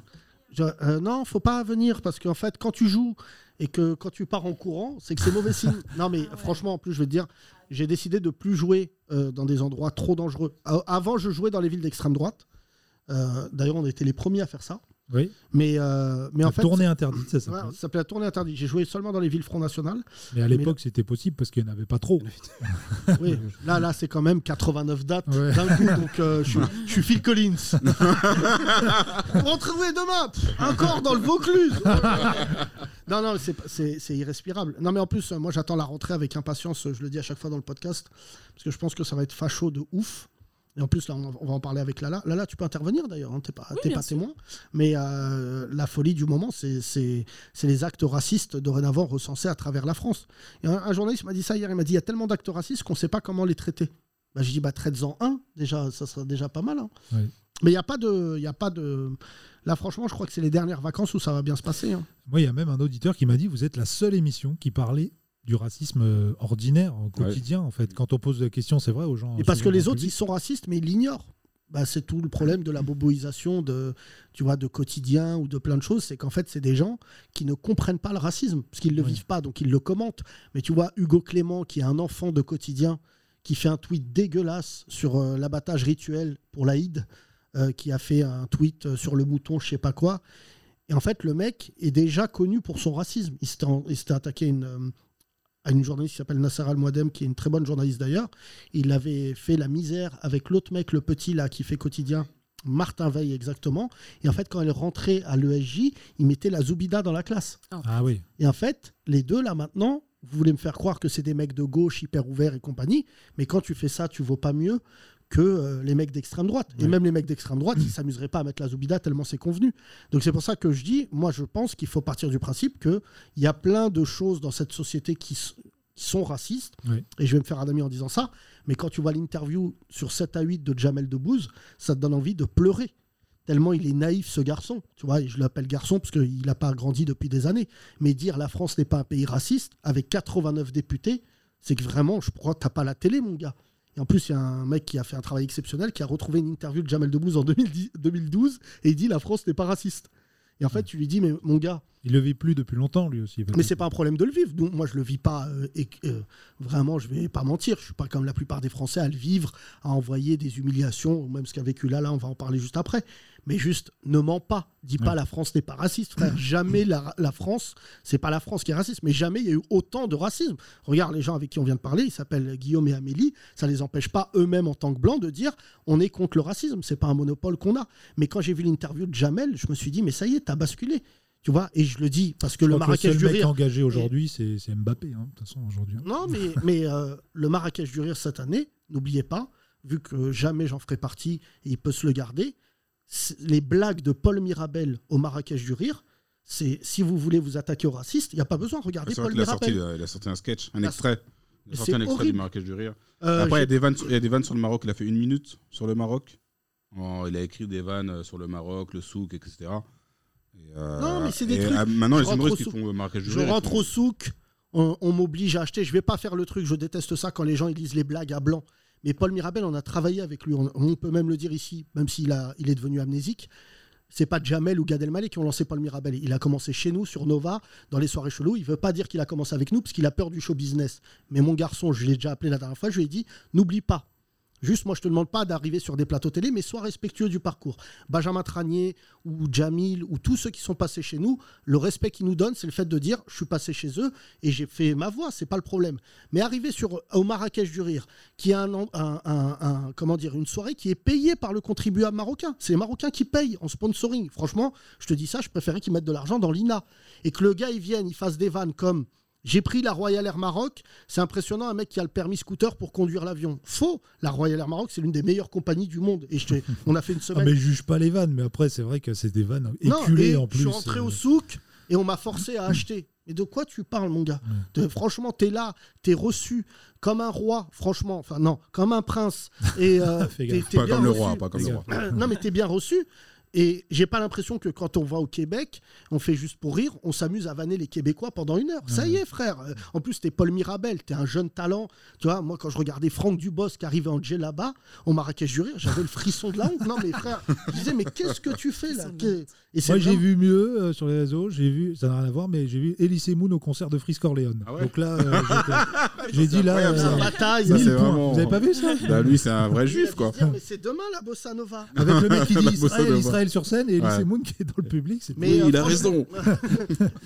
[SPEAKER 5] Je- euh, non, faut pas venir parce qu'en fait quand tu joues et que quand tu pars en courant, c'est que c'est mauvais signe. Non mais franchement en plus je vais te dire, j'ai décidé de plus jouer euh, dans des endroits trop dangereux. A- avant je jouais dans les villes d'extrême droite. Euh, D'ailleurs on était les premiers à faire ça.
[SPEAKER 2] Oui.
[SPEAKER 5] Mais, euh, mais en
[SPEAKER 2] La
[SPEAKER 5] fait
[SPEAKER 2] tournée interdite, ça s'appelle.
[SPEAKER 5] Ouais, ça s'appelait la tournée interdite. J'ai joué seulement dans les villes Front National.
[SPEAKER 2] Mais à l'époque, c'était possible parce qu'il n'y en avait pas trop.
[SPEAKER 5] Oui, là, là c'est quand même 89 dates d'un coup, donc euh, je suis- je suis Phil Collins. Retrouvez demain, pff, encore dans le Vaucluse. non, non, c'est- c'est c'est irrespirable. Non, mais en plus, euh, moi j'attends la rentrée avec impatience, euh, je le dis à chaque fois dans le podcast, parce que je pense que ça va être facho de ouf. Et en plus, là, on va- on va en parler avec Lala. Lala, tu peux intervenir d'ailleurs, hein, t'es pas, t'es
[SPEAKER 16] bien
[SPEAKER 5] pas
[SPEAKER 16] sûr.
[SPEAKER 5] témoin. Mais euh, la folie du moment, c'est- c'est c'est les actes racistes dorénavant recensés à travers la France. Et un, un journaliste m'a dit ça hier, il m'a dit il y a tellement d'actes racistes qu'on sait pas comment les traiter. Bah, J'ai dit bah, traite-en un, déjà, ça sera déjà pas mal. hein.
[SPEAKER 2] Ouais.
[SPEAKER 5] Mais il n'y a, pas de- il y a pas de. Là, franchement, je crois que c'est les dernières vacances où ça va bien se passer. hein.
[SPEAKER 2] Moi, il y a même un auditeur qui m'a dit Vous êtes la seule émission qui parlait du racisme euh, ordinaire, au quotidien, en fait. Quand on pose la question, c'est vrai aux gens.
[SPEAKER 5] Et parce que
[SPEAKER 2] souvent,
[SPEAKER 5] les
[SPEAKER 2] dans le
[SPEAKER 5] autres, ils
[SPEAKER 2] public.
[SPEAKER 5] sont racistes, mais ils l'ignorent. Bah, c'est tout le problème de la boboisation de, tu vois, de quotidien ou de plein de choses. C'est qu'en fait, c'est des gens qui ne comprennent pas le racisme, parce qu'ils ne le vivent pas, donc ils le commentent. Mais tu vois, Hugo Clément, qui est un enfant de quotidien, qui fait un tweet dégueulasse sur euh, l'abattage rituel pour l'Aïd, euh, qui a fait un tweet euh, sur le mouton, je sais pas quoi. Et en fait, le mec est déjà connu pour son racisme. Il s'était en- il s'était attaqué à une, euh, à une journaliste qui s'appelle Nasser Al-Mouadem, qui est une très bonne journaliste d'ailleurs. Il avait fait la misère avec l'autre mec, le petit là, qui fait quotidien, Martin Veil exactement. Et en fait, quand elle rentrait à l'ESJ, il mettait la Zoubida dans la classe.
[SPEAKER 2] Ah oui.
[SPEAKER 5] Et en fait, les deux là maintenant, vous voulez me faire croire que c'est des mecs de gauche hyper ouverts et compagnie, mais quand tu fais ça, tu vaux pas mieux que euh, les mecs d'extrême droite. Et même les mecs d'extrême droite, ils s'amuseraient pas à mettre la Zoubida tellement c'est convenu. Donc c'est pour ça que je dis, moi je pense qu'il faut partir du principe qu'il y a plein de choses dans cette société qui, s- qui sont racistes,
[SPEAKER 2] Oui.
[SPEAKER 5] et je vais me faire un ami en disant ça, mais quand tu vois l'interview sur 7 à 8 de Jamel Debbouze, ça te donne envie de pleurer tellement il est naïf ce garçon. Tu vois, et je l'appelle garçon parce qu'il n'a pas grandi depuis des années. Mais dire la France n'est pas un pays raciste avec 89 députés, c'est que vraiment, je crois que t'as pas la télé, mon gars. Et en plus, il y a un mec qui a fait un travail exceptionnel, qui a retrouvé une interview de Jamel Debbouze en 2010 2012 et il dit la France n'est pas raciste. Et en fait, tu lui dis, mais mon gars,
[SPEAKER 2] Il le vit plus depuis longtemps, lui aussi.
[SPEAKER 5] mais c'est pas un problème de le vivre. Donc moi je le vis pas euh, et que, euh, vraiment je vais pas mentir. Je suis pas comme la plupart des Français à le vivre, à envoyer des humiliations ou même ce qu'a vécu là. Là on va en parler juste après. Mais juste ne mens pas. Dis pas la France n'est pas raciste, frère. Jamais la, la France, c'est pas la France qui est raciste, mais jamais il y a eu autant de racisme. Regarde les gens avec qui on vient de parler, ils s'appellent Guillaume et Amélie. Ça les empêche pas eux-mêmes en tant que blancs de dire on est contre le racisme. C'est pas un monopole qu'on a. Mais quand j'ai vu l'interview de Jamel, je me suis dit mais ça y est, t'as basculé. Tu vois, et je le dis parce que
[SPEAKER 2] Je
[SPEAKER 5] le
[SPEAKER 2] crois que
[SPEAKER 5] Marrakech
[SPEAKER 2] le
[SPEAKER 5] du
[SPEAKER 2] seul mec
[SPEAKER 5] Rire.
[SPEAKER 2] engagé aujourd'hui, c'est c'est Mbappé, hein, de toute façon, aujourd'hui. hein.
[SPEAKER 5] Non, mais, mais euh, le Marrakech du Rire cette année, n'oubliez pas, vu que jamais j'en ferai partie et il peut se le garder, c'est- les blagues de Paul Mirabel au Marrakech du Rire, c'est si vous voulez vous attaquer aux racistes, il n'y a pas besoin. Regardez
[SPEAKER 6] C'est vrai
[SPEAKER 5] Paul
[SPEAKER 6] qu'il a sorti,
[SPEAKER 5] Mirabel.
[SPEAKER 6] euh, il a sorti un sketch, un
[SPEAKER 5] Ah,
[SPEAKER 6] extrait. Il
[SPEAKER 5] c'est
[SPEAKER 6] a sorti un extrait
[SPEAKER 5] horrible.
[SPEAKER 6] du Marrakech du Rire.
[SPEAKER 5] Euh,
[SPEAKER 6] Après, il y,
[SPEAKER 5] j'ai-
[SPEAKER 6] a des vannes sur- il y a des vannes sur le Maroc. Il a fait une minute sur le Maroc. En- il a écrit des vannes euh, sur le Maroc, le souk, etc. Et, euh,
[SPEAKER 5] Non, mais c'est des
[SPEAKER 6] et,
[SPEAKER 5] trucs.
[SPEAKER 6] euh, maintenant,
[SPEAKER 5] Je
[SPEAKER 6] les
[SPEAKER 5] rentre au
[SPEAKER 6] humoristes qui
[SPEAKER 5] souk.
[SPEAKER 6] font euh, le Marrakech du
[SPEAKER 5] Je
[SPEAKER 6] Rire. ils
[SPEAKER 5] rentre
[SPEAKER 6] font-
[SPEAKER 5] au souk, on, on m'oblige à acheter. Je vais pas faire le truc, je déteste ça quand les gens ils lisent les blagues à blanc. Mais Paul Mirabel, on a travaillé avec lui, on, on peut même le dire ici, même s'il a, il est devenu amnésique. C'est pas Jamel ou Gad Elmaleh qui ont lancé Paul Mirabel. Il a commencé chez nous, sur Nova, dans les soirées cheloues. Il veut pas dire qu'il a commencé avec nous parce qu'il a peur du show business. Mais mon garçon, je l'ai déjà appelé la dernière fois, je lui ai dit, n'oublie pas, Juste, moi, je te demande pas d'arriver sur des plateaux télé, mais sois respectueux du parcours. Benjamin Tranier ou Jamil ou tous ceux qui sont passés chez nous, le respect qu'ils nous donnent, c'est le fait de dire je suis passé chez eux et j'ai fait ma voix, c'est pas le problème. Mais arriver sur au Marrakech du rire, qui a un, en- un- un- un- comment dire une soirée qui est payée par le contribuable marocain, c'est les Marocains qui payent en sponsoring. Franchement, je te dis ça, je préférais qu'ils mettent de l'argent dans l'INA et que le gars il vienne, il fasse des vannes comme j'ai pris la Royal Air Maroc, c'est impressionnant un mec qui a le permis scooter pour conduire l'avion. Faux, la Royal Air Maroc, c'est l'une des meilleures compagnies du monde. Et je t'ai- on a fait une
[SPEAKER 2] Ah,
[SPEAKER 5] semaine.
[SPEAKER 2] mais je juge pas les vannes, mais après, c'est vrai que c'est des vannes
[SPEAKER 5] Non,
[SPEAKER 2] éculées
[SPEAKER 5] et
[SPEAKER 2] en plus.
[SPEAKER 5] Je suis rentré
[SPEAKER 2] euh, Mm.
[SPEAKER 5] au souk et on m'a forcé à acheter. Mais de quoi tu parles, mon gars De- Franchement, t'es là, t'es reçu comme un roi, franchement. Enfin, non, comme un prince. Et, euh,
[SPEAKER 2] Fais
[SPEAKER 5] t'es-
[SPEAKER 2] gaffe.
[SPEAKER 5] t'es
[SPEAKER 6] Pas
[SPEAKER 5] bien
[SPEAKER 6] comme le
[SPEAKER 5] reçu.
[SPEAKER 6] roi, pas comme le roi.
[SPEAKER 5] non, mais t'es bien reçu. Et j'ai pas l'impression que quand on va au Québec, on fait juste pour rire, on s'amuse à vanner les Québécois pendant une heure. Ça y est, frère. Euh, En plus, t'es Paul Mirabel, t'es un jeune talent. Tu vois, moi, quand je regardais Franck Dubos qui arrivait en là-bas, au Marrakech du Rire, j'avais le frisson de la honte. Non, mais frère, je disais, mais qu'est-ce que tu fais là Qu'est- Et c'est
[SPEAKER 2] Moi, j'ai
[SPEAKER 5] vraiment-
[SPEAKER 2] vu mieux euh, sur les réseaux. J'ai vu, ça n'a rien à voir, mais j'ai vu Elise Moon au concert de Frisk Corleone. Donc là, euh, j'étais- j'ai dit là,
[SPEAKER 6] Ah incroyable, ça.
[SPEAKER 2] euh,
[SPEAKER 6] La bataille.
[SPEAKER 2] mille
[SPEAKER 6] Ça, c'est
[SPEAKER 2] points.
[SPEAKER 6] vraiment-
[SPEAKER 2] Vous avez pas vu ça
[SPEAKER 6] Bah, lui, c'est un vrai juif, quoi.
[SPEAKER 5] Dire, mais c'est demain la bossa nova.
[SPEAKER 2] Avec le mec qui dit
[SPEAKER 6] La bossa
[SPEAKER 2] Israël,
[SPEAKER 6] nova.
[SPEAKER 2] Israël sur scène et Elise
[SPEAKER 6] Ouais.
[SPEAKER 2] Moon qui est dans le public. c'est-
[SPEAKER 5] euh, franchement-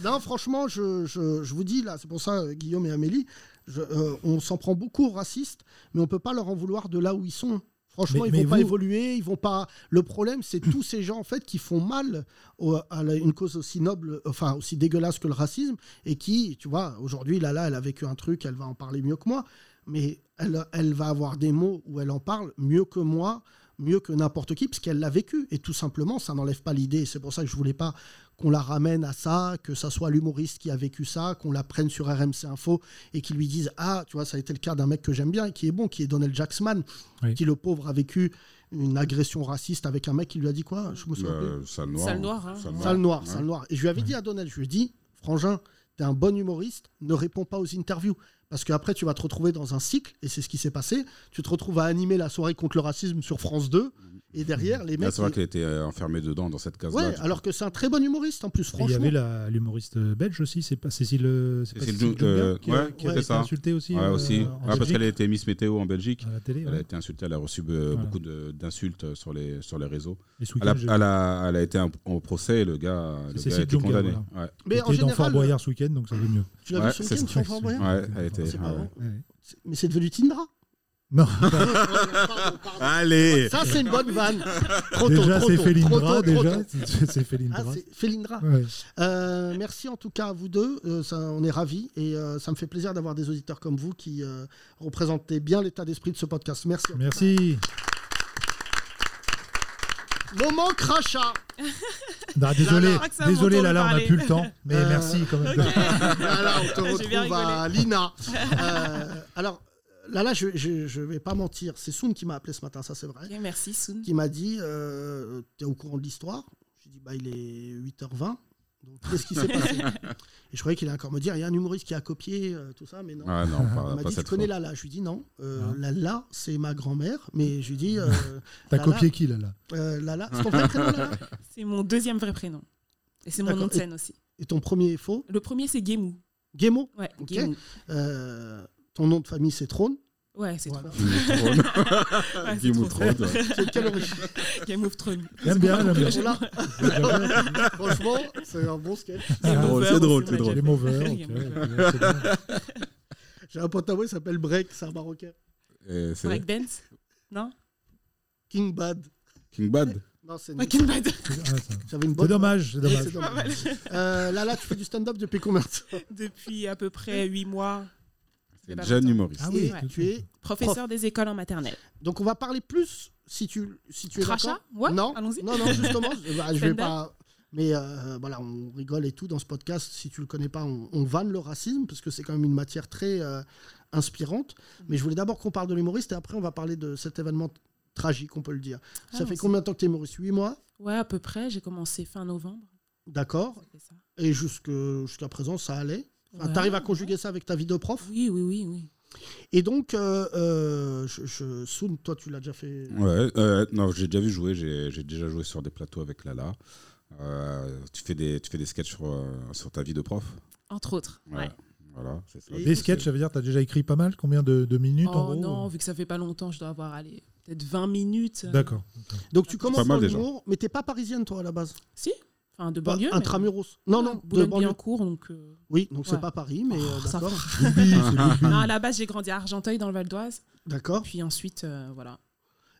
[SPEAKER 5] non, franchement, je, je- je vous dis là, c'est pour ça, euh, Guillaume et Amélie, je- euh, on s'en prend beaucoup aux racistes, mais on peut pas leur en vouloir de là où ils sont. Franchement,
[SPEAKER 2] Mais-
[SPEAKER 5] ils
[SPEAKER 2] mais
[SPEAKER 5] vont pas
[SPEAKER 2] vous-
[SPEAKER 5] évoluer, ils vont pas. Le problème, c'est tous ces gens en fait qui font mal au- à la- une cause aussi noble, enfin aussi dégueulasse que le racisme, et qui, tu vois, aujourd'hui, Lala, elle a vécu un truc, elle va en parler mieux que moi. mais elle, elle va avoir des mots où elle en parle mieux que moi, mieux que n'importe qui, parce qu'elle l'a vécu. Et tout simplement, ça n'enlève pas l'idée. C'est pour ça que je voulais pas qu'on la ramène à ça, que ça soit l'humoriste qui a vécu ça, qu'on la prenne sur RMC Info et qu'il lui dise Ah, tu vois, ça a été le cas d'un mec que j'aime bien, qui est bon, qui est Donald Jacksman,
[SPEAKER 2] Oui.
[SPEAKER 5] qui le pauvre a vécu une agression raciste avec un mec qui lui a dit quoi Je me souviens
[SPEAKER 6] Bah,
[SPEAKER 5] plus.
[SPEAKER 6] sale noir. Sale noir, hein. Sale noir.
[SPEAKER 5] Sale noir,
[SPEAKER 6] Ouais.
[SPEAKER 5] sale noir. Et je lui avais dit à Donald, je lui ai dit, Frangin, t'es un bon humoriste, ne réponds pas aux interviews. Parce qu'après, tu vas te retrouver dans un cycle, et c'est ce qui s'est passé. Tu te retrouves à animer la soirée contre le racisme sur France 2, et derrière, les
[SPEAKER 6] Là,
[SPEAKER 5] mecs.
[SPEAKER 6] c'est vrai
[SPEAKER 5] ils-
[SPEAKER 6] qu'elle était euh, enfermée dedans, dans cette case-là.
[SPEAKER 5] Ouais,
[SPEAKER 6] du
[SPEAKER 5] alors que c'est un très bon humoriste en plus,
[SPEAKER 2] Et Il y
[SPEAKER 5] franchement.
[SPEAKER 2] avait la- l'humoriste euh, belge aussi, c'est pas Cécile, euh, c'est pas
[SPEAKER 6] Cécile
[SPEAKER 2] Cécile
[SPEAKER 6] Jou- euh,
[SPEAKER 2] Juncker qui, a-
[SPEAKER 6] ouais,
[SPEAKER 2] qui a
[SPEAKER 6] c'est
[SPEAKER 2] été
[SPEAKER 6] ça.
[SPEAKER 2] insultée aussi.
[SPEAKER 6] Ouais,
[SPEAKER 2] euh,
[SPEAKER 6] aussi.
[SPEAKER 2] en
[SPEAKER 6] Ah, parce
[SPEAKER 2] Belgique.
[SPEAKER 6] qu'elle a été Miss Météo en Belgique.
[SPEAKER 2] télé,
[SPEAKER 6] elle
[SPEAKER 2] ouais.
[SPEAKER 6] a été insultée, elle a reçu euh,
[SPEAKER 2] Voilà.
[SPEAKER 6] beaucoup de- d'insultes euh, sur les, sur les réseaux.
[SPEAKER 2] Et ce week-end,
[SPEAKER 6] Elle a,
[SPEAKER 2] j'ai-
[SPEAKER 6] elle a- elle a été en- en procès, le gars, le gars a
[SPEAKER 2] Cécile
[SPEAKER 6] été
[SPEAKER 2] Juncker,
[SPEAKER 6] condamné.
[SPEAKER 2] voilà.
[SPEAKER 6] Ouais.
[SPEAKER 5] Mais
[SPEAKER 2] Qui
[SPEAKER 5] en
[SPEAKER 2] était dans
[SPEAKER 5] général, euh,
[SPEAKER 2] Fort Boyard ce week-end, donc ça va mieux.
[SPEAKER 5] Tu l'as
[SPEAKER 6] Ouais,
[SPEAKER 5] vu ce
[SPEAKER 6] c'est
[SPEAKER 5] week-end
[SPEAKER 6] ça.
[SPEAKER 5] sur Fort Boyard
[SPEAKER 6] Ouais, elle était.
[SPEAKER 5] C'est pas
[SPEAKER 6] ouais.
[SPEAKER 5] vrai. C'est- Mais c'est devenu Tindra Non.
[SPEAKER 6] Allez
[SPEAKER 5] Ça, c'est une bonne vanne. Trop tôt,
[SPEAKER 2] Déjà,
[SPEAKER 5] trop
[SPEAKER 2] c'est
[SPEAKER 5] tôt, trop
[SPEAKER 2] Félindra,
[SPEAKER 5] tôt, trop
[SPEAKER 2] déjà.
[SPEAKER 5] tôt.
[SPEAKER 2] C'est c'est Félindra.
[SPEAKER 5] Ah, c'est Félindra.
[SPEAKER 2] Ouais.
[SPEAKER 5] Euh, merci en tout cas à vous deux. Euh, ça, on est ravis et euh, ça me fait plaisir d'avoir des auditeurs comme vous qui euh, représentez bien l'état d'esprit de ce podcast. Merci.
[SPEAKER 2] Merci.
[SPEAKER 5] Moment crachat.
[SPEAKER 2] Non, Bah, désolé,
[SPEAKER 5] Lala.
[SPEAKER 2] désolé Lala, on n'a plus le temps, mais merci quand même.
[SPEAKER 5] Lala, Euh, on te
[SPEAKER 1] Ah, J'ai bien
[SPEAKER 5] retrouve à
[SPEAKER 1] rigolé.
[SPEAKER 5] Lina. Euh, alors, Lala, je, je, je vais pas mentir. C'est Soun qui m'a appelé ce matin, ça c'est vrai.
[SPEAKER 7] merci Soun.
[SPEAKER 5] Qui m'a dit, euh, t'es au courant de l'histoire J'ai dit, bah il est 8h20. Donc, Qu'est-ce qui s'est passé Et je croyais qu'il allait encore me dire, il y a un humoriste qui a copié euh, tout ça, mais non.
[SPEAKER 6] Ah non, pas-
[SPEAKER 5] Il m'a
[SPEAKER 6] pas
[SPEAKER 5] dit, tu
[SPEAKER 6] cette
[SPEAKER 5] connais
[SPEAKER 6] fois.
[SPEAKER 5] Lala Je lui dis non. Euh,
[SPEAKER 2] Ah.
[SPEAKER 5] Lala, c'est ma grand-mère, mais je lui dis. euh,
[SPEAKER 2] T'as
[SPEAKER 5] Lala-
[SPEAKER 2] copié qui Lala
[SPEAKER 5] Euh, Lala, c'est ton vrai prénom, Lala
[SPEAKER 7] C'est mon deuxième vrai prénom. Et c'est mon
[SPEAKER 5] D'accord.
[SPEAKER 7] nom de scène
[SPEAKER 5] Et-
[SPEAKER 7] aussi.
[SPEAKER 5] Et ton premier est faux
[SPEAKER 7] Le premier, c'est Guémou.
[SPEAKER 5] Guémo
[SPEAKER 7] Ouais,
[SPEAKER 5] Ok.
[SPEAKER 7] Guémou.
[SPEAKER 5] Euh, ton nom de famille, c'est Trône.
[SPEAKER 7] Ouais, c'est trop.
[SPEAKER 5] Guémou Trône.
[SPEAKER 7] Ouais, c'est
[SPEAKER 5] Guémou
[SPEAKER 7] trop.
[SPEAKER 5] Trône, ouais. C'est de quelle origine
[SPEAKER 7] Game of Thrones.
[SPEAKER 2] J'aime bien, j'aime bien.
[SPEAKER 5] Voilà. Franchement, c'est un bon sketch.
[SPEAKER 2] C'est drôle, c'est drôle, c'est drôle.
[SPEAKER 5] Les
[SPEAKER 2] Game over, ok, ok, c'est bien.
[SPEAKER 5] J'ai un pote à moi, il s'appelle Break, c'est un marocain.
[SPEAKER 6] Et c'est-
[SPEAKER 7] Breakdance Non
[SPEAKER 5] King Bad.
[SPEAKER 6] King Bad
[SPEAKER 5] Non, c'est
[SPEAKER 7] Ouais, King Bad.
[SPEAKER 5] J'avais une
[SPEAKER 2] C'est
[SPEAKER 5] bonne-
[SPEAKER 2] dommage, c'est dommage.
[SPEAKER 5] C'est Euh, Lala, tu fais du stand-up depuis combien de temps
[SPEAKER 7] Depuis à peu près 8 mois.
[SPEAKER 6] C'est jeune humoriste.
[SPEAKER 5] Ah oui,
[SPEAKER 7] Ouais.
[SPEAKER 5] tu es
[SPEAKER 7] Professeur des écoles en maternelle.
[SPEAKER 5] Donc on va parler plus si tu si tu es
[SPEAKER 7] Crachat
[SPEAKER 5] d'accord.
[SPEAKER 7] Ouais,
[SPEAKER 5] Non,
[SPEAKER 7] allons-y.
[SPEAKER 5] non, non, justement, je- bah, je vais
[SPEAKER 7] Fender.
[SPEAKER 5] pas. Mais euh, voilà, on rigole et tout dans ce podcast. Si tu le connais pas, on, on vanne le racisme parce que c'est quand même une matière très euh, inspirante. Mais je voulais d'abord qu'on parle de l'humoriste et après on va parler de cet événement tragique, on peut le dire.
[SPEAKER 7] Ah,
[SPEAKER 5] ça fait
[SPEAKER 7] merci.
[SPEAKER 5] combien de temps que tu es humoriste 8 mois,
[SPEAKER 7] Ouais, à peu près. J'ai commencé fin novembre.
[SPEAKER 5] d'accord. Et jusque- jusqu'à présent, ça allait. Enfin,
[SPEAKER 7] Ouais,
[SPEAKER 5] T'arrives à conjuguer ça avec ta vie de prof
[SPEAKER 7] Oui, oui, oui, oui.
[SPEAKER 5] Et donc, euh, euh, je, je- Soun, toi, tu l'as déjà fait.
[SPEAKER 6] Ouais, euh, non, j'ai déjà vu jouer, j'ai j'ai déjà joué sur des plateaux avec Lala. Euh, tu, fais des, tu fais des sketchs sur, euh, sur ta vie de prof
[SPEAKER 7] Entre autres. Ouais.
[SPEAKER 6] Voilà, c'est ça.
[SPEAKER 2] Des sketchs, ça veut dire que t'as déjà écrit pas mal Combien de, de minutes en
[SPEAKER 7] Oh
[SPEAKER 2] gros
[SPEAKER 7] non, vu que ça fait pas longtemps, je dois avoir allez, peut-être 20 minutes.
[SPEAKER 2] D'accord.
[SPEAKER 5] Donc tu commences
[SPEAKER 6] Pas mal
[SPEAKER 5] dans
[SPEAKER 6] déjà.
[SPEAKER 5] l'humour, mais t'es pas parisienne toi à la base
[SPEAKER 7] Si, enfin de banlieue.
[SPEAKER 5] Bah, intramuros. Non, non, de
[SPEAKER 7] Ah, Boulogne-Billancourt, donc. euh,
[SPEAKER 5] Oui, donc c'est
[SPEAKER 7] ouais.
[SPEAKER 5] pas Paris, mais euh,
[SPEAKER 7] ça
[SPEAKER 5] d'accord.
[SPEAKER 7] va. Non, à la base, j'ai grandi à Argenteuil, dans le Val d'Oise.
[SPEAKER 5] D'accord.
[SPEAKER 7] Puis ensuite, euh, voilà.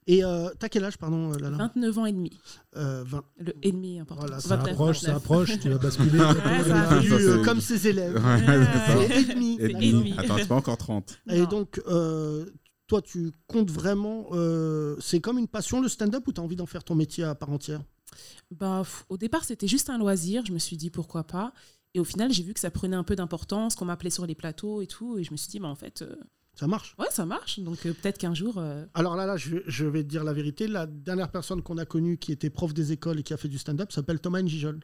[SPEAKER 5] Et euh, t'as quel âge, pardon, euh, Lala
[SPEAKER 7] 29 ans et demi.
[SPEAKER 5] Euh, 20.
[SPEAKER 7] Le et demi, important.
[SPEAKER 5] Voilà,
[SPEAKER 2] Ça
[SPEAKER 7] 29,
[SPEAKER 2] approche, ça
[SPEAKER 7] 29.
[SPEAKER 2] approche, tu vas basculer.
[SPEAKER 7] Ouais,
[SPEAKER 5] ça arrive.
[SPEAKER 6] Ça, c'est-
[SPEAKER 5] euh, Comme ses élèves.
[SPEAKER 6] Ouais, c'est ça.
[SPEAKER 5] Et demi.
[SPEAKER 6] Et
[SPEAKER 5] d'accord.
[SPEAKER 6] demi. Attends, c'est pas encore 30.
[SPEAKER 5] Et donc, euh, toi, tu comptes vraiment. euh, c'est comme une passion le stand-up ou t'as envie d'en faire ton métier à part entière
[SPEAKER 7] Bah, pff, au départ, c'était juste un loisir. Je me suis dit pourquoi pas. Et au final, j'ai vu que ça prenait un peu d'importance, qu'on m'appelait sur les plateaux et tout. Et je me suis dit, bah, en fait. euh,
[SPEAKER 5] Ça marche.
[SPEAKER 7] Ouais, ça marche. Donc euh, peut-être qu'un jour. euh,
[SPEAKER 5] Alors là, là, je, je vais te dire la vérité. La dernière personne qu'on a connue qui était prof des écoles et qui a fait du stand-up s'appelle Thomas Njijol.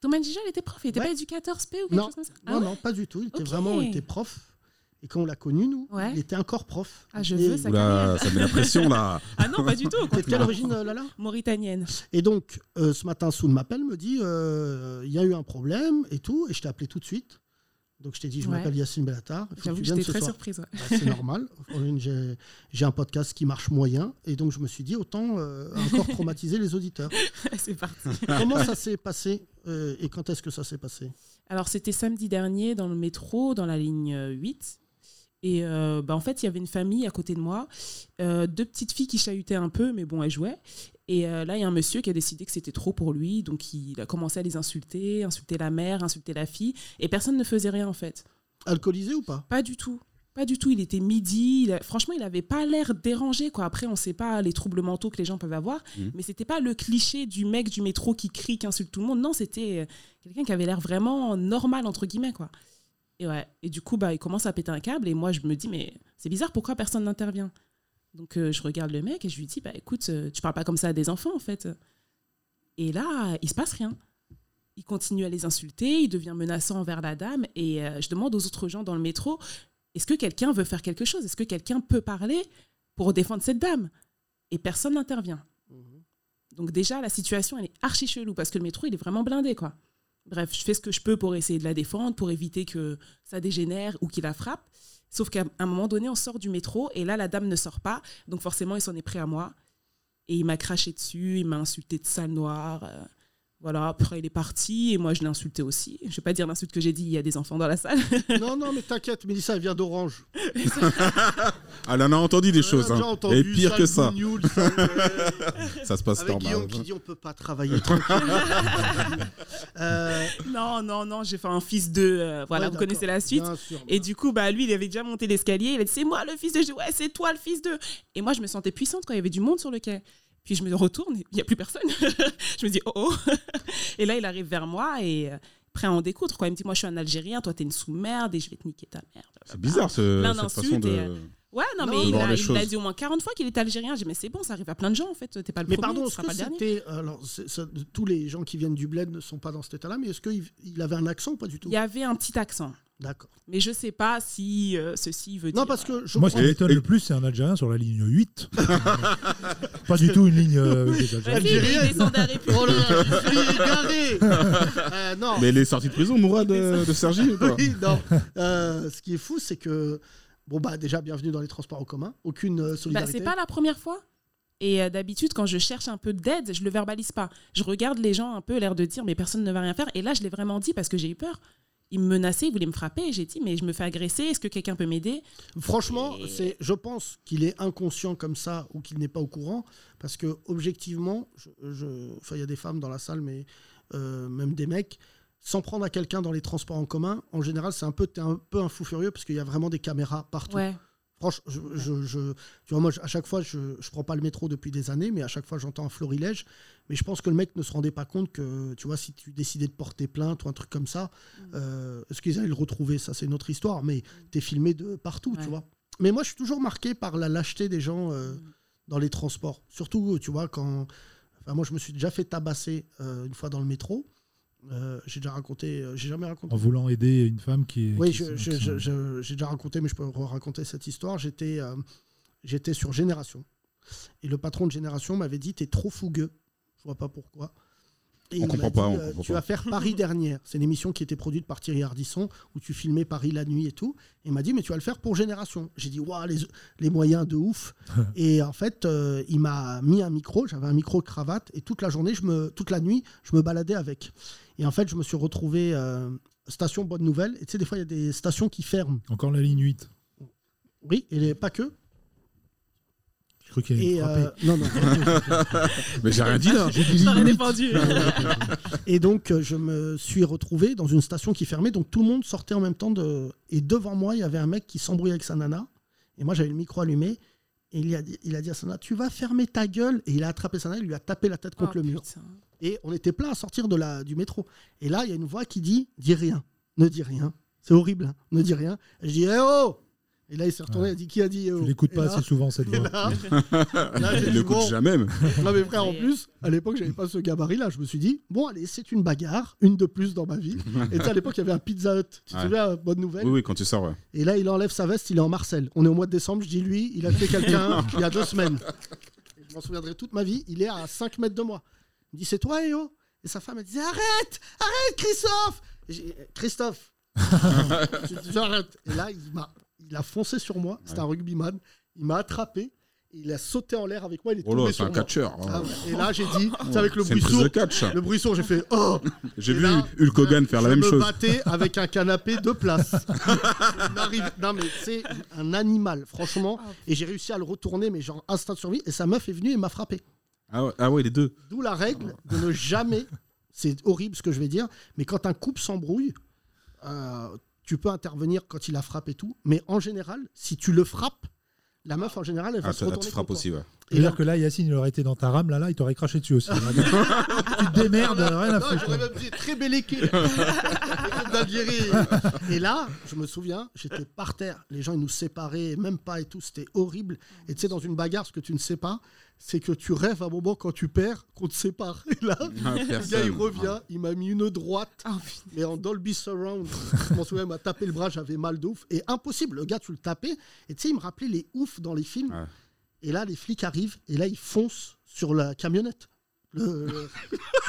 [SPEAKER 7] Thomas Dijal était prof, il était
[SPEAKER 5] Ouais.
[SPEAKER 7] pas éducateur SP ou quelque
[SPEAKER 5] Non,
[SPEAKER 7] chose comme ça Ah
[SPEAKER 5] non,
[SPEAKER 7] ouais
[SPEAKER 5] non, pas du tout. Il était
[SPEAKER 7] Ok.
[SPEAKER 5] vraiment il était prof. Et quand on l'a connu, nous,
[SPEAKER 7] Ouais.
[SPEAKER 5] il était encore prof.
[SPEAKER 7] Ah, je
[SPEAKER 5] Et-
[SPEAKER 7] veux sa
[SPEAKER 6] Oula,
[SPEAKER 7] carrière.
[SPEAKER 6] ça met la pression là.
[SPEAKER 7] Ah non, pas du tout. au
[SPEAKER 5] T'es de quelle
[SPEAKER 7] contraire.
[SPEAKER 5] origine, euh, Lala
[SPEAKER 7] Mauritanienne.
[SPEAKER 5] Et donc, euh, ce matin, Soun m'appelle, me dit euh, il y a eu un problème et tout. Et je t'ai appelé tout de suite. Donc, je t'ai dit je
[SPEAKER 7] Ouais.
[SPEAKER 5] m'appelle Yacine Bellatar. il faut
[SPEAKER 7] J'avoue
[SPEAKER 5] tu
[SPEAKER 7] que
[SPEAKER 5] viennes
[SPEAKER 7] j'étais
[SPEAKER 5] ce
[SPEAKER 7] très
[SPEAKER 5] soir.
[SPEAKER 7] surprise, ouais.
[SPEAKER 5] Bah, C'est normal. J'ai- J'ai un podcast qui marche moyen. Et donc, je me suis dit autant euh, encore traumatiser les auditeurs.
[SPEAKER 7] C'est parti.
[SPEAKER 5] Comment ça s'est passé euh, et quand est-ce que ça s'est passé
[SPEAKER 7] Alors, c'était samedi dernier dans le métro, dans la ligne euh, 8. Et euh, bah, en fait, il y avait une famille à côté de moi, euh, deux petites filles qui chahutaient un peu, mais bon, elles jouaient. Et euh, là, il y a un monsieur qui a décidé que c'était trop pour lui, donc il a commencé à les insulter, insulter la mère, insulter la fille, et personne ne faisait rien en fait.
[SPEAKER 5] Alcoolisé ou pas
[SPEAKER 7] Pas du tout. Pas du tout, il était midi. il a- franchement, il n'avait pas l'air dérangé. Quoi. Après, on ne sait pas les troubles mentaux que les gens peuvent avoir.
[SPEAKER 17] Mhm.
[SPEAKER 7] Mais c'était pas le cliché du mec du métro qui crie, qui insulte tout le monde. Non, c'était euh, quelqu'un qui avait l'air vraiment normal, entre guillemets. Quoi. Et, ouais. et du coup, bah, il commence à péter un câble. Et moi, je me dis, mais c'est bizarre, pourquoi personne n'intervient Donc, euh, je regarde le mec et je lui dis, bah, écoute, euh, tu parles pas comme ça à des enfants, en fait. Et là, il se passe rien. Il continue à les insulter, il devient menaçant envers la dame. Et euh, je demande aux autres gens dans le métro, est-ce que quelqu'un veut faire quelque chose Est-ce que quelqu'un peut parler pour défendre cette dame Et personne n'intervient. Donc déjà, la situation, elle est archi chelou parce que le métro, il est vraiment blindé, quoi. Bref, je fais ce que je peux pour essayer de la défendre, pour éviter que ça dégénère ou qu'il la frappe. Sauf qu'à un moment donné, on sort du métro et là, la dame ne sort pas. Donc forcément, il s'en est pris à moi. Et il m'a craché dessus, il m'a insulté de sale noire. euh, voilà, après, il est parti et moi, je l'ai insulté aussi. Je ne vais pas dire l'insulte que j'ai dit, il y a des enfants dans la salle.
[SPEAKER 5] Non, non, mais t'inquiète, Mélissa, elle vient d'Orange.
[SPEAKER 6] Ah, Elle en a entendu des choses.
[SPEAKER 5] a
[SPEAKER 6] hein.
[SPEAKER 5] déjà entendu
[SPEAKER 6] Et pire
[SPEAKER 5] ça,
[SPEAKER 6] que
[SPEAKER 5] le
[SPEAKER 6] ça.
[SPEAKER 5] bougnoule, ça,
[SPEAKER 6] Ça se passe normal.
[SPEAKER 5] Avec
[SPEAKER 6] hein.
[SPEAKER 5] Guillaume qui dit on peut pas travailler tranquille.
[SPEAKER 7] Non, non, non, j'ai fait un fils de. euh, voilà,
[SPEAKER 5] Euh, Ouais,
[SPEAKER 7] vous connaissez
[SPEAKER 5] d'accord,
[SPEAKER 7] la suite.
[SPEAKER 5] bien sûr,
[SPEAKER 7] et du coup, bah, lui, il avait déjà monté l'escalier. Il a dit C'est moi le fils de. Je dis, Ouais, c'est toi le fils de. Et moi, je me sentais puissante quand il y avait du monde sur le quai. Puis je me retourne, il n'y a plus personne. je me dis Oh oh Et là, il arrive vers moi et euh, prêt à en découdre. Quoi. Il me dit Moi, je suis un Algérien, toi, t'es une sous-merde et je vais te niquer ta mère.
[SPEAKER 6] C'est bizarre ce,
[SPEAKER 7] Plein
[SPEAKER 6] cette
[SPEAKER 7] d'insultes
[SPEAKER 6] façon de.
[SPEAKER 7] et, euh, Ouais, non,
[SPEAKER 6] de
[SPEAKER 7] mais il
[SPEAKER 6] voir
[SPEAKER 7] a,
[SPEAKER 6] les
[SPEAKER 7] il
[SPEAKER 6] choses.
[SPEAKER 7] l'a dit au moins 40 fois qu'il était Algérien. J'ai dit Mais c'est bon, ça arrive à plein de gens, en fait. T'es pas le
[SPEAKER 5] Mais
[SPEAKER 7] premier,
[SPEAKER 5] pardon,
[SPEAKER 7] tu
[SPEAKER 5] est-ce
[SPEAKER 7] seras pas le
[SPEAKER 5] que
[SPEAKER 7] dernier.
[SPEAKER 5] c'était. euh, Alors, c'est- ça- tous les gens qui viennent du bled ne sont pas dans cet état-là, mais est-ce qu'il il avait un accent ou pas du tout
[SPEAKER 7] Il y avait un petit accent.
[SPEAKER 5] D'accord.
[SPEAKER 7] Mais je sais pas si euh, ceci veut dire. euh, Bah,
[SPEAKER 5] Non, parce que je
[SPEAKER 2] Moi, ce qui
[SPEAKER 5] prends-
[SPEAKER 2] m'étonne le plus, c'est un Algérien sur la ligne 8. pas du tout une ligne euh, avec des
[SPEAKER 7] Bah
[SPEAKER 2] Algériens.
[SPEAKER 5] Algérienne.
[SPEAKER 1] Oh là là, je suis égaré.
[SPEAKER 5] Euh, non.
[SPEAKER 6] Mais il est sorti de prison, Mourad euh, de Sergi ou pas
[SPEAKER 5] Oui, non. Euh, ce qui est fou, c'est que. Bon, bah, déjà, bienvenue dans les transports en commun. Aucune euh,
[SPEAKER 7] Bah,
[SPEAKER 5] solidarité.
[SPEAKER 7] c'est pas la première fois. Et euh, d'habitude, quand je cherche un peu d'aide, je le verbalise pas. Je regarde les gens un peu, l'air de dire, mais personne ne va rien faire. Et là, je l'ai vraiment dit parce que j'ai eu peur. Ils me menaçaient, ils voulaient me frapper. Et J'ai dit, mais je me fais agresser, est-ce que quelqu'un peut m'aider
[SPEAKER 5] Franchement, c'est, je pense qu'il est inconscient comme ça ou qu'il n'est pas au courant parce que objectivement, je, je- enfin, il y a des femmes dans la salle, mais euh, même des mecs, s'en prendre à quelqu'un dans les transports en commun, en général, c'est un peu, t'es un peu un fou furieux parce qu'il y a vraiment des caméras partout.
[SPEAKER 7] Ouais.
[SPEAKER 5] Franchement, je, je- je- tu vois, moi, je- à chaque fois, je ne prends pas le métro depuis des années, mais à chaque fois, j'entends un florilège. Mais je pense que le mec ne se rendait pas compte que, tu vois, si tu décidais de porter plainte ou un truc comme ça, euh, est-ce qu'ils allaient le retrouver Ça, c'est une autre histoire, mais tu es filmé de partout, tu vois. Mais moi, je suis toujours marqué par la lâcheté des gens euh, dans les transports. Surtout, tu vois, quand. enfin, moi, je me suis déjà fait tabasser euh, une fois dans le métro. Euh, j'ai déjà raconté. euh, j'ai jamais raconté.
[SPEAKER 2] En voulant aider une femme qui.
[SPEAKER 5] Oui,
[SPEAKER 2] qui- euh.
[SPEAKER 5] je- je- je- je- j'ai déjà raconté, mais je peux raconter cette histoire. J'étais euh, j'étais sur Génération. Et le patron de Génération m'avait dit T'es trop fougueux. Je vois pas pourquoi.
[SPEAKER 6] On
[SPEAKER 5] il m'a
[SPEAKER 6] comprend pas, on
[SPEAKER 5] euh,
[SPEAKER 6] comprend
[SPEAKER 5] Tu
[SPEAKER 6] pas.
[SPEAKER 5] vas faire Paris dernière. C'est une émission qui était produite par Thierry Ardisson, où tu filmais Paris la nuit et tout. Et il m'a dit Mais tu vas le faire pour Génération. J'ai dit Waouh, les, les moyens de ouf. et en fait, euh, il m'a mis un micro. J'avais un micro cravate. Et toute la journée, je me, toute la nuit, je me baladais avec. Et en fait, je me suis retrouvé. euh, Station Bonne Nouvelle, et tu sais, des fois il y a des stations qui ferment.
[SPEAKER 2] Encore la ligne 8.
[SPEAKER 5] Oui, et les- pas que.
[SPEAKER 2] Je crois qu'il allait
[SPEAKER 5] Et,
[SPEAKER 2] me frapper.
[SPEAKER 5] euh, non, non.
[SPEAKER 6] Mais j'ai rien dit là.
[SPEAKER 2] J'ai dit ligne huit.
[SPEAKER 5] Et donc, euh, je me suis retrouvé dans une station qui fermait. Donc, tout le monde sortait en même temps. De... Et devant moi, il y avait un mec qui s'embrouillait avec sa nana. Et moi, j'avais le micro allumé. Et il a, dit, il a dit à sa nana Tu vas fermer ta gueule. Et il a attrapé sa nana, il lui a tapé la tête contre le mur. Et on était plein à sortir de la, du métro. Et là, il y a une voix qui dit Dis rien, ne dis rien. C'est horrible, hein. ne dis rien. Et je dis Eh oh Et là, il s'est retourné, il a dit Qui a dit eh oh
[SPEAKER 2] Tu l'écoutes
[SPEAKER 5] Et
[SPEAKER 2] pas
[SPEAKER 5] là-
[SPEAKER 2] assez souvent, cette
[SPEAKER 5] et
[SPEAKER 2] voix.
[SPEAKER 5] là-
[SPEAKER 6] Il
[SPEAKER 5] j'ai dit,
[SPEAKER 6] l'écoute
[SPEAKER 5] bon.
[SPEAKER 6] jamais, même.
[SPEAKER 5] Non, mais frère, en plus, à l'époque, j'avais pas ce gabarit-là. Je me suis dit, bon, allez, c'est une bagarre, une de plus dans ma vie. Et tu sais, à l'époque, il y avait un Pizza Hut. Tu te
[SPEAKER 6] Ouais.
[SPEAKER 5] souviens, euh, bonne nouvelle
[SPEAKER 6] Oui, oui, quand tu sors, euh, ouais.
[SPEAKER 5] Et là, il enlève sa veste, il est en Marcel. On est au mois de décembre, je dis lui, il a tué quelqu'un il y a deux semaines. Et Je m'en souviendrai toute ma vie, il est à 5 mètres de moi. Il me dit, c'est toi, Eo Et sa femme, elle disait, arrête, arrête, Christophe Et j'ai, eh, Christophe, je dis, J'arrête. Et là, il m'a, il a foncé sur moi. C'était un rugbyman. Il m'a attrapé. Il a sauté en l'air avec moi. Il est
[SPEAKER 6] Oh là,
[SPEAKER 5] tombé
[SPEAKER 6] c'est
[SPEAKER 5] sur
[SPEAKER 6] un
[SPEAKER 5] moi.
[SPEAKER 6] catcheur.
[SPEAKER 5] Ah ouais. Et là, j'ai dit, c'est
[SPEAKER 6] Ouais.
[SPEAKER 5] avec le
[SPEAKER 6] C'est une
[SPEAKER 5] bruit
[SPEAKER 6] prise de
[SPEAKER 5] sourd.
[SPEAKER 6] catch.
[SPEAKER 5] Le bruit sourd, j'ai fait oh.
[SPEAKER 6] J'ai
[SPEAKER 5] Et
[SPEAKER 6] vu
[SPEAKER 5] là,
[SPEAKER 6] Hulk Hogan faire la même
[SPEAKER 5] Je me
[SPEAKER 6] chose.
[SPEAKER 5] battais avec un canapé de place. On arrive- Non mais c'est un animal, franchement. Et j'ai réussi à le retourner, mais genre instinct de survie. Et sa meuf est venue et m'a frappé.
[SPEAKER 6] Ah ouais, ah ouais, les deux.
[SPEAKER 5] D'où la règle de ne jamais, c'est horrible ce que je vais dire, mais quand un couple s'embrouille, euh, tu peux intervenir quand il la frappe et tout, mais en général, si tu le frappes, la meuf en général, elle va
[SPEAKER 6] Ah,
[SPEAKER 5] se
[SPEAKER 6] ça, là,
[SPEAKER 5] retourner.
[SPEAKER 6] tu frappes aussi, ouais.
[SPEAKER 2] C'est-à-dire que là, Yacine, il aurait été dans ta rame, là, là, il t'aurait craché dessus aussi. tu te démerdes, euh, rien à
[SPEAKER 5] Non,
[SPEAKER 2] foutre.
[SPEAKER 5] j'aurais
[SPEAKER 2] quoi.
[SPEAKER 5] même dit très bel
[SPEAKER 1] d'Algérie.
[SPEAKER 5] Et là, je me souviens, j'étais par terre. Les gens, ils nous séparaient, même pas et tout. C'était horrible. Et tu sais, dans une bagarre, ce que tu ne sais pas, c'est que tu rêves à un moment quand tu perds qu'on te sépare. Et là, le gars,
[SPEAKER 6] Ah, personne.
[SPEAKER 5] il revient, il m'a mis une droite, mais en Dolby Surround. je m'en souviens, il m'a tapé le bras, j'avais mal de ouf. Et impossible, le gars, tu le tapais. Et tu sais, il me rappelait les oufs dans les films. Et là, les flics arrivent et là, ils foncent sur la camionnette. Le, le-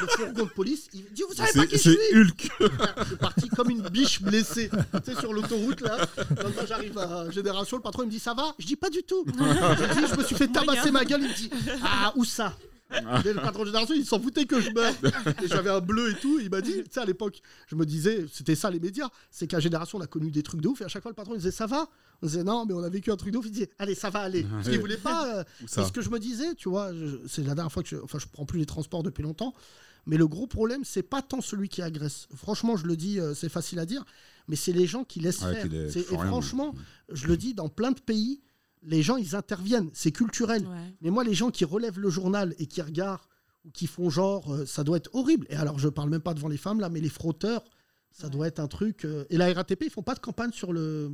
[SPEAKER 5] le fourgon de police, il dit Vous savez pas
[SPEAKER 6] C'est-
[SPEAKER 5] qui je
[SPEAKER 6] c'est
[SPEAKER 5] suis
[SPEAKER 6] Hulk.
[SPEAKER 5] Je suis parti comme une biche blessée. Tu sais, sur l'autoroute, là. Quand j'arrive à Génération, le patron, il me dit Ça va Je dis Pas du tout. Je dis, Je me suis fait tabasser ma gueule. Il me dit Ah, où ça Mais le patron de Génération, il s'en foutait que je meure. Et j'avais un bleu et tout. Il m'a dit Tu sais, à l'époque, je me disais C'était ça les médias. C'est qu'à Génération, on a connu des trucs de ouf. Et à chaque fois, le patron, il disait Ça va On disait Non, mais on a vécu un truc de ouf. Il disait Allez, ça va aller. Parce qu'il voulait pas. euh,
[SPEAKER 6] Où ça
[SPEAKER 5] parce que je me disais, tu vois, je- c'est la dernière fois que je, enfin, je prends plus les transports depuis longtemps. Mais le gros problème, c'est pas tant celui qui agresse. Franchement, je le dis, euh, c'est facile à dire, mais c'est les gens qui laissent
[SPEAKER 6] Ouais,
[SPEAKER 5] faire.
[SPEAKER 6] qui les-
[SPEAKER 5] C'est-
[SPEAKER 6] qui font
[SPEAKER 5] et
[SPEAKER 6] rien,
[SPEAKER 5] franchement, je le dis, dans plein de pays, les gens, ils interviennent. C'est culturel. Mais moi, les gens qui relèvent le journal et qui regardent ou qui font genre, euh, ça doit être horrible. Et alors, je parle même pas devant les femmes là, mais les frotteurs, ça doit être un truc. euh, Et la RATP, ils font pas de campagne sur le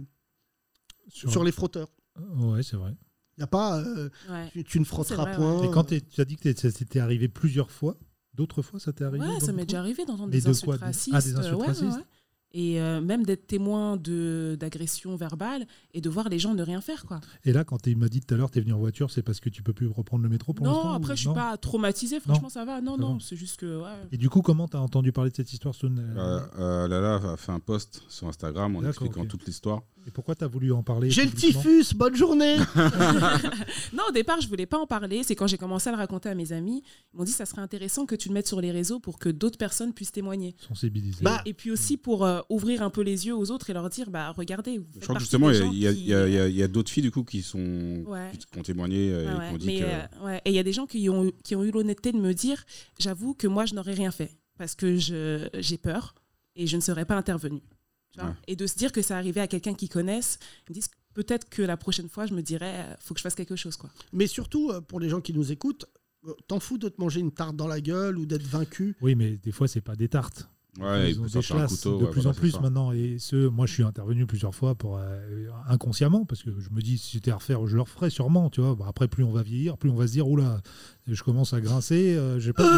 [SPEAKER 5] sur,
[SPEAKER 2] Sur-
[SPEAKER 5] les frotteurs.
[SPEAKER 2] Ouais, c'est vrai.
[SPEAKER 5] Il n'y a pas. euh,
[SPEAKER 7] Ouais.
[SPEAKER 5] tu, tu ne frotteras
[SPEAKER 7] C'est vrai,
[SPEAKER 5] point. euh,
[SPEAKER 2] Et quand t'es- tu as dit que t'es- ça t'était arrivé plusieurs fois, d'autres fois, ça t'est arrivé
[SPEAKER 7] Ouais, ça
[SPEAKER 2] d'autres
[SPEAKER 7] m'est
[SPEAKER 2] fois
[SPEAKER 7] déjà arrivé d'entendre
[SPEAKER 2] Mais
[SPEAKER 7] des
[SPEAKER 2] de
[SPEAKER 7] insultes
[SPEAKER 2] quoi Des-
[SPEAKER 7] racistes.
[SPEAKER 2] Ah, des
[SPEAKER 7] euh,
[SPEAKER 2] insultes
[SPEAKER 7] ouais, ouais,
[SPEAKER 2] racistes
[SPEAKER 7] ouais. Et euh, même d'être témoin de- d'agressions verbales et de voir les gens ne rien faire. quoi.
[SPEAKER 2] Et là, quand tu m'as dit tout à l'heure, t'es venu en voiture, c'est parce que tu peux plus reprendre le métro pour l'instant
[SPEAKER 7] Non,
[SPEAKER 2] ou-
[SPEAKER 7] après, je suis
[SPEAKER 2] non
[SPEAKER 7] pas traumatisée, franchement, ça va. Non,
[SPEAKER 2] Ça
[SPEAKER 7] non,
[SPEAKER 2] va.
[SPEAKER 7] c'est juste que. ouais.
[SPEAKER 2] Et du coup, comment t'as entendu parler de cette histoire Stone
[SPEAKER 6] Euh, euh, Lala a fait un post sur Instagram en
[SPEAKER 2] D'accord,
[SPEAKER 6] expliquant
[SPEAKER 2] ok.
[SPEAKER 6] toute l'histoire.
[SPEAKER 2] Et pourquoi t'as voulu en parler
[SPEAKER 5] J'ai le
[SPEAKER 2] publiquement
[SPEAKER 5] typhus, bonne journée
[SPEAKER 7] non, au départ, je voulais pas en parler. C'est quand j'ai commencé à le raconter à mes amis, ils m'ont dit ça serait intéressant que tu le mettes sur les réseaux pour que d'autres personnes puissent témoigner.
[SPEAKER 2] Sensibilisé.
[SPEAKER 7] Et-
[SPEAKER 5] Bah.
[SPEAKER 7] et puis aussi pour euh, ouvrir un peu les yeux aux autres et leur dire bah regardez. vous
[SPEAKER 6] Je
[SPEAKER 7] faites
[SPEAKER 6] crois que
[SPEAKER 7] partie
[SPEAKER 6] justement,
[SPEAKER 7] des
[SPEAKER 6] il y a-
[SPEAKER 7] gens
[SPEAKER 6] il y a,
[SPEAKER 7] qui-
[SPEAKER 6] il y a- il y a- il y a d'autres filles du coup qui sont
[SPEAKER 7] Ouais.
[SPEAKER 6] qui ont témoigné euh,
[SPEAKER 7] Ah
[SPEAKER 6] et
[SPEAKER 7] ouais,
[SPEAKER 6] qui ont dit
[SPEAKER 7] mais,
[SPEAKER 6] que.
[SPEAKER 7] euh, ouais. Et il y a des gens qui ont, qui ont eu l'honnêteté de me dire j'avoue que moi, je n'aurais rien fait parce que je- j'ai peur et je ne serais pas intervenu. Tu vois
[SPEAKER 6] Ouais.
[SPEAKER 7] Et de se dire que ça arrivait à quelqu'un qu'ils connaissent, ils me disent peut-être que la prochaine fois, je me dirais euh, faut que je fasse quelque chose. quoi.
[SPEAKER 5] Mais surtout, euh, pour les gens qui nous écoutent, euh, t'en fous de te manger une tarte dans la gueule ou d'être vaincu.
[SPEAKER 2] Oui, mais des fois, c'est pas des tartes.
[SPEAKER 6] Ouais,
[SPEAKER 2] ils
[SPEAKER 6] il
[SPEAKER 2] ont
[SPEAKER 6] peut
[SPEAKER 2] des
[SPEAKER 6] sortir un
[SPEAKER 2] chlasses
[SPEAKER 6] couteau,
[SPEAKER 2] de
[SPEAKER 6] ouais,
[SPEAKER 2] plus
[SPEAKER 6] voilà,
[SPEAKER 2] en
[SPEAKER 6] c'est
[SPEAKER 2] plus
[SPEAKER 6] ça.
[SPEAKER 2] maintenant. Et ce, moi, je suis intervenu plusieurs fois pour euh, inconsciemment parce que je me dis si c'était à refaire, je le referais sûrement. Tu vois, Bon, après, plus on va vieillir, plus on va se dire oula, je commence à grincer. euh, j'ai pas.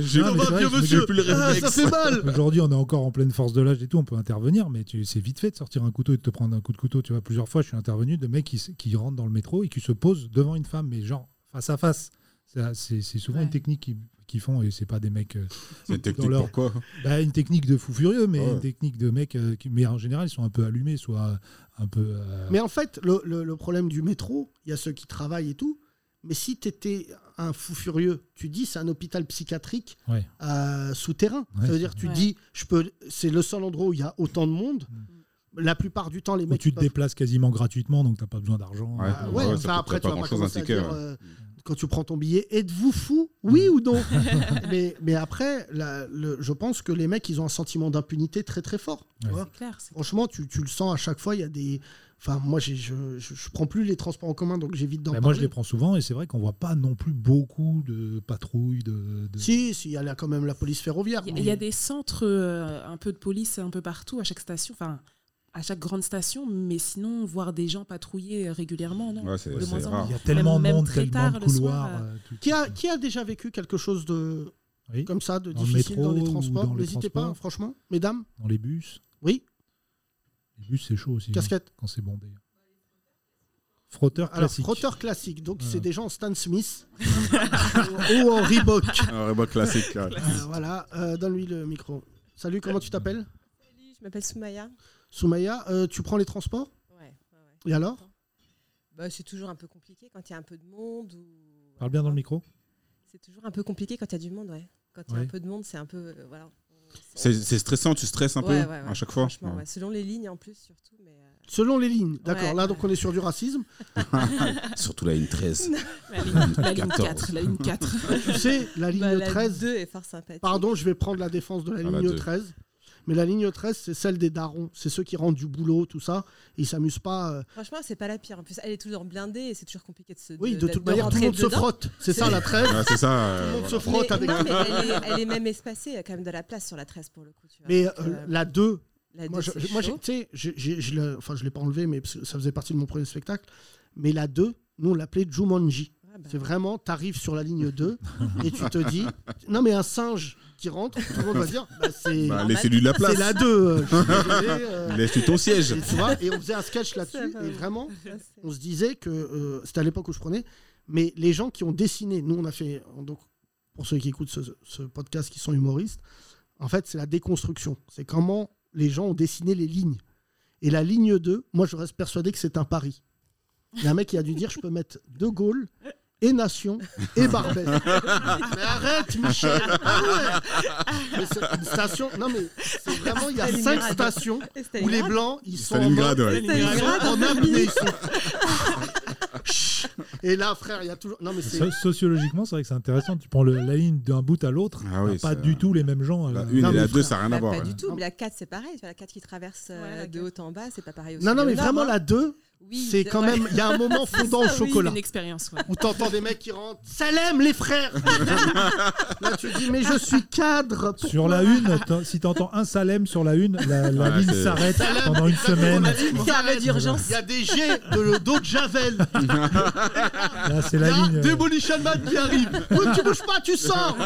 [SPEAKER 6] J'ai
[SPEAKER 2] Non, mais
[SPEAKER 6] pas
[SPEAKER 2] c'est vrai,
[SPEAKER 6] vieux
[SPEAKER 2] je me dis,
[SPEAKER 6] monsieur, plus le
[SPEAKER 2] ah,
[SPEAKER 6] réflexe.
[SPEAKER 2] Aujourd'hui, on est encore en pleine force de l'âge et tout, on peut intervenir, mais tu, c'est vite fait de sortir un couteau et de te prendre un coup de couteau. Tu vois, plusieurs fois, je suis intervenu de mecs qui, s- qui rentrent dans le métro et qui se posent devant une femme, mais genre face à face. Ça, C'est c'est souvent une technique qu'ils qu'ils font et c'est pas des mecs. euh,
[SPEAKER 6] C'est une
[SPEAKER 2] dans
[SPEAKER 6] technique
[SPEAKER 2] leur-
[SPEAKER 6] pourquoi
[SPEAKER 2] Bah, Une technique de fou furieux, mais
[SPEAKER 6] Ouais.
[SPEAKER 2] une technique de mecs. euh, qui- mais en général, ils sont un peu allumés, soit un peu. euh,
[SPEAKER 5] Mais en fait, le, le- le problème du métro, il y a ceux qui travaillent et tout, mais si t'étais un fou furieux, tu dis c'est un hôpital psychiatrique
[SPEAKER 2] Ouais.
[SPEAKER 5] euh, souterrain.
[SPEAKER 2] Ouais,
[SPEAKER 5] Ça veut
[SPEAKER 2] c'est
[SPEAKER 5] dire tu
[SPEAKER 2] vrai.
[SPEAKER 5] dis je peux, c'est le seul endroit où il y a autant de monde. La plupart du temps, les
[SPEAKER 2] Mm. où
[SPEAKER 5] mecs.
[SPEAKER 2] tu
[SPEAKER 5] ils
[SPEAKER 2] te
[SPEAKER 5] peuvent-
[SPEAKER 2] déplaces quasiment gratuitement, donc t'as pas besoin d'argent.
[SPEAKER 6] Ouais.
[SPEAKER 5] Ah ouais,
[SPEAKER 6] Ouais, ça
[SPEAKER 5] enfin,
[SPEAKER 6] coûte
[SPEAKER 5] après, tu
[SPEAKER 6] pas
[SPEAKER 5] vas pas
[SPEAKER 6] grand-chose,
[SPEAKER 5] commencer
[SPEAKER 6] un
[SPEAKER 5] à dire,
[SPEAKER 6] ticket, ouais.
[SPEAKER 5] euh, quand tu prends ton billet, êtes-vous fou
[SPEAKER 2] Mm.
[SPEAKER 5] Oui ou non mais, mais après, la- le- je pense que les mecs, ils ont un sentiment d'impunité très très fort. tu vois.
[SPEAKER 7] clair, c'est
[SPEAKER 5] Franchement, tu, tu le sens à chaque fois. Il y a des. Enfin, moi, j'ai- je, je, je prends plus les transports en commun, donc j'évite d'en
[SPEAKER 2] Bah, moi,
[SPEAKER 5] parler.
[SPEAKER 2] je les prends souvent et c'est vrai qu'on voit pas non plus beaucoup de patrouilles. De, de-
[SPEAKER 5] Si, si, il y a là quand même la police ferroviaire.
[SPEAKER 7] Il y a-
[SPEAKER 5] mais-
[SPEAKER 7] il y, a des centres euh, un peu de police un peu partout à chaque station, enfin à chaque grande station, mais sinon voir des gens patrouiller régulièrement, non.
[SPEAKER 6] Ouais, c'est-
[SPEAKER 7] De
[SPEAKER 6] c'est
[SPEAKER 7] moins en
[SPEAKER 6] rare.
[SPEAKER 7] moins.
[SPEAKER 6] Il y a
[SPEAKER 2] tellement de
[SPEAKER 7] Même- même
[SPEAKER 2] monde,
[SPEAKER 7] très
[SPEAKER 2] tellement
[SPEAKER 7] tard
[SPEAKER 2] de
[SPEAKER 7] le soir,
[SPEAKER 2] couloirs,
[SPEAKER 7] euh,
[SPEAKER 2] euh,
[SPEAKER 5] Qui a, qui a déjà vécu quelque chose de comme ça, de
[SPEAKER 2] Dans le
[SPEAKER 5] difficile
[SPEAKER 2] métro
[SPEAKER 5] dans les
[SPEAKER 2] ou
[SPEAKER 5] transports
[SPEAKER 2] dans les
[SPEAKER 5] N'hésitez pas, hein,
[SPEAKER 2] transports.
[SPEAKER 5] franchement, mesdames.
[SPEAKER 2] dans les bus.
[SPEAKER 5] Oui.
[SPEAKER 2] Les bus, c'est chaud aussi. hein,
[SPEAKER 5] Casquette.
[SPEAKER 2] quand c'est bondé. Frotteur
[SPEAKER 5] Alors,
[SPEAKER 2] classique.
[SPEAKER 5] frotteur classique, donc c'est des gens en Stan Smith ou en Reebok.
[SPEAKER 6] Un Reebok classique. ouais.
[SPEAKER 5] Euh, voilà, euh, donne-lui le micro. Salut, comment tu t'appelles
[SPEAKER 16] Je m'appelle Soumaya.
[SPEAKER 5] Soumaya, euh, tu prends les transports
[SPEAKER 16] Ouais, ouais, ouais.
[SPEAKER 5] Et alors
[SPEAKER 16] Bah, c'est toujours un peu compliqué quand il y a un peu de monde. ou-
[SPEAKER 2] Parle bien dans le micro.
[SPEAKER 16] C'est toujours un peu compliqué quand il y a du monde, ouais. Quand il y a
[SPEAKER 2] Ouais.
[SPEAKER 16] un peu de monde, c'est un peu. euh, voilà.
[SPEAKER 6] C'est c'est stressant, tu stresses un peu
[SPEAKER 16] Ouais, ouais, ouais.
[SPEAKER 6] à chaque fois.
[SPEAKER 16] Franchement, ouais. Selon les lignes en plus, surtout. Mais...
[SPEAKER 5] Selon les lignes, d'accord.
[SPEAKER 16] Ouais.
[SPEAKER 5] Là, donc on est sur du racisme.
[SPEAKER 6] Surtout la ligne 13.
[SPEAKER 16] La ligne- la ligne 4, la ligne 4.
[SPEAKER 5] tu sais, la ligne
[SPEAKER 16] Bah, la
[SPEAKER 5] 13.
[SPEAKER 16] deux est fort sympathique.
[SPEAKER 5] Pardon, je vais prendre la défense de la
[SPEAKER 6] Ah, la
[SPEAKER 5] ligne
[SPEAKER 6] deux.
[SPEAKER 5] 13. Mais la ligne 13, c'est celle des darons. C'est ceux qui rentrent du boulot, tout ça. Ils s'amusent pas. euh,
[SPEAKER 16] Franchement, c'est pas la pire. En plus, elle est toujours blindée et c'est toujours compliqué de se.
[SPEAKER 5] Oui, de toute manière, tout le
[SPEAKER 16] rentrer
[SPEAKER 5] monde se
[SPEAKER 16] dedans.
[SPEAKER 5] frotte. C'est ça, la 13.
[SPEAKER 6] Ouais, c'est ça,
[SPEAKER 5] Tout
[SPEAKER 6] euh,
[SPEAKER 5] le monde se
[SPEAKER 6] voilà.
[SPEAKER 5] frotte
[SPEAKER 16] Mais-
[SPEAKER 5] avec.
[SPEAKER 16] non, mais elle, est, elle est même espacée. Il y a quand même de la place sur la 13 pour le coup. tu vois.
[SPEAKER 5] Mais
[SPEAKER 16] Donc,
[SPEAKER 5] euh,
[SPEAKER 16] euh,
[SPEAKER 5] la 2,
[SPEAKER 16] la
[SPEAKER 5] moi,
[SPEAKER 16] deux,
[SPEAKER 5] je-
[SPEAKER 16] c'est
[SPEAKER 5] je- moi, j'ai-
[SPEAKER 16] chaud.
[SPEAKER 5] tu sais, j'ai- j'ai- je l'ai- enfin, je ne l'ai pas enlevé, mais parce que ça faisait partie de mon premier spectacle. Mais la 2, nous, on l'appelait Jumanji.
[SPEAKER 16] Ah, bah
[SPEAKER 5] C'est vraiment, tu arrives sur la ligne 2 et tu te dis, non, mais un singe qui rentre, tout le monde va dire, bah, c'est
[SPEAKER 6] Bah, laissez-lui de la place.
[SPEAKER 5] C'est la 2. euh, je suis désolé, euh.
[SPEAKER 6] Laisse-lui ton siège.
[SPEAKER 5] Et, tu vois, et on faisait un sketch là-dessus. Et vraiment, on se disait que euh, c'était à l'époque où je prenais, mais les gens qui ont dessiné, nous on a fait, donc pour ceux qui écoutent ce, ce podcast qui sont humoristes, en fait c'est la déconstruction. C'est comment les gens ont dessiné les lignes. Et la ligne 2, moi je reste persuadé que c'est un pari. Il y a un mec qui a dû dire je peux mettre De Gaulle et Nation et Barbès. mais arrête Michel Ah ouais Mais c'est une station, non mais c'est vraiment, il y a cinq
[SPEAKER 16] Stalingrad.
[SPEAKER 5] stations
[SPEAKER 16] Et Stalingrad.
[SPEAKER 5] où les blancs ils sont en,
[SPEAKER 6] Stalingrad,
[SPEAKER 5] mode,
[SPEAKER 6] ouais.
[SPEAKER 5] ils sont en apnée, ils sont et là, frère, il y a toujours. Non, mais c'est.
[SPEAKER 2] So- Sociologiquement, c'est vrai que c'est intéressant. Tu prends le- la ligne d'un bout à l'autre,
[SPEAKER 6] Ah
[SPEAKER 2] t'as
[SPEAKER 6] oui,
[SPEAKER 2] pas
[SPEAKER 6] ça-
[SPEAKER 2] du tout les mêmes gens.
[SPEAKER 6] La
[SPEAKER 2] euh,
[SPEAKER 6] une
[SPEAKER 2] non,
[SPEAKER 6] et
[SPEAKER 2] mais
[SPEAKER 6] la deux,
[SPEAKER 2] frère.
[SPEAKER 6] ça n'a rien à
[SPEAKER 16] Bah,
[SPEAKER 6] voir. hein.
[SPEAKER 16] pas
[SPEAKER 6] ouais.
[SPEAKER 16] du tout. mais La 4, c'est pareil. Tu vois, La 4 qui traverse euh, de haut en bas, c'est pas pareil aussi.
[SPEAKER 5] Non, non,
[SPEAKER 16] que
[SPEAKER 5] mais
[SPEAKER 16] le Nord,
[SPEAKER 5] vraiment,
[SPEAKER 16] hein.
[SPEAKER 5] la 2,
[SPEAKER 16] Oui,
[SPEAKER 5] c'est quand
[SPEAKER 16] ouais.
[SPEAKER 5] même. Il y a un moment fondant au
[SPEAKER 16] Oui,
[SPEAKER 5] chocolat.
[SPEAKER 16] une
[SPEAKER 7] expérience,
[SPEAKER 5] Où t'entends des mecs qui rentrent. Salem, les frères Là, tu dis, mais je suis cadre. pourquoi
[SPEAKER 2] Sur la une, t'en- si t'entends un Salem sur la une, la, la
[SPEAKER 6] Ouais,
[SPEAKER 2] ligne
[SPEAKER 6] c'est-
[SPEAKER 2] s'arrête
[SPEAKER 5] Salem,
[SPEAKER 2] pendant une
[SPEAKER 5] exactement,
[SPEAKER 2] semaine.
[SPEAKER 5] la ligne
[SPEAKER 16] Il y a
[SPEAKER 5] s'arrête.
[SPEAKER 16] d'urgence.
[SPEAKER 5] Il y a des jets de le dos de Javel.
[SPEAKER 2] Là, c'est la
[SPEAKER 5] Il y a
[SPEAKER 2] ligne, euh,
[SPEAKER 5] Demolition Man qui arrive. Oui, tu bouges pas, tu sors.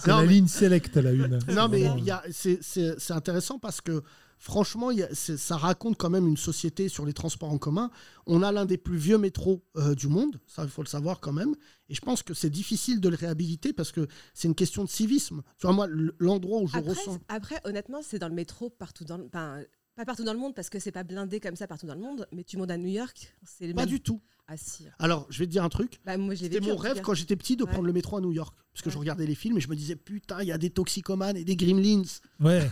[SPEAKER 2] c'est la ligne select la une.
[SPEAKER 5] Non, mais il y a- c'est- c'est c'est intéressant parce que franchement, il y a- c'est- ça raconte quand même une société sur les transports en commun. On a l'un des plus vieux métros euh, du monde, ça il faut le savoir quand même. Et je pense que c'est difficile de le réhabiliter parce que c'est une question de civisme. Tu vois, moi, l- l'endroit où je
[SPEAKER 16] après,
[SPEAKER 5] ressens.
[SPEAKER 16] après, honnêtement, c'est dans le métro partout dans le. enfin, pas partout dans le monde parce que c'est pas blindé comme ça partout dans le monde, mais tu montes à New York, c'est le
[SPEAKER 5] Pas
[SPEAKER 16] même.
[SPEAKER 5] du tout.
[SPEAKER 16] Ah si.
[SPEAKER 5] Alors, je vais te dire un truc.
[SPEAKER 16] Bah, moi, je l'ai
[SPEAKER 5] C'était
[SPEAKER 16] vécu,
[SPEAKER 5] mon
[SPEAKER 16] en tout
[SPEAKER 5] rêve
[SPEAKER 16] cas.
[SPEAKER 5] quand j'étais petit de
[SPEAKER 16] Ouais.
[SPEAKER 5] prendre le métro à New York. Parce que je regardais les films et je me disais, putain, il y a des toxicomanes et des gremlins.
[SPEAKER 2] Ouais. Et-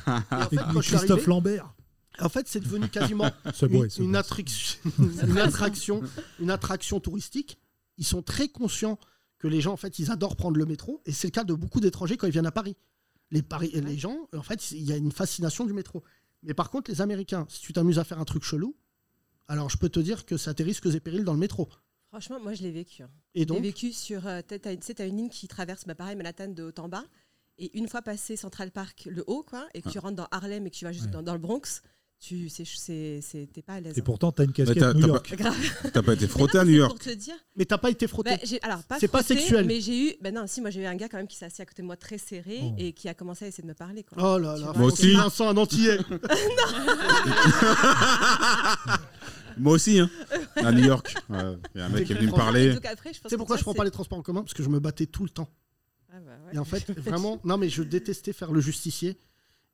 [SPEAKER 2] et
[SPEAKER 5] fait, quand je suis
[SPEAKER 2] Christophe
[SPEAKER 5] arrivé-
[SPEAKER 2] Lambert.
[SPEAKER 5] En fait, c'est devenu quasiment
[SPEAKER 2] C'est
[SPEAKER 5] une,
[SPEAKER 2] beau, c'est
[SPEAKER 5] une
[SPEAKER 2] beau.
[SPEAKER 5] attraction, une attraction, une attraction touristique. Ils sont très conscients que les gens, en fait, ils adorent prendre le métro, et c'est le cas de beaucoup d'étrangers quand ils viennent à Paris. Les, Paris, les gens, en fait, il y a une fascination du métro. Mais par contre, les Américains, si tu t'amuses à faire un truc chelou, alors je peux te dire que ça a tes risques et périls dans le métro.
[SPEAKER 16] Franchement, moi, je l'ai vécu. hein.
[SPEAKER 5] Et
[SPEAKER 16] Je l'ai
[SPEAKER 5] donc
[SPEAKER 16] vécu sur. euh, t'as- t'as- Tu sais, t'as une ligne qui traverse, bah, pareil, Manhattan de haut en bas. Et une fois passé Central Park, le haut, quoi, et que
[SPEAKER 5] Ah.
[SPEAKER 16] tu rentres dans Harlem et que tu vas juste dans, dans le Bronx, tu c'est- c'est- c'est- t'es pas à l'aise.
[SPEAKER 2] Et
[SPEAKER 16] hein.
[SPEAKER 2] pourtant, t'as une
[SPEAKER 6] Mais
[SPEAKER 2] casquette
[SPEAKER 6] t'as-
[SPEAKER 2] New
[SPEAKER 6] t'as
[SPEAKER 2] York.
[SPEAKER 6] pas-
[SPEAKER 16] Grave.
[SPEAKER 6] T'as pas été frotté à
[SPEAKER 16] Mais
[SPEAKER 6] New
[SPEAKER 16] non,
[SPEAKER 6] York.
[SPEAKER 16] c'est Pour te dire.
[SPEAKER 5] Mais t'as pas été frotté.
[SPEAKER 16] Bah, j'ai- alors, pas
[SPEAKER 5] c'est pas
[SPEAKER 16] frotté,
[SPEAKER 5] sexuel.
[SPEAKER 16] Mais j'ai eu. Ben non, si, moi, j'ai eu un gars quand même qui s'est assis à côté de moi très serré
[SPEAKER 5] Oh.
[SPEAKER 16] et qui a commencé à essayer de me parler. Quoi.
[SPEAKER 5] Oh là
[SPEAKER 16] Tu
[SPEAKER 5] là,
[SPEAKER 16] vois, c'est-
[SPEAKER 5] Vincent, un antillais.
[SPEAKER 6] Moi aussi, hein. À New York. Ouais, Il y a un mec qui est venu me parler.
[SPEAKER 16] Donc après, je pense que
[SPEAKER 5] C'est pourquoi
[SPEAKER 16] ça,
[SPEAKER 5] je prends pas
[SPEAKER 16] c'est-
[SPEAKER 5] les transports en commun parce que je me battais tout le temps.
[SPEAKER 16] Ah bah ouais.
[SPEAKER 5] Et en fait, vraiment, non, mais je détestais faire le justicier.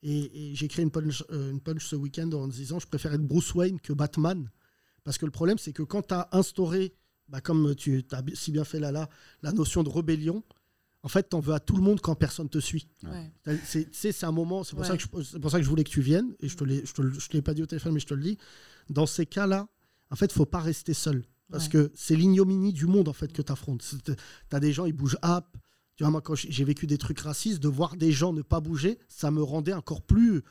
[SPEAKER 5] Et, et j'ai créé une punch, euh, une punch ce week-end en disant je préfère être Bruce Wayne que Batman. Parce que le problème, c'est que quand tu as instauré, bah, comme tu as si bien fait là, là, la notion de rébellion, en fait, t'en veux à tout le monde quand personne te suit.
[SPEAKER 16] Ouais.
[SPEAKER 5] T'as- C'est tu sais, c'est un moment, c'est pour, ça
[SPEAKER 16] Ouais.
[SPEAKER 5] que je- c'est pour ça que je voulais que tu viennes, et je te l'ai- je te le- je te l'ai pas dit au téléphone, mais je te le dis. Dans ces cas-là, en fait, faut pas rester seul. Parce
[SPEAKER 16] Ouais.
[SPEAKER 5] que c'est l'ignominie du monde, en fait, que tu affrontes. Tu as des gens, ils bougent hop. Tu vois, moi, quand j'ai j'ai vécu des trucs racistes, de voir des gens ne pas bouger, ça me rendait encore plus.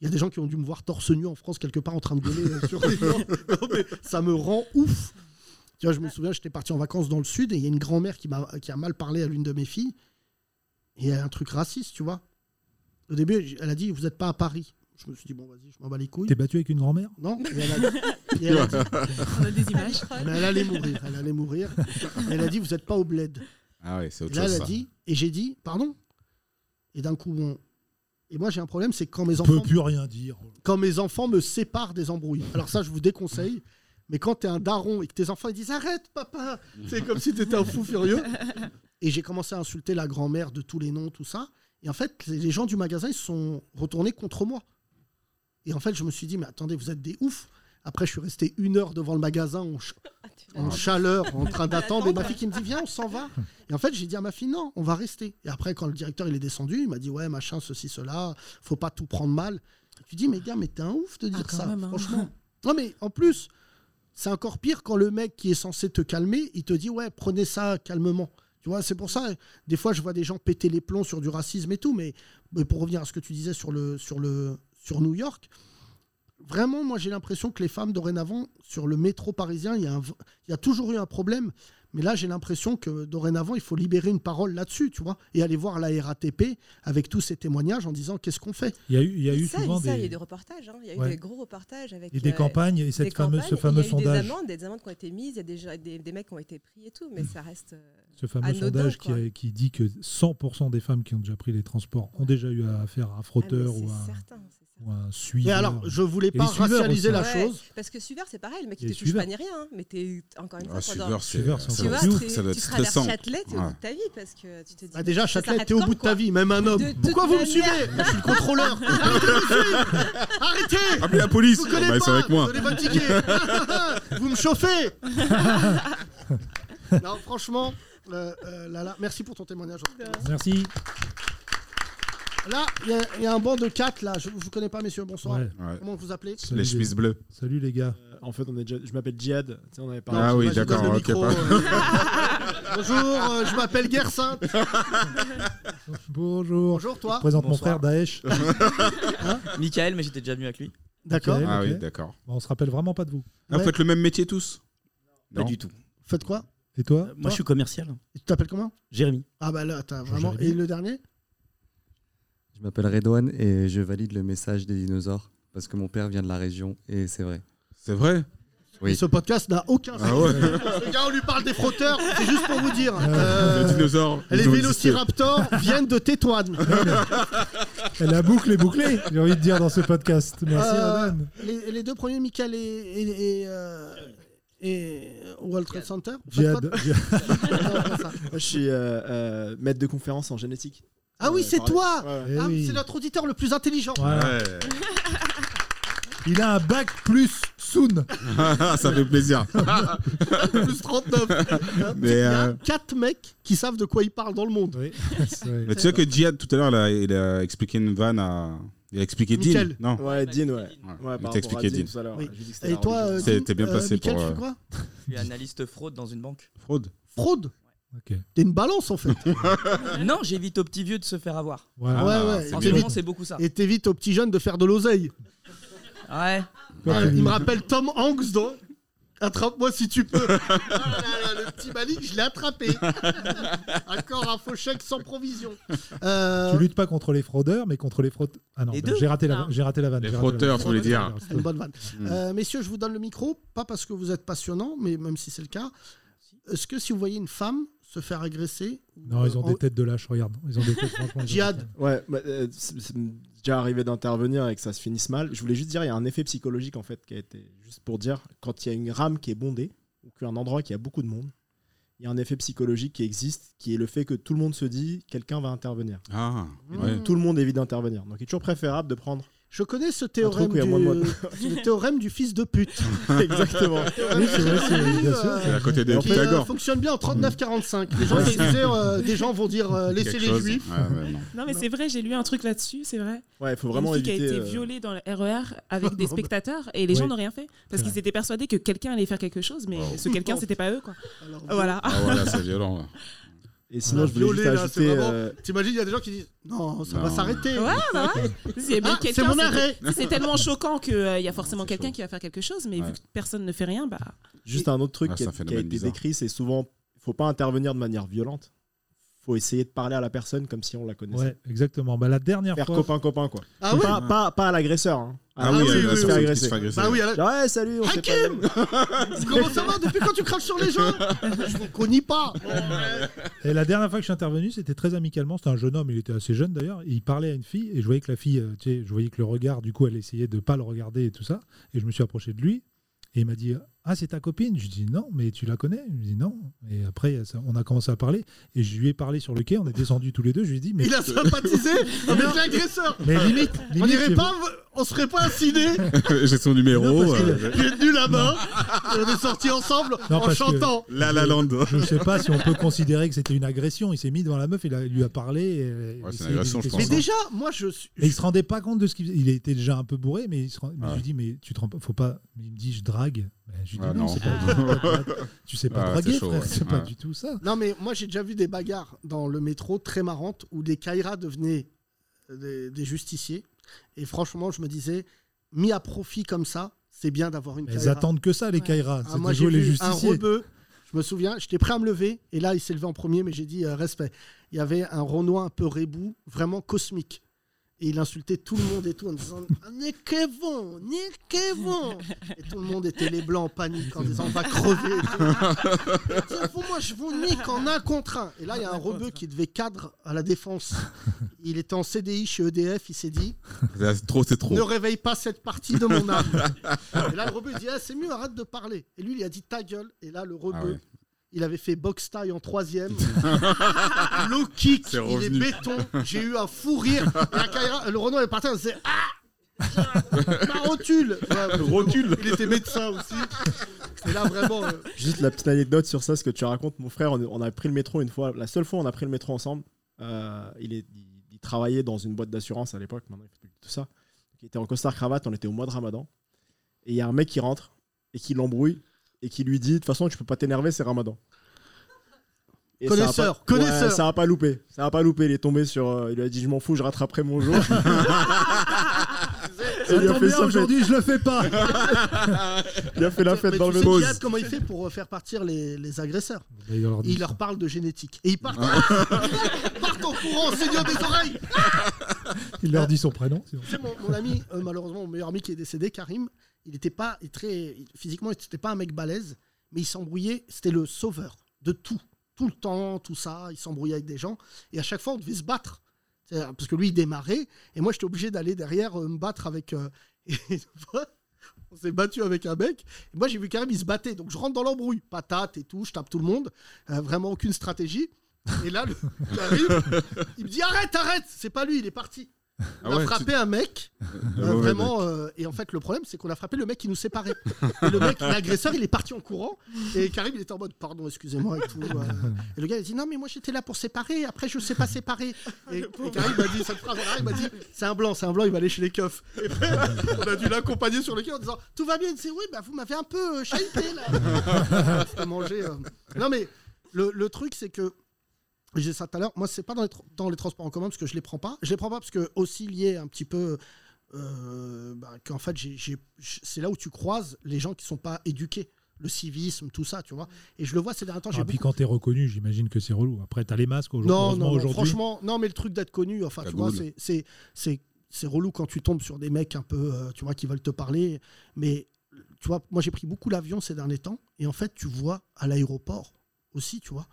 [SPEAKER 5] Il y a des gens qui ont dû me voir torse nu en France, quelque part, en train de gueuler euh, sur des gens. Non, mais ça me rend ouf. Tu vois, je me souviens, j'étais parti en vacances dans le sud et il y a une grand-mère qui, m'a- qui a mal parlé à l'une de mes filles. Et elle a un truc raciste, tu vois. Au début, j- elle a dit Vous n'êtes pas à Paris. Je me suis dit Bon, vas-y, je m'en bats les couilles.
[SPEAKER 2] T'es battu avec une grand-mère
[SPEAKER 5] Non et elle a dit- et elle a dit- Ah,
[SPEAKER 7] On a des images.
[SPEAKER 5] Mais elle allait mourir. Elle allait mourir. Elle a dit Vous n'êtes pas au bled.
[SPEAKER 6] Ah ouais, c'est
[SPEAKER 5] Et
[SPEAKER 6] autre
[SPEAKER 5] là,
[SPEAKER 6] chose.
[SPEAKER 5] elle a
[SPEAKER 6] ça.
[SPEAKER 5] dit Et j'ai dit Pardon Et d'un coup, on... Et moi, j'ai un problème c'est que quand mes
[SPEAKER 2] On peut
[SPEAKER 5] enfants
[SPEAKER 2] plus rien dire.
[SPEAKER 5] quand mes enfants me séparent des embrouilles. Alors ça, je vous déconseille. Mais quand t'es un daron et que tes enfants ils disent arrête papa, c'est comme si t'étais un fou furieux. Et j'ai commencé à insulter la grand-mère de tous les noms, tout ça. Et en fait, les- les gens du magasin ils se sont retournés contre moi. Et en fait, je me suis dit mais attendez, vous êtes des oufs. Après, je suis resté une heure devant le magasin en, ch-
[SPEAKER 7] Ah,
[SPEAKER 5] en chaleur, en train d'attendre. Et ma fille qui me dit viens, on s'en va. Et en fait, j'ai dit à ma fille non, on va rester. Et après, quand le directeur il est descendu, il m'a dit ouais machin ceci cela, faut pas tout prendre mal. Tu dis, mais gars, mais t'es un ouf de dire
[SPEAKER 7] quand
[SPEAKER 5] ça,
[SPEAKER 7] même, hein.
[SPEAKER 5] franchement. Non, mais en plus, c'est encore pire quand le mec qui est censé te calmer, il te dit, ouais, prenez ça calmement. Tu vois, c'est pour ça, des fois, je vois des gens péter les plombs sur du racisme et tout, mais, mais pour revenir à ce que tu disais sur le, sur le, sur New York, vraiment, moi j'ai l'impression que les femmes dorénavant, sur le métro parisien, il y a, un v- il y a toujours eu un problème. Mais là, j'ai l'impression que dorénavant, il faut libérer une parole là-dessus, tu vois, et aller voir la RATP avec tous ces témoignages en disant qu'est-ce qu'on fait.
[SPEAKER 2] Il y a eu, il y a eu
[SPEAKER 16] ça,
[SPEAKER 2] souvent
[SPEAKER 16] ça, il y a
[SPEAKER 2] des.
[SPEAKER 16] eu des reportages. hein. Il y a eu
[SPEAKER 5] Ouais.
[SPEAKER 16] des gros reportages avec. euh,
[SPEAKER 2] Et des campagnes, et cette
[SPEAKER 16] des
[SPEAKER 2] fameuse- ce
[SPEAKER 16] campagnes, et
[SPEAKER 2] fameux
[SPEAKER 16] il y a eu
[SPEAKER 2] sondage. Mm.
[SPEAKER 16] Des amendes, des amendes qui ont été mises, il y a des, gens- des, des mecs qui ont été pris et tout, mais ça reste. euh,
[SPEAKER 2] Ce fameux
[SPEAKER 16] anodin,
[SPEAKER 2] sondage qui,
[SPEAKER 16] quoi.
[SPEAKER 2] a- qui dit que 100% des femmes qui ont déjà pris les transports ont déjà eu affaire à un
[SPEAKER 5] Ah,
[SPEAKER 2] frotteur ou, un, ou un suiveur.
[SPEAKER 5] Mais alors, je voulais
[SPEAKER 2] Et
[SPEAKER 5] pas
[SPEAKER 2] les suiveurs
[SPEAKER 5] racialiser
[SPEAKER 2] aussi.
[SPEAKER 5] la
[SPEAKER 16] Ouais, Parce que suiveur, c'est pareil, le mec, il
[SPEAKER 2] Les
[SPEAKER 16] te touche
[SPEAKER 2] suiveurs.
[SPEAKER 16] pas ni rien. hein, Mais t'es, encore une
[SPEAKER 2] Ah,
[SPEAKER 16] fois, pendant-
[SPEAKER 2] suiveur, c'est- Suiveur, c'est
[SPEAKER 16] tu
[SPEAKER 2] encore
[SPEAKER 16] vois,
[SPEAKER 2] plus ouf.
[SPEAKER 16] tu-
[SPEAKER 2] Ça doit
[SPEAKER 16] tu
[SPEAKER 2] être
[SPEAKER 16] traverses
[SPEAKER 2] stressant.
[SPEAKER 16] Châtelet, t'es au
[SPEAKER 2] Ouais.
[SPEAKER 16] bout de ta vie parce que tu te dis.
[SPEAKER 5] Bah déjà,
[SPEAKER 16] ça
[SPEAKER 5] Châtelet,
[SPEAKER 16] s'arrête
[SPEAKER 5] t'es au
[SPEAKER 16] quand,
[SPEAKER 5] bout de ta
[SPEAKER 16] quoi
[SPEAKER 5] vie, même un homme.
[SPEAKER 16] De toute
[SPEAKER 5] Pourquoi vous me suivez
[SPEAKER 16] manière.
[SPEAKER 5] Moi, Je suis le contrôleur. Arrêtez de me suivre. Arrêtez
[SPEAKER 6] Appelez la police.
[SPEAKER 5] Je vous connais
[SPEAKER 6] Bah,
[SPEAKER 5] pas.
[SPEAKER 6] c'est avec moi.
[SPEAKER 5] Vous donnez pas de ticket. Vous me chauffez. non, franchement, euh, euh, Lala, merci pour ton témoignage.
[SPEAKER 2] Merci.
[SPEAKER 5] Là, il y a- il y, a un banc de 4, là. Je ne vous connais pas, messieurs. Bonsoir.
[SPEAKER 18] Ouais. Ouais.
[SPEAKER 5] Comment vous appelez
[SPEAKER 6] bleues.
[SPEAKER 2] Salut les gars.
[SPEAKER 18] Euh, en fait, on est déjà... je m'appelle Djihad. Tu sais, on avait parlé.
[SPEAKER 6] Ah oui,
[SPEAKER 18] Je sais pas, je
[SPEAKER 6] d'accord,
[SPEAKER 18] donne le
[SPEAKER 6] ok,
[SPEAKER 18] micro,
[SPEAKER 5] euh.
[SPEAKER 6] pardon.
[SPEAKER 18] euh.
[SPEAKER 5] Bonjour, euh, je m'appelle Guerre Sainte.
[SPEAKER 2] Bonjour.
[SPEAKER 5] Bonjour, toi.
[SPEAKER 2] Je présente mon
[SPEAKER 5] Bonsoir.
[SPEAKER 2] frère Daesh.
[SPEAKER 5] Hein
[SPEAKER 19] Michael, mais j'étais déjà venu avec lui.
[SPEAKER 5] D'accord.
[SPEAKER 2] Michael,
[SPEAKER 6] Ah oui,
[SPEAKER 2] ok.
[SPEAKER 6] d'accord.
[SPEAKER 2] Bon, on se rappelle vraiment pas de vous.
[SPEAKER 6] Ah, Vous faites le même métier tous
[SPEAKER 19] Pas
[SPEAKER 6] Non.
[SPEAKER 19] du tout.
[SPEAKER 5] Faites quoi
[SPEAKER 2] Et toi
[SPEAKER 6] Euh,
[SPEAKER 19] Moi, je suis commercial.
[SPEAKER 5] Tu t'appelles comment
[SPEAKER 19] Jérémy.
[SPEAKER 5] Ah, bah là, t'as vraiment. Et le dernier
[SPEAKER 15] Je m'appelle Redouane et je valide le message des dinosaures parce que mon père vient de la région et c'est vrai.
[SPEAKER 6] C'est vrai
[SPEAKER 15] Oui.
[SPEAKER 5] Et ce podcast n'a aucun sens.
[SPEAKER 15] Ah ouais.
[SPEAKER 5] Les gars, on lui parle des frotteurs, c'est juste pour vous dire.
[SPEAKER 2] Euh,
[SPEAKER 6] Les dinosaures,
[SPEAKER 5] Les
[SPEAKER 6] ils ont existé.
[SPEAKER 5] vélociraptors viennent de Tétouane.
[SPEAKER 2] Et la boucle est bouclée, j'ai envie de dire dans ce podcast. Merci
[SPEAKER 5] Euh,
[SPEAKER 2] madame.
[SPEAKER 5] les, les deux premiers, Michael et, et, et, euh, et World Trade Center. Vous faites
[SPEAKER 18] Djihad.
[SPEAKER 5] quoi de-
[SPEAKER 18] Moi, je suis euh, euh, maître de conférence en génétique.
[SPEAKER 5] Ah oui,
[SPEAKER 18] Euh,
[SPEAKER 5] c'est
[SPEAKER 18] parler-
[SPEAKER 5] toi
[SPEAKER 18] Ouais, ouais.
[SPEAKER 5] Ah, C'est notre auditeur le plus intelligent.
[SPEAKER 2] Il a un bac plus soon.
[SPEAKER 6] Ça fait plaisir.
[SPEAKER 5] plus 39.
[SPEAKER 6] Mais, euh,
[SPEAKER 5] 4 mecs qui savent de quoi ils parlent dans le monde.
[SPEAKER 6] Mais tu sais que Djihad, tout à l'heure, il a- il a expliqué une vanne à. Il a expliqué Dean.
[SPEAKER 5] Michel.
[SPEAKER 6] Non
[SPEAKER 18] Ouais, Dean, ouais. ouais
[SPEAKER 6] Il
[SPEAKER 18] par
[SPEAKER 6] t'a
[SPEAKER 18] rapport à
[SPEAKER 6] expliqué
[SPEAKER 18] Dean
[SPEAKER 6] Dean.
[SPEAKER 18] tout à l'heure.
[SPEAKER 5] Oui.
[SPEAKER 18] Je lui ai dit que c'était
[SPEAKER 5] Et
[SPEAKER 18] la
[SPEAKER 5] toi,
[SPEAKER 18] religion.
[SPEAKER 5] euh,
[SPEAKER 6] C'est-
[SPEAKER 5] Dean,
[SPEAKER 6] t'es bien placé
[SPEAKER 5] euh, Michael,
[SPEAKER 6] pour,
[SPEAKER 5] tu
[SPEAKER 6] euh,
[SPEAKER 5] fais quoi
[SPEAKER 19] Je suis analyste fraude dans une banque.
[SPEAKER 6] Fraude.
[SPEAKER 5] Fraude T'es une balance en fait.
[SPEAKER 19] non, j'évite aux petits vieux de se faire avoir.
[SPEAKER 5] Ouais, ouais.
[SPEAKER 19] En
[SPEAKER 5] Et
[SPEAKER 19] ce moment,
[SPEAKER 5] t'évites-
[SPEAKER 19] c'est beaucoup ça.
[SPEAKER 5] Et t'évites aux petits jeunes de faire de l'oseille.
[SPEAKER 19] Ouais.
[SPEAKER 5] Ah, il me rappelle Tom Hanks dans Attrape-moi si tu peux. Ah là là, le petit Malik, je l'ai attrapé. Accord à faux chèque sans provision. Euh,
[SPEAKER 2] Tu luttes pas contre les fraudeurs, mais contre les fraudes. Ah non,
[SPEAKER 5] Les
[SPEAKER 2] bah,
[SPEAKER 5] deux.
[SPEAKER 2] j'ai raté,
[SPEAKER 5] Non.
[SPEAKER 2] la... j'ai raté la vanne.
[SPEAKER 6] Les
[SPEAKER 2] j'ai raté la
[SPEAKER 6] fraudeurs,
[SPEAKER 2] vanne.
[SPEAKER 6] faut les dire.
[SPEAKER 5] C'est une bonne vanne.
[SPEAKER 6] Mm.
[SPEAKER 5] Euh, messieurs, je vous donne le micro, pas parce que vous êtes passionnant, mais même si c'est le cas. Est-ce que si vous voyez une femme se faire agresser.
[SPEAKER 2] Non, ils ont
[SPEAKER 5] euh,
[SPEAKER 2] des têtes de lâche, regarde. Ils ont des têtes franchement. ils ont-
[SPEAKER 5] Djihad.
[SPEAKER 18] Ouais, bah, euh, c'est c'est déjà arrivé d'intervenir et que ça se finisse mal. Je voulais juste dire, il y a un effet psychologique en fait qui a été juste pour dire quand il y a une rame qui est bondée ou qu'un endroit qui a beaucoup de monde, il y a un effet psychologique qui existe, qui est le fait que tout le monde se dit quelqu'un va intervenir.
[SPEAKER 6] Ah,
[SPEAKER 18] Et donc,
[SPEAKER 6] ouais.
[SPEAKER 18] Tout le monde évite d'intervenir. Donc il est toujours préférable de prendre.
[SPEAKER 5] Je connais ce
[SPEAKER 18] truc
[SPEAKER 5] théorème,
[SPEAKER 18] où il y a
[SPEAKER 5] du...
[SPEAKER 18] moins de monde.
[SPEAKER 5] le théorème du fils de pute.
[SPEAKER 18] Exactement.
[SPEAKER 5] Théorème
[SPEAKER 18] Oui, c'est vrai, c'est-
[SPEAKER 5] du-
[SPEAKER 18] bien sûr.
[SPEAKER 5] euh,
[SPEAKER 18] C'est à côté de
[SPEAKER 5] qui, euh,
[SPEAKER 18] Pythagore.
[SPEAKER 5] fonctionne bien en 39-45. Les gens,
[SPEAKER 18] Ouais.
[SPEAKER 5] qui disaient, euh, des gens vont dire euh, laissez
[SPEAKER 18] Quelque
[SPEAKER 5] les
[SPEAKER 18] chose.
[SPEAKER 5] juifs.
[SPEAKER 18] Ouais, ouais, non.
[SPEAKER 7] Non, mais c'est vrai, j'ai lu un truc là-dessus, c'est vrai.
[SPEAKER 18] Ouais, il faut vraiment
[SPEAKER 7] Une fille qui a
[SPEAKER 18] éviter,
[SPEAKER 7] été
[SPEAKER 18] euh,
[SPEAKER 7] violée dans le RER avec des spectateurs et les gens
[SPEAKER 18] Oui.
[SPEAKER 7] n'ont rien fait parce
[SPEAKER 18] C'est
[SPEAKER 7] qu'ils
[SPEAKER 18] vrai.
[SPEAKER 7] étaient persuadés que quelqu'un allait faire quelque chose, mais ce quelqu'un, c'était pas eux, quoi. voilà.
[SPEAKER 6] Ah voilà, c'est violent. là.
[SPEAKER 18] Et sinon, je voulais
[SPEAKER 5] Ah, Violer,
[SPEAKER 18] juste
[SPEAKER 5] là, c'est
[SPEAKER 18] ajouter.
[SPEAKER 5] vraiment-
[SPEAKER 18] euh,
[SPEAKER 5] T'imagines, il y a des gens qui disent non, ça va
[SPEAKER 18] Non.
[SPEAKER 5] s'arrêter.
[SPEAKER 7] Ouais, bah ouais. Si, mais
[SPEAKER 5] Ah,
[SPEAKER 7] quelqu'un,
[SPEAKER 5] c'est mon arrêt.
[SPEAKER 7] c'est- C'est tellement choquant qu'il y a forcément quelqu'un qui va faire quelque chose, mais
[SPEAKER 18] Ouais.
[SPEAKER 7] vu que personne ne fait rien, bah.
[SPEAKER 18] Juste un autre truc
[SPEAKER 6] Ah,
[SPEAKER 18] qui,
[SPEAKER 6] c'est
[SPEAKER 18] a,
[SPEAKER 6] un
[SPEAKER 18] qui a
[SPEAKER 6] phénomène
[SPEAKER 18] été
[SPEAKER 6] bizarre.
[SPEAKER 18] décrit, c'est souvent, faut pas intervenir de manière violente. Faut essayer de parler à la personne comme si on la connaissait.
[SPEAKER 2] Ouais, exactement. Bah, la dernière
[SPEAKER 18] Faire
[SPEAKER 2] fois.
[SPEAKER 18] copain copain quoi.
[SPEAKER 2] Ah
[SPEAKER 18] pas,
[SPEAKER 2] oui
[SPEAKER 18] pas, pas à l'agresseur. hein. À
[SPEAKER 2] Ah
[SPEAKER 18] la
[SPEAKER 2] oui,
[SPEAKER 18] personne
[SPEAKER 2] oui,
[SPEAKER 18] qui
[SPEAKER 2] oui,
[SPEAKER 18] se fait
[SPEAKER 2] oui,
[SPEAKER 18] agresser.
[SPEAKER 2] qui se fait agresser. Bah oui,
[SPEAKER 5] à
[SPEAKER 18] Ouais, salut. On s'est pas-
[SPEAKER 5] Comment ça va Depuis quand tu craches sur les gens Je vous connais pas.
[SPEAKER 2] Et la dernière fois que je suis intervenu, c'était très amicalement. C'était un jeune homme, il était assez jeune d'ailleurs. et Il parlait à une fille et je voyais que la fille, euh, tu sais, je voyais que le regard, du coup, elle essayait de pas le regarder et tout ça. Et je me suis approché de lui et il m'a dit Ah, c'est ta copine Je lui dis Non, mais tu la connais Il me dit Non. Et après, ça- on a commencé à parler et je lui ai parlé sur le quai. On est descendus tous les deux. Je lui ai dit Mais
[SPEAKER 5] Il a sympathisé avec l'agresseur.
[SPEAKER 2] Mais limite,
[SPEAKER 5] on
[SPEAKER 2] limite,
[SPEAKER 5] irait
[SPEAKER 2] j'ai-
[SPEAKER 5] pas, on serait pas assinés.
[SPEAKER 6] J'ai son numéro. euh,
[SPEAKER 5] J'ai tenu la main. et On est sortis ensemble
[SPEAKER 2] Non,
[SPEAKER 5] en
[SPEAKER 2] parce que-
[SPEAKER 5] chantant.
[SPEAKER 6] La La Land.
[SPEAKER 2] Je ne sais pas si on peut considérer que c'était une agression. Il s'est mis devant la meuf, il, a- il lui a parlé. et- il
[SPEAKER 6] c'est une
[SPEAKER 2] s'est-
[SPEAKER 6] agression,
[SPEAKER 2] il
[SPEAKER 6] je
[SPEAKER 2] était-
[SPEAKER 6] pense,
[SPEAKER 5] Mais déjà, moi je suis.
[SPEAKER 2] Mais il se rendait pas compte de ce qu'il faisait. Il était déjà un peu bourré, mais, il se rend- mais je lui dis mais tu te rends pas- faut pas. mais Il me dit je drague. Ben, je lui dis
[SPEAKER 6] Ah,
[SPEAKER 2] non,
[SPEAKER 6] non.
[SPEAKER 2] c'est pas. tu sais pas
[SPEAKER 6] Ah,
[SPEAKER 2] draguer,
[SPEAKER 6] c'est chaud,
[SPEAKER 2] frère.
[SPEAKER 6] ouais.
[SPEAKER 2] C'est pas
[SPEAKER 6] Ouais.
[SPEAKER 2] du tout ça.
[SPEAKER 5] Non, mais moi, j'ai déjà vu euh, des bagarres dans le métro très marrantes où des Kaira devenaient des, des justiciers Et franchement, je me disais, mis à profit comme ça, c'est bien d'avoir une
[SPEAKER 2] Elles
[SPEAKER 5] Kyra.
[SPEAKER 2] attendent que ça, les
[SPEAKER 5] Ouais. Ah,
[SPEAKER 2] Kyra. Ah, C'est
[SPEAKER 5] moi,
[SPEAKER 2] de
[SPEAKER 5] j'ai
[SPEAKER 2] jouer les
[SPEAKER 5] vu un
[SPEAKER 2] justiciers.
[SPEAKER 5] rebeu. Je me souviens, j'étais prêt à me lever et là, il s'est levé en premier, mais j'ai dit euh, respect. Il y avait un Renoir un peu rebou, vraiment cosmique. Et il insultait tout le monde et tout en disant Ah, Niquez-vous Niquez-vous Et tout le monde était les blancs en panique en disant On va crever. et tout. Et tiens, vous, moi, je vous nique en un contre un. Et là, il y a un rebeu qui devait cadre à la défense. Il était en CDI chez EDF, il s'est dit
[SPEAKER 6] C'est trop, c'est trop.
[SPEAKER 5] ne réveille pas cette partie de mon âme. et là, le rebeu il dit Ah, C'est mieux, arrête de parler. Et lui, il a dit Ta gueule. Et là, le rebeu,
[SPEAKER 6] Ah ouais.
[SPEAKER 5] il avait fait box taille en troisième. Low kick,
[SPEAKER 6] C'est
[SPEAKER 5] il est
[SPEAKER 6] revenu.
[SPEAKER 5] béton. J'ai eu un fou rire. Et la Kyra- le Renault est parti. Il disait Ah Ma rotule Ouais,
[SPEAKER 6] Rotule.
[SPEAKER 5] Il était médecin aussi. Et là, vraiment. euh,
[SPEAKER 18] Juste la petite anecdote sur ça, ce que tu racontes, mon frère, on, on a pris le métro une fois, la seule fois où on a pris le métro ensemble, euh, il, est, il, il travaillait dans une boîte d'assurance à l'époque, maintenant il fait plus tout ça. Il était en costard cravate, on était au mois de Ramadan, et il y a un mec qui rentre et qui l'embrouille et qui lui dit de toute façon tu peux pas t'énerver, c'est Ramadan. Et ça a
[SPEAKER 5] Connaisseur,
[SPEAKER 18] pas-
[SPEAKER 5] connaisseur.
[SPEAKER 18] Ouais, Ça a pas loupé, ça a pas loupé. Il est tombé sur, euh, il lui a dit je m'en fous, je rattraperai mon jour.
[SPEAKER 2] Ça
[SPEAKER 18] Il a
[SPEAKER 2] tombe
[SPEAKER 18] fait
[SPEAKER 2] bien,
[SPEAKER 18] sa
[SPEAKER 2] aujourd'hui,
[SPEAKER 18] fête.
[SPEAKER 2] je le fais pas.
[SPEAKER 18] Il a fait la fête
[SPEAKER 5] mais
[SPEAKER 18] dans
[SPEAKER 5] tu
[SPEAKER 18] le
[SPEAKER 5] sais,
[SPEAKER 18] métro.
[SPEAKER 5] Jihad, comment il fait pour euh, faire partir les, les agresseurs
[SPEAKER 2] Il leur dit
[SPEAKER 5] Il leur parle de génétique. Et ils partent, ils partent en courant, Seigneur des oreilles
[SPEAKER 2] Il leur dit son prénom. sinon.
[SPEAKER 5] Tu sais, mon, mon ami, euh, malheureusement, mon meilleur ami qui est décédé, Karim, il était pas il très. il- physiquement, il n'était pas un mec balèze, mais il s'embrouillait. C'était le sauveur de tout. Tout le temps, tout ça. Il s'embrouillait avec des gens. Et à chaque fois, on devait se battre. C'est-à-dire, Parce que lui, il démarrait. Et moi, j'étais obligé d'aller derrière euh, me battre avec. euh, et une fois, on s'est battu avec un mec. Et moi, j'ai vu Karim, il se battait. Donc, je rentre dans l'embrouille. Patate et tout. Je tape tout le monde. Euh, vraiment aucune stratégie. Et là, le- j'arrive, il me dit arrête, arrête. C'est pas lui, il est parti. On
[SPEAKER 6] Ah
[SPEAKER 5] a
[SPEAKER 6] ouais,
[SPEAKER 5] frappé
[SPEAKER 6] tu-
[SPEAKER 5] un mec,
[SPEAKER 6] Un
[SPEAKER 5] euh,
[SPEAKER 6] mauvais
[SPEAKER 5] vraiment. euh, et en fait, le problème, c'est qu'on a frappé le mec qui nous séparait. Et le mec, l'agresseur, il est parti en courant. Et Karim, il était en mode, pardon, excusez-moi et tout. euh. Et le gars, il a dit, non, mais moi, j'étais là pour séparer. Après, je sais pas séparer. Et, et Karim m'a dit cette phrase. en arrière, Il m'a dit, c'est un blanc, c'est un blanc, il va aller chez les keufs. Et puis, on a dû l'accompagner sur le quai en disant, tout va bien. Il dit, oui, bah, vous m'avez un peu euh, chahuté, là. C'était mangé. euh. Non, mais le, le truc, c'est que je disais ça tout à l'heure, moi, c'est pas dans les, tra- dans les transports en commun parce que je les prends pas. Je les prends pas parce que, aussi lié un petit peu. euh, bah, qu'en fait, j'ai- j'ai- j- c'est là où tu croises les gens qui sont pas éduqués. Le civisme, tout ça, tu vois. Et je le vois ces derniers temps. j'ai
[SPEAKER 2] Ah, puis
[SPEAKER 5] beaucoup-
[SPEAKER 2] quand t'es reconnu, j'imagine que c'est relou. Après, t'as les masques aujourd'hui.
[SPEAKER 5] non,
[SPEAKER 2] heureusement,
[SPEAKER 5] non, non,
[SPEAKER 2] aujourd'hui.
[SPEAKER 5] franchement, non, mais le truc d'être connu, enfin,
[SPEAKER 2] La
[SPEAKER 5] tu vois,
[SPEAKER 2] boule.
[SPEAKER 5] c'est- c'est- c'est c'est relou quand tu tombes sur des mecs un peu, euh, tu vois, qui veulent te parler. Mais tu vois, moi j'ai pris beaucoup l'avion ces derniers temps, et en fait, tu vois à l'aéroport aussi, tu vois,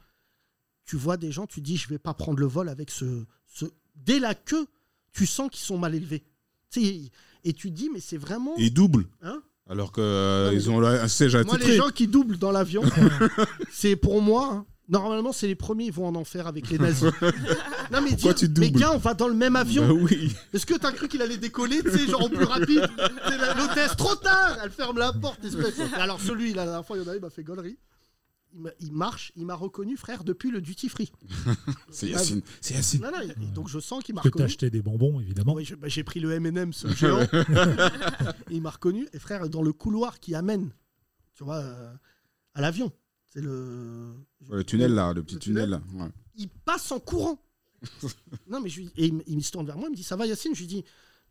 [SPEAKER 5] tu vois des gens, tu dis, je vais pas prendre le vol avec ce, ce... dès la queue, tu sens qu'ils sont mal élevés. Tu sais, et tu dis, mais c'est vraiment.
[SPEAKER 6] Et ils doublent.
[SPEAKER 5] Hein
[SPEAKER 6] Alors qu'ils ont là un siège à
[SPEAKER 5] moi, les gens qui doublent dans l'avion, c'est pour moi. hein, Normalement, c'est les premiers, ils vont en enfer avec les nazis. non, mais
[SPEAKER 6] Pourquoi
[SPEAKER 5] dire,
[SPEAKER 6] tu doubles
[SPEAKER 5] mais gars, on va dans le même avion.
[SPEAKER 6] Bah oui.
[SPEAKER 5] Est-ce que t'as cru qu'il allait décoller, tu sais, genre en plus rapide C'est la- L'hôtesse, trop tard Elle ferme la porte, espèce. Mais Alors, celui, la dernière fois, il y en a, il m'a fait gaulerie. Il, m'a- il marche, il m'a reconnu, frère, depuis le duty free.
[SPEAKER 6] C'est Yacine. C'est Yacine.
[SPEAKER 5] Non, non, il- donc je sens qu'il m'a
[SPEAKER 2] Parce que t'as
[SPEAKER 5] reconnu.
[SPEAKER 2] acheté des bonbons, évidemment.
[SPEAKER 5] Oui, je- bah, j'ai pris le M&M, ce géant. il m'a reconnu. Et frère, dans le couloir qui amène, tu vois, euh, à l'avion. C'est le.
[SPEAKER 6] Ouais, le tunnel là, le petit tunnel là. Ouais.
[SPEAKER 5] Il passe en courant. non, mais je lui- et il, me- il se tourne vers moi, il me dit Ça va, Yacine Je lui dis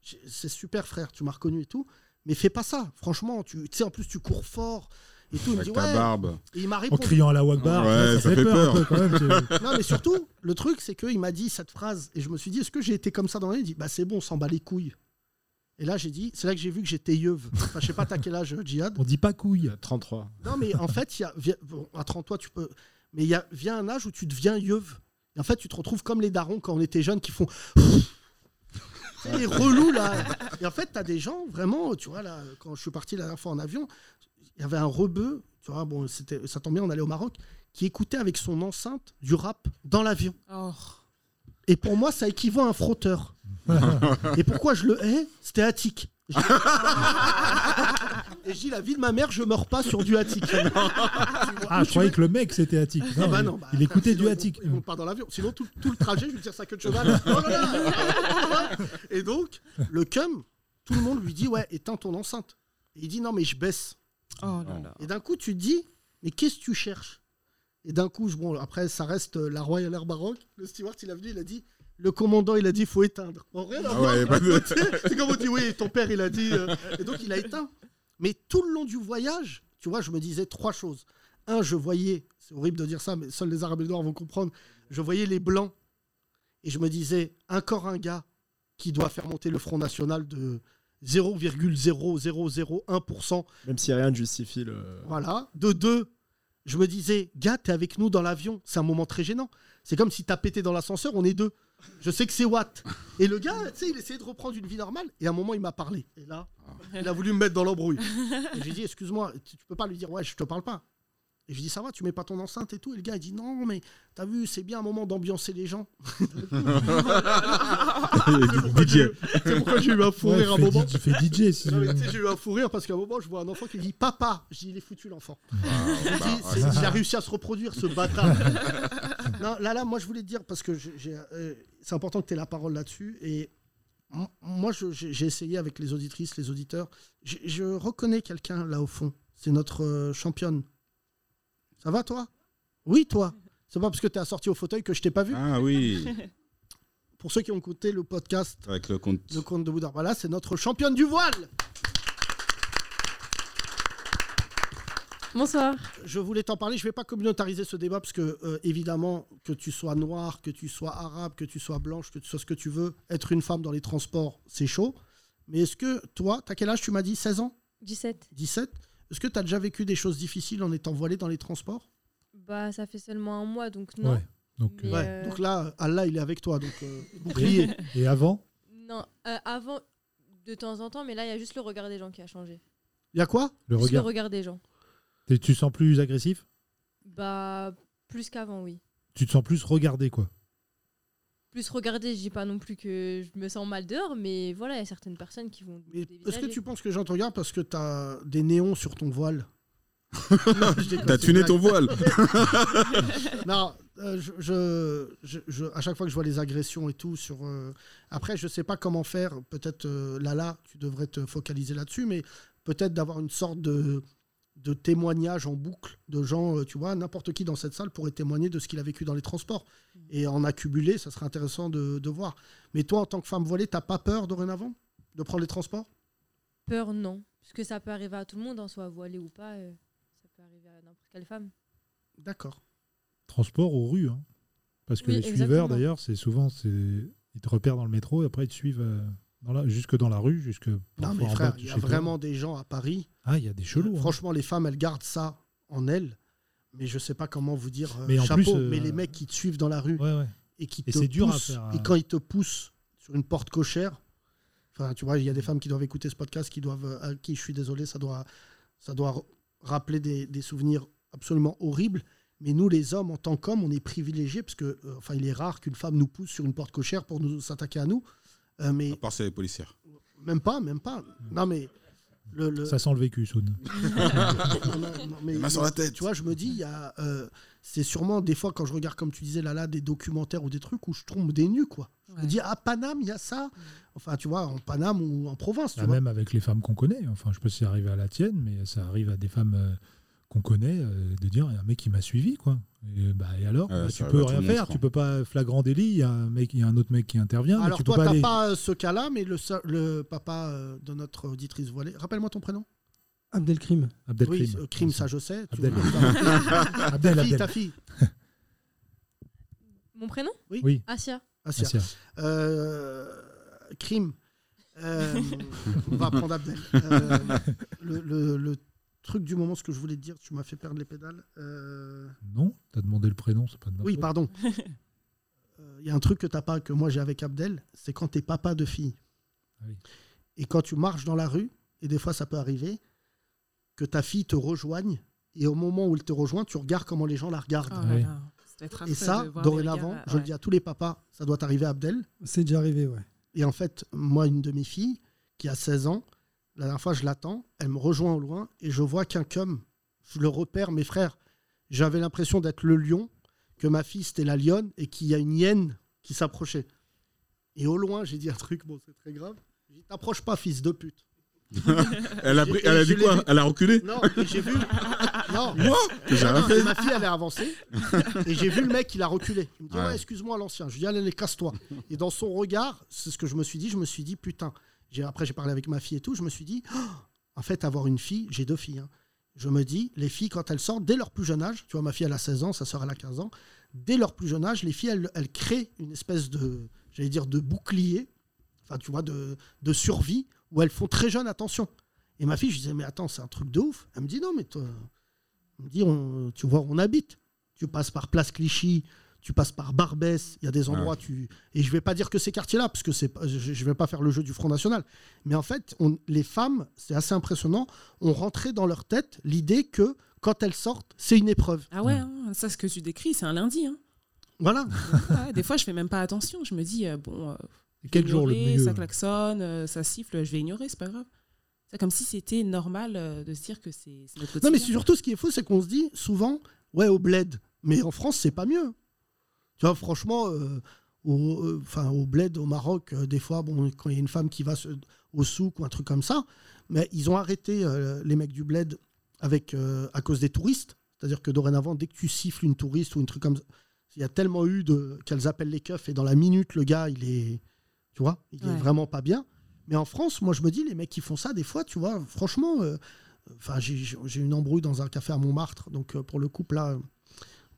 [SPEAKER 5] J'ai- C'est super, frère, tu m'as reconnu et tout. Mais fais pas ça, franchement. Tu tu sais, en plus, tu cours fort. Et tout. Il me
[SPEAKER 6] Avec
[SPEAKER 5] dit,
[SPEAKER 6] ta
[SPEAKER 5] ouais.
[SPEAKER 6] barbe.
[SPEAKER 5] Et il m'a
[SPEAKER 2] En
[SPEAKER 5] répondu.
[SPEAKER 2] criant à la Wagbar,
[SPEAKER 6] Ouais,
[SPEAKER 2] ça, fait peur, un peu quand même. tu-
[SPEAKER 5] non, mais surtout, le truc, c'est qu'il m'a dit cette phrase et je me suis dit, est-ce que j'ai été comme ça dans l'année Il dit, bah c'est bon, on s'en bat les couilles. Et là, j'ai dit, c'est là que j'ai vu que j'étais yeuve. Enfin, je sais pas, t'as quel âge, Djihad
[SPEAKER 2] On dit pas couille.
[SPEAKER 18] 33.
[SPEAKER 5] Non, mais en fait, il y a, vi- bon, à 30 toi, tu peux. Mais il y a, vient un âge où tu deviens yeuve. Et en fait, tu te retrouves comme les darons quand on était jeunes qui font. C'est les relous, là. Et en fait, t'as des gens, vraiment, tu vois, là, quand je suis parti la dernière fois en avion, il y avait un rebeu, tu vois, bon, c'était, ça tombe bien, on allait au Maroc, qui écoutait avec son enceinte du rap dans l'avion. Et pour moi, ça équivaut à un frotteur. Et pourquoi je le hais C'était Attic. Je- Et je dis, la vie de ma mère, je meurs pas sur du Attic.
[SPEAKER 2] Ah, je croyais que le mec c'était Attic.
[SPEAKER 5] Ah
[SPEAKER 2] Non,
[SPEAKER 5] bah
[SPEAKER 2] il-
[SPEAKER 5] non, bah,
[SPEAKER 2] il écoutait
[SPEAKER 5] sinon,
[SPEAKER 2] du
[SPEAKER 5] ils
[SPEAKER 2] Attic.
[SPEAKER 5] vont- Ils vont pas dans l'avion. Sinon, tout, tout le trajet, je vais dire sa queue de cheval. Oh là là, oh là là. et donc, le cum, tout le monde lui dit Ouais, éteins ton enceinte. Et il dit Non, mais je baisse. Et d'un coup, tu te dis Mais qu'est-ce que tu cherches Et d'un coup, je- bon, après, ça reste euh, la Royal Air Baroque. Le steward, il a venu, il a dit le commandant, il a dit faut éteindre. En vrai,
[SPEAKER 1] Ah
[SPEAKER 5] là,
[SPEAKER 1] ouais, pas de-
[SPEAKER 5] tu sais, c'est comme on dit oui, ton père, il a dit. euh, et donc, il a éteint. Mais tout le long du voyage, tu vois, je me disais trois choses. Un, je voyais, c'est horrible de dire ça, mais seuls les Arabes et les Noirs vont comprendre. Je voyais les Blancs et je me disais encore un gars qui doit faire monter le Front National de 0,0001%.
[SPEAKER 18] Même si rien ne justifie le.
[SPEAKER 5] Voilà. De deux, je me disais, gars, t'es avec nous dans l'avion. C'est un moment très gênant. C'est comme si t'as pété dans l'ascenseur, on est deux. Je sais que c'est Watt. Et le gars, tu sais, il essayait de reprendre une vie normale. Et à un moment, il m'a parlé. Et là, il a voulu me mettre dans l'embrouille. Et j'ai dit, excuse-moi, tu tu peux pas lui dire, ouais, je te parle pas. Et je dis, ça va, tu mets pas ton enceinte et tout. Et le gars, il dit, non, mais t'as vu, c'est bien un moment d'ambiancer les gens.
[SPEAKER 6] DJ.
[SPEAKER 5] C'est pourquoi j'ai eu un fou rire à un moment.
[SPEAKER 2] Tu fais DJ, si
[SPEAKER 5] Ah Non, mais tu sais, j'ai eu un fou rire parce qu'à un moment, je vois un enfant qui dit Papa Je dis, il est foutu, l'enfant.
[SPEAKER 6] Ah,
[SPEAKER 5] Je me
[SPEAKER 2] bah,
[SPEAKER 5] dis, c'est-
[SPEAKER 2] ouais.
[SPEAKER 5] il a réussi à se reproduire, ce bâtard. non, là, là, moi, je voulais te dire, parce que j'ai- j'ai, euh, c'est important que tu aies la parole là-dessus. Et m- moi, je- j'ai j'ai essayé avec les auditrices, les auditeurs. Je, je reconnais quelqu'un là au fond. C'est notre euh, championne. Ça va, toi Oui, toi. C'est pas parce que tu es assorti au fauteuil que je t'ai pas vu.
[SPEAKER 6] Ah oui.
[SPEAKER 5] Pour ceux qui ont écouté le podcast
[SPEAKER 6] Avec le compte.
[SPEAKER 5] le comte de Boudard. Voilà, c'est notre championne du voile.
[SPEAKER 4] Bonsoir.
[SPEAKER 5] Je voulais t'en parler. Je ne vais pas communautariser ce débat parce que, euh, évidemment, que tu sois noir, que tu sois arabe, que tu sois blanche, que tu sois ce que tu veux, être une femme dans les transports, c'est chaud. Mais est-ce que toi, t'as quel âge Tu m'as dit 16 ans
[SPEAKER 4] 17.
[SPEAKER 5] 17 Est-ce que tu as déjà vécu des choses difficiles en étant voilée dans les transports
[SPEAKER 4] Bah, ça fait seulement un mois, donc non.
[SPEAKER 2] Ouais, donc,
[SPEAKER 4] Mais,
[SPEAKER 5] Ouais.
[SPEAKER 4] euh,
[SPEAKER 5] Donc là, Allah, il est avec toi, donc euh, bouclier.
[SPEAKER 2] Et, et avant
[SPEAKER 4] Non, euh, avant, de temps en temps, mais là, il y a juste le regard des gens qui a changé.
[SPEAKER 5] Il y a quoi
[SPEAKER 2] Le
[SPEAKER 4] Juste
[SPEAKER 2] regard.
[SPEAKER 4] le regard des gens.
[SPEAKER 2] T'es- Tu te sens plus agressif
[SPEAKER 4] Bah, plus qu'avant, oui.
[SPEAKER 2] Tu te sens plus regardé, quoi.
[SPEAKER 4] Plus regarder, je dis pas non plus que je me sens mal dehors, mais voilà, il y a certaines personnes qui vont.
[SPEAKER 5] Est-ce que
[SPEAKER 4] dévisager.
[SPEAKER 5] tu penses que j'en te regarde parce que tu as des néons sur ton voile
[SPEAKER 6] T'as tuné ton voile.
[SPEAKER 5] non, euh, je, je- je- je- à chaque fois que je vois les agressions et tout, sur, euh, après, je sais pas comment faire. Peut-être, euh, Lala, tu devrais te focaliser là-dessus, mais peut-être d'avoir une sorte de, de témoignage en boucle de gens, euh, tu vois, n'importe qui dans cette salle pourrait témoigner de ce qu'il a vécu dans les transports. Et en accumulé, ça serait intéressant de, de voir. Mais toi, en tant que femme voilée, t'as pas peur dorénavant de prendre les transports
[SPEAKER 4] Peur, non. Parce que ça peut arriver à tout le monde, en soit voilé ou pas, euh, ça peut arriver à n'importe quelle femme.
[SPEAKER 5] D'accord.
[SPEAKER 2] Transport aux rues. hein. Parce que
[SPEAKER 4] Oui,
[SPEAKER 2] les suiveurs,
[SPEAKER 4] exactement.
[SPEAKER 2] d'ailleurs, c'est souvent. c'est- Ils te repèrent dans le métro et après ils te suivent euh, dans la- jusque dans la rue, jusque.
[SPEAKER 5] Non,
[SPEAKER 2] parfois
[SPEAKER 5] mais
[SPEAKER 2] en
[SPEAKER 5] frère,
[SPEAKER 2] bas de
[SPEAKER 5] il y a
[SPEAKER 2] chez toi.
[SPEAKER 5] vraiment des gens à Paris. Euh,
[SPEAKER 2] Ah, il y a des chelous. hein.
[SPEAKER 5] Franchement, les femmes, elles gardent ça en elles. Mais je sais pas comment vous dire euh,
[SPEAKER 2] Mais en
[SPEAKER 5] chapeau,
[SPEAKER 2] plus, euh,
[SPEAKER 5] mais les mecs qui te suivent dans la rue et qui
[SPEAKER 2] Et
[SPEAKER 5] te
[SPEAKER 2] c'est dur à
[SPEAKER 5] poussent,
[SPEAKER 2] faire, euh.
[SPEAKER 5] et quand ils te poussent sur une porte cochère, enfin, tu vois, il y a des femmes qui doivent écouter ce podcast, qui doivent, euh, à qui je suis désolé, ça doit, ça doit rappeler des, des souvenirs absolument horribles. Mais nous, les hommes, en tant qu'hommes, on est privilégiés parce que, euh, enfin, il est rare qu'une femme nous pousse sur une porte cochère pour nous s'attaquer à nous. Euh, mais
[SPEAKER 6] À part c'est les policières.
[SPEAKER 5] même pas, même pas. Non, mais. Le, le-
[SPEAKER 2] Hmm. Ça sent le vécu, Soun.
[SPEAKER 5] Non, non, non, mais-
[SPEAKER 6] Les mains sur la
[SPEAKER 5] mais,
[SPEAKER 6] tête.
[SPEAKER 5] Tu vois, je me dis, il y a, euh, c'est sûrement des fois quand je regarde, comme tu disais, là, là, des documentaires ou des trucs où je trompe des nus, quoi. Je me dis, à Paname, il y a ça. Enfin, tu vois, en Paname ou en province, tu
[SPEAKER 2] Bah,
[SPEAKER 5] vois.
[SPEAKER 2] même avec les femmes qu'on connaît. Enfin, je sais pas si c'est arrivé à la tienne, mais ça arrive à des femmes euh, qu'on connaît euh, de dire il y a un mec qui m'a suivi, quoi. Et, bah, et alors
[SPEAKER 6] Euh,
[SPEAKER 2] Bah,
[SPEAKER 6] ça
[SPEAKER 2] Tu
[SPEAKER 6] arrive
[SPEAKER 2] peux
[SPEAKER 6] à tout
[SPEAKER 2] rien
[SPEAKER 6] le monde,
[SPEAKER 2] faire,
[SPEAKER 6] je
[SPEAKER 2] tu peux pas flagrant délit, il y, a un mec- il y a un autre mec qui intervient. mais
[SPEAKER 5] Alors,
[SPEAKER 2] tu
[SPEAKER 5] toi,
[SPEAKER 2] peux pas
[SPEAKER 5] t'as
[SPEAKER 2] aller-
[SPEAKER 5] pas euh, ce cas-là, mais le, seul- le papa euh, de notre auditrice voilée. Rappelle-moi ton prénom.
[SPEAKER 19] Abdelkrim.
[SPEAKER 2] Abdelkrim.
[SPEAKER 5] Oui, euh, crime, ça, je sais. Tu-
[SPEAKER 2] Abdel.
[SPEAKER 5] Ta
[SPEAKER 2] Abdel,
[SPEAKER 5] fille,
[SPEAKER 2] Abdel.
[SPEAKER 5] ta fille.
[SPEAKER 4] Mon prénom
[SPEAKER 5] Oui.
[SPEAKER 2] Oui.
[SPEAKER 4] Asia.
[SPEAKER 5] Asia.
[SPEAKER 2] Asia.
[SPEAKER 5] Ah, Euh, crime. Euh, on va prendre Abdel. Euh, le, le- le truc du moment, ce que je voulais te dire, tu m'as fait perdre les pédales. Euh,
[SPEAKER 2] Non, t'as demandé le prénom, c'est pas de ma
[SPEAKER 5] oui,
[SPEAKER 2] faute.
[SPEAKER 5] pardon. Euh, Il y a un truc que t'as pas, que moi j'ai avec Abdel, c'est quand t'es papa de fille. Et quand tu marches dans la rue, et des fois ça peut arriver, que ta fille te rejoigne, et au moment où elle te rejoint, tu regardes comment les gens la regardent.
[SPEAKER 2] Oh là Oui. là,
[SPEAKER 20] ça doit être
[SPEAKER 5] Ah et
[SPEAKER 20] affreux
[SPEAKER 5] ça,
[SPEAKER 20] de voir des
[SPEAKER 5] dorénavant,
[SPEAKER 20] regards,
[SPEAKER 5] je le
[SPEAKER 20] ouais.
[SPEAKER 5] dis à tous les papas, ça doit arriver à Abdel.
[SPEAKER 20] C'est déjà arrivé, ouais.
[SPEAKER 5] Et en fait, moi, une de mes filles, qui a 16 ans, la dernière fois, je l'attends, elle me rejoint au loin et je vois qu'un cum. Je le repère, mes frères. J'avais l'impression d'être le lion, que ma fille, c'était la lionne et qu'il y a une hyène qui s'approchait. Et au loin, j'ai dit un truc, bon, c'est très grave. J'ai dit, t'approches pas, fils de pute.
[SPEAKER 6] Elle a pris- elle a dit quoi Elle a reculé
[SPEAKER 5] Non, et j'ai vu. Non,
[SPEAKER 6] Moi Que j'ai
[SPEAKER 5] Non,
[SPEAKER 6] rien
[SPEAKER 5] non,
[SPEAKER 6] fait.
[SPEAKER 5] Ma fille, elle est avancée. Et j'ai vu le mec, il a reculé. Il me dit
[SPEAKER 6] Ouais.
[SPEAKER 5] ouais, excuse-moi, l'ancien. Je lui dis Allez, allez, casse-toi. Et dans son regard, c'est ce que je me suis dit. Je me suis dit Putain. J'ai- Après, j'ai parlé avec ma fille et tout. Je me suis dit Oh, En fait, avoir une fille, j'ai deux filles. hein. Je me dis Les filles, quand elles sortent, dès leur plus jeune âge, tu vois, ma fille, elle a 16 ans, sa sœur, elle a 15 ans. Dès leur plus jeune âge, les filles, elles, elles créent une espèce de, j'allais dire, de bouclier enfin tu vois, de, de survie, où elles font très jeune attention. Et ma fille, je disais, mais attends, c'est un truc de ouf. Elle me dit, non, mais toi, elle me dit, on, tu vois, on habite. Tu passes par Place Clichy, tu passes par Barbès, il y a des endroits, tu... et je vais pas dire que ces quartiers-là, parce que c'est, pas- je je vais pas faire le jeu du Front National, mais en fait, on, les femmes, c'est assez impressionnant, ont rentré dans leur tête l'idée que quand elles sortent, c'est une épreuve.
[SPEAKER 7] Ah ouais, hein, ça, ce que tu décris, c'est un lundi. hein.
[SPEAKER 5] Mm. Voilà.
[SPEAKER 7] Ouais, des fois, je fais même pas attention. Je me dis, euh, bon. euh, je
[SPEAKER 2] quel
[SPEAKER 7] vais
[SPEAKER 2] jour le
[SPEAKER 7] ignorer,
[SPEAKER 2] mieux
[SPEAKER 7] Ça klaxonne, euh, ça siffle, je vais ignorer, c'est pas grave. C'est comme si c'était normal euh, de se dire que c'est c'est notre
[SPEAKER 5] Non, mais
[SPEAKER 7] quotidien.
[SPEAKER 5] c'est surtout, ce qui est faux, c'est qu'on se dit souvent, ouais, au bled. Mais en France, c'est pas mieux. Tu vois, franchement, euh, au, euh, enfin, au bled, au Maroc, euh, des fois, bon, quand il y a une femme qui va se- au souk ou un truc comme ça, mais ils ont arrêté euh, les mecs du bled avec, euh, à cause des touristes. C'est-à-dire que dorénavant, dès que tu siffles une touriste ou un truc comme ça, il y a tellement eu de qu'elles appellent les keufs et dans la minute, le gars, il est, tu vois, il est
[SPEAKER 2] Ouais.
[SPEAKER 5] vraiment pas bien. Mais en France, moi, je me dis, les mecs qui font ça, des fois, tu vois, franchement, euh, enfin, j'ai- j'ai j'ai une embrouille dans un café à Montmartre, donc euh, pour le couple là, euh,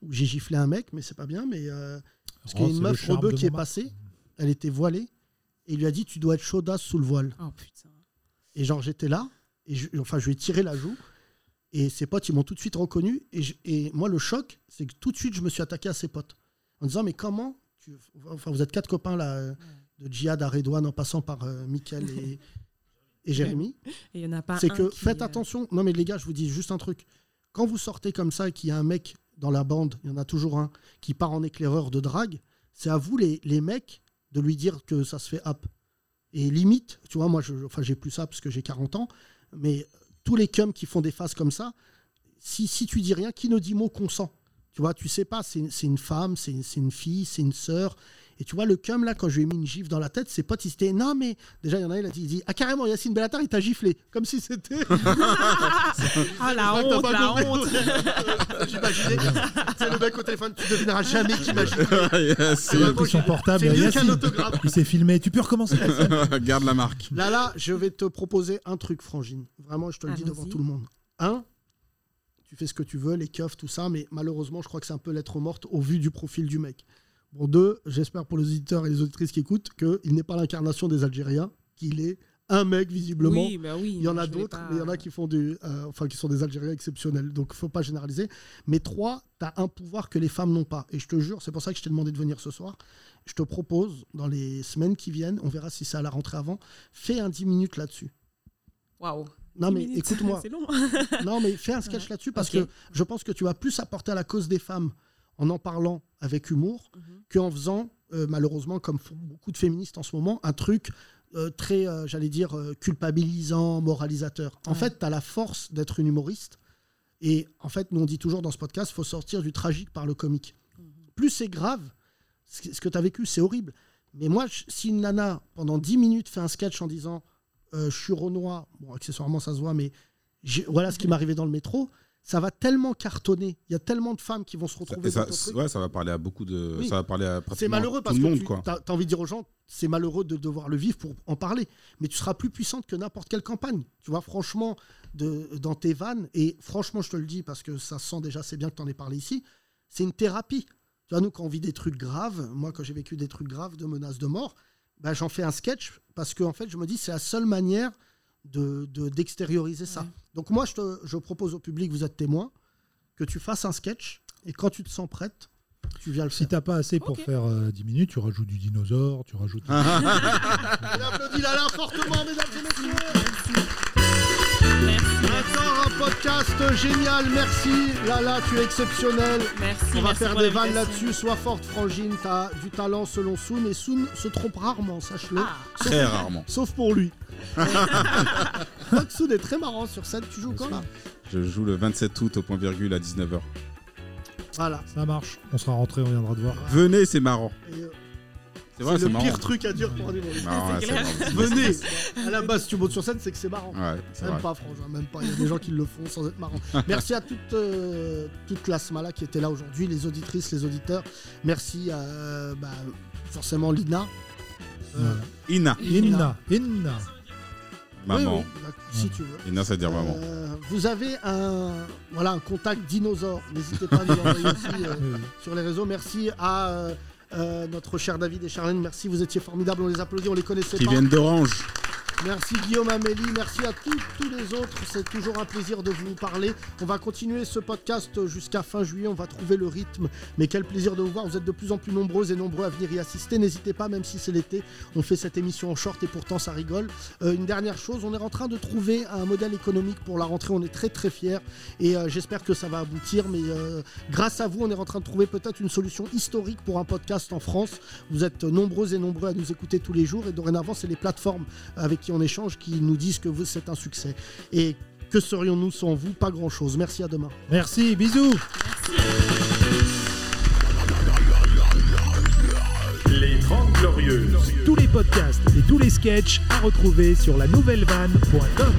[SPEAKER 5] où j'ai giflé un mec, mais c'est pas bien, mais euh, parce
[SPEAKER 2] Oh,
[SPEAKER 5] qu'il y a une
[SPEAKER 2] c'est le
[SPEAKER 5] meuf
[SPEAKER 2] charme
[SPEAKER 5] rebeu
[SPEAKER 2] de
[SPEAKER 5] qui est
[SPEAKER 2] Montmartre.
[SPEAKER 5] passée, elle était voilée, et il lui a dit, tu dois être chaudasse sous le voile. Et genre, j'étais là, et je, enfin, je lui ai tiré la joue, et ses potes, ils m'ont tout de suite reconnu, et, je- et moi, le choc, c'est que tout de suite, je me suis attaqué à ses potes, en disant, mais comment tu- Enfin, vous êtes quatre copains là, euh, de Djihad à Redouane, en passant par euh, Mickaël et, et Jérémy.
[SPEAKER 7] Et il y en a pas
[SPEAKER 5] C'est
[SPEAKER 7] un
[SPEAKER 5] que
[SPEAKER 7] qui,
[SPEAKER 5] faites
[SPEAKER 7] euh,
[SPEAKER 5] attention. Non, mais les gars, je vous dis juste un truc. Quand vous sortez comme ça et qu'il y a un mec dans la bande, il y en a toujours un qui part en éclaireur de drague, c'est à vous, les, les mecs, de lui dire que ça se fait hop. Et limite, tu vois, moi, je, enfin, j'ai plus ça parce que j'ai 40 ans, mais tous les cums qui font des faces comme ça, si, si tu dis rien, qui ne dit mot consent Tu vois, tu sais pas, c'est c'est une femme, c'est une, c'est une fille, c'est une sœur. Et tu vois, le cum, là, quand je lui ai mis une gifle dans la tête, ses potes, ils étaient non, mais déjà, il y en a un, il a dit, il dit Ah, carrément, Yacine Bellatar, il t'a giflé. Comme si c'était.
[SPEAKER 7] Ah, la
[SPEAKER 5] T'as
[SPEAKER 7] honte,
[SPEAKER 5] pas
[SPEAKER 7] la
[SPEAKER 5] compris.
[SPEAKER 7] honte.
[SPEAKER 5] J'imaginais. C'est le mec au téléphone, tu devineras jamais qui m'a giflé.
[SPEAKER 6] yes.
[SPEAKER 2] Il a pris son portable.
[SPEAKER 5] Ah, C'est mieux
[SPEAKER 2] Yacine,
[SPEAKER 5] qu'un autographe.
[SPEAKER 2] Il s'est filmé. Tu peux recommencer. Yacine
[SPEAKER 6] Garde la marque.
[SPEAKER 5] Là, là, je vais te proposer un truc, Frangine. Vraiment, je te le dis
[SPEAKER 2] Allons-y.
[SPEAKER 5] devant tout le monde. Un, tu fais ce que tu veux, les keufs, tout ça, mais malheureusement, je crois que c'est un peu l'être morte au vu du profil du mec. Bon, deux, j'espère pour les auditeurs et les auditrices qui écoutent qu'il n'est pas l'incarnation des Algériens, qu'il est un mec, visiblement.
[SPEAKER 7] Oui, bah oui,
[SPEAKER 5] il y en a
[SPEAKER 7] je vais
[SPEAKER 5] d'autres,
[SPEAKER 7] pas-
[SPEAKER 5] mais il y en a qui, font du, euh, enfin, qui sont des Algériens exceptionnels, donc faut pas généraliser. Mais trois, tu as un pouvoir que les femmes n'ont pas. Et je te jure, c'est pour ça que je t'ai demandé de venir ce soir. Je te propose, dans les semaines qui viennent, on verra si c'est à la rentrée avant, fais un 10 minutes là-dessus.
[SPEAKER 7] Waouh.
[SPEAKER 5] Non,
[SPEAKER 7] Dix
[SPEAKER 5] mais
[SPEAKER 7] minutes,
[SPEAKER 5] écoute-moi.
[SPEAKER 7] c'est long.
[SPEAKER 5] non, mais fais un sketch là-dessus parce
[SPEAKER 7] Ok.
[SPEAKER 5] que je pense que tu vas plus apporter à la cause des femmes en en parlant avec humour
[SPEAKER 7] Mhm.
[SPEAKER 5] qu'en faisant, euh, malheureusement, comme font beaucoup de féministes en ce moment, un truc euh, très, euh, j'allais dire, euh, culpabilisant, moralisateur. En fait, tu as la force d'être une humoriste. Et en fait, nous, on dit toujours dans ce podcast, faut sortir du tragique par le comique.
[SPEAKER 7] Mhm.
[SPEAKER 5] Plus c'est grave, ce que- ce que tu as vécu, c'est horrible. Mais moi, je- si une nana, pendant 10 minutes, fait un sketch en disant euh, Je suis Renoir, bon, accessoirement, ça se voit, mais j'ai- voilà ce qui m'est arrivé dans le métro, ça va tellement cartonner. Il y a tellement de femmes qui vont se retrouver
[SPEAKER 6] Et ça,
[SPEAKER 5] dans ton truc.
[SPEAKER 6] ouais, ça va parler à beaucoup de.
[SPEAKER 5] Oui.
[SPEAKER 6] Ça va parler à pratiquement
[SPEAKER 5] C'est malheureux parce
[SPEAKER 6] tout le
[SPEAKER 5] que
[SPEAKER 6] monde,
[SPEAKER 5] tu
[SPEAKER 6] quoi.
[SPEAKER 5] as, envie de dire aux gens, c'est malheureux de devoir le vivre pour en parler, mais tu seras plus puissante que n'importe quelle campagne. Tu vois, franchement, de, dans tes vannes, et franchement, je te le dis parce que ça sent déjà, c'est bien que tu en aies parlé ici, c'est une thérapie. Tu vois, nous, quand on vit des trucs graves, moi, quand j'ai vécu des trucs graves de menaces de mort, bah, j'en fais un sketch parce que, en fait, je me dis, c'est la seule manière d'extérioriser de, d'extérioriser ça. Donc, moi, je, te, je propose au public, vous êtes témoin, que tu fasses un sketch, et quand tu te sens prête, tu viens le
[SPEAKER 2] Si t'as pas assez pour faire euh, 10 minutes, tu rajoutes du dinosaure, tu rajoutes.
[SPEAKER 1] On applaudit Lala fortement, mesdames et messieurs.
[SPEAKER 5] Encore un podcast génial, merci. Lala, tu es exceptionnel.
[SPEAKER 7] Merci.
[SPEAKER 5] On va
[SPEAKER 7] merci
[SPEAKER 5] faire
[SPEAKER 7] pour
[SPEAKER 5] des vannes
[SPEAKER 7] l'invitation.
[SPEAKER 5] là-dessus. Sois forte, Frangine. T'as du talent selon Soun. Et Soun se trompe rarement, sache-le.
[SPEAKER 7] Ah.
[SPEAKER 5] Sauf-
[SPEAKER 6] Très rarement.
[SPEAKER 5] Sauf pour lui. Je crois que Soun est très marrant sur scène. Tu joues quand là
[SPEAKER 6] Je joue le 27 août au point virgule à 19h.
[SPEAKER 5] Voilà.
[SPEAKER 2] Ça marche. On sera rentré, on viendra te voir.
[SPEAKER 5] euh,
[SPEAKER 6] Venez, c'est marrant.
[SPEAKER 1] C'est
[SPEAKER 6] vrai, c'est
[SPEAKER 1] le
[SPEAKER 6] marrant.
[SPEAKER 1] pire truc à dire pour un humour.
[SPEAKER 6] Non, ouais, c'est marrant.
[SPEAKER 1] Venez À la base, tu montes sur scène, c'est que c'est marrant.
[SPEAKER 6] Ouais, c'est
[SPEAKER 5] Même
[SPEAKER 6] vrai.
[SPEAKER 5] pas, franchement, même pas. Il y a des gens qui le font sans être marrant. Merci à toute, euh, toute la Smala qui était là aujourd'hui, les auditrices, les auditeurs. Merci à euh, bah, forcément Lina. Euh,
[SPEAKER 6] Ina.
[SPEAKER 2] Inna. Inna.
[SPEAKER 6] Maman.
[SPEAKER 5] Oui, oui, bah, si tu veux.
[SPEAKER 6] Ina, ça veut dire maman.
[SPEAKER 5] Euh, vous avez un, voilà, un contact dinosaure. N'hésitez pas à nous l'envoyer aussi euh, sur les réseaux. Merci à euh, euh, notre cher David et Charlène. Merci, vous étiez formidables. On les applaudit, on les connaissait
[SPEAKER 6] Qui
[SPEAKER 5] pas.
[SPEAKER 6] viennent d'Orange.
[SPEAKER 5] Merci Guillaume Amélie, merci à tous, tous les autres. C'est toujours un plaisir de vous parler. On va continuer ce podcast jusqu'à fin juillet. On va trouver le rythme. Mais quel plaisir de vous voir. Vous êtes de plus en plus nombreux et nombreux à venir y assister. N'hésitez pas, même si c'est l'été, on fait cette émission en short et pourtant ça rigole. Euh, une dernière chose, on est en train de trouver un modèle économique pour la rentrée. On est très très fiers et euh, j'espère que ça va aboutir. Mais euh, grâce à vous, on est en train de trouver peut-être une solution historique pour un podcast en France. Vous êtes nombreux et nombreux à nous écouter tous les jours et dorénavant, c'est les plateformes avec qui on échange qui nous disent que vous- c'est un succès. Et que serions-nous sans vous Pas grand-chose. Merci à demain.
[SPEAKER 2] Merci, bisous.
[SPEAKER 20] Les 30 Glorieuses. Tous les podcasts et tous les sketchs à retrouver sur la nouvelle vanne.com.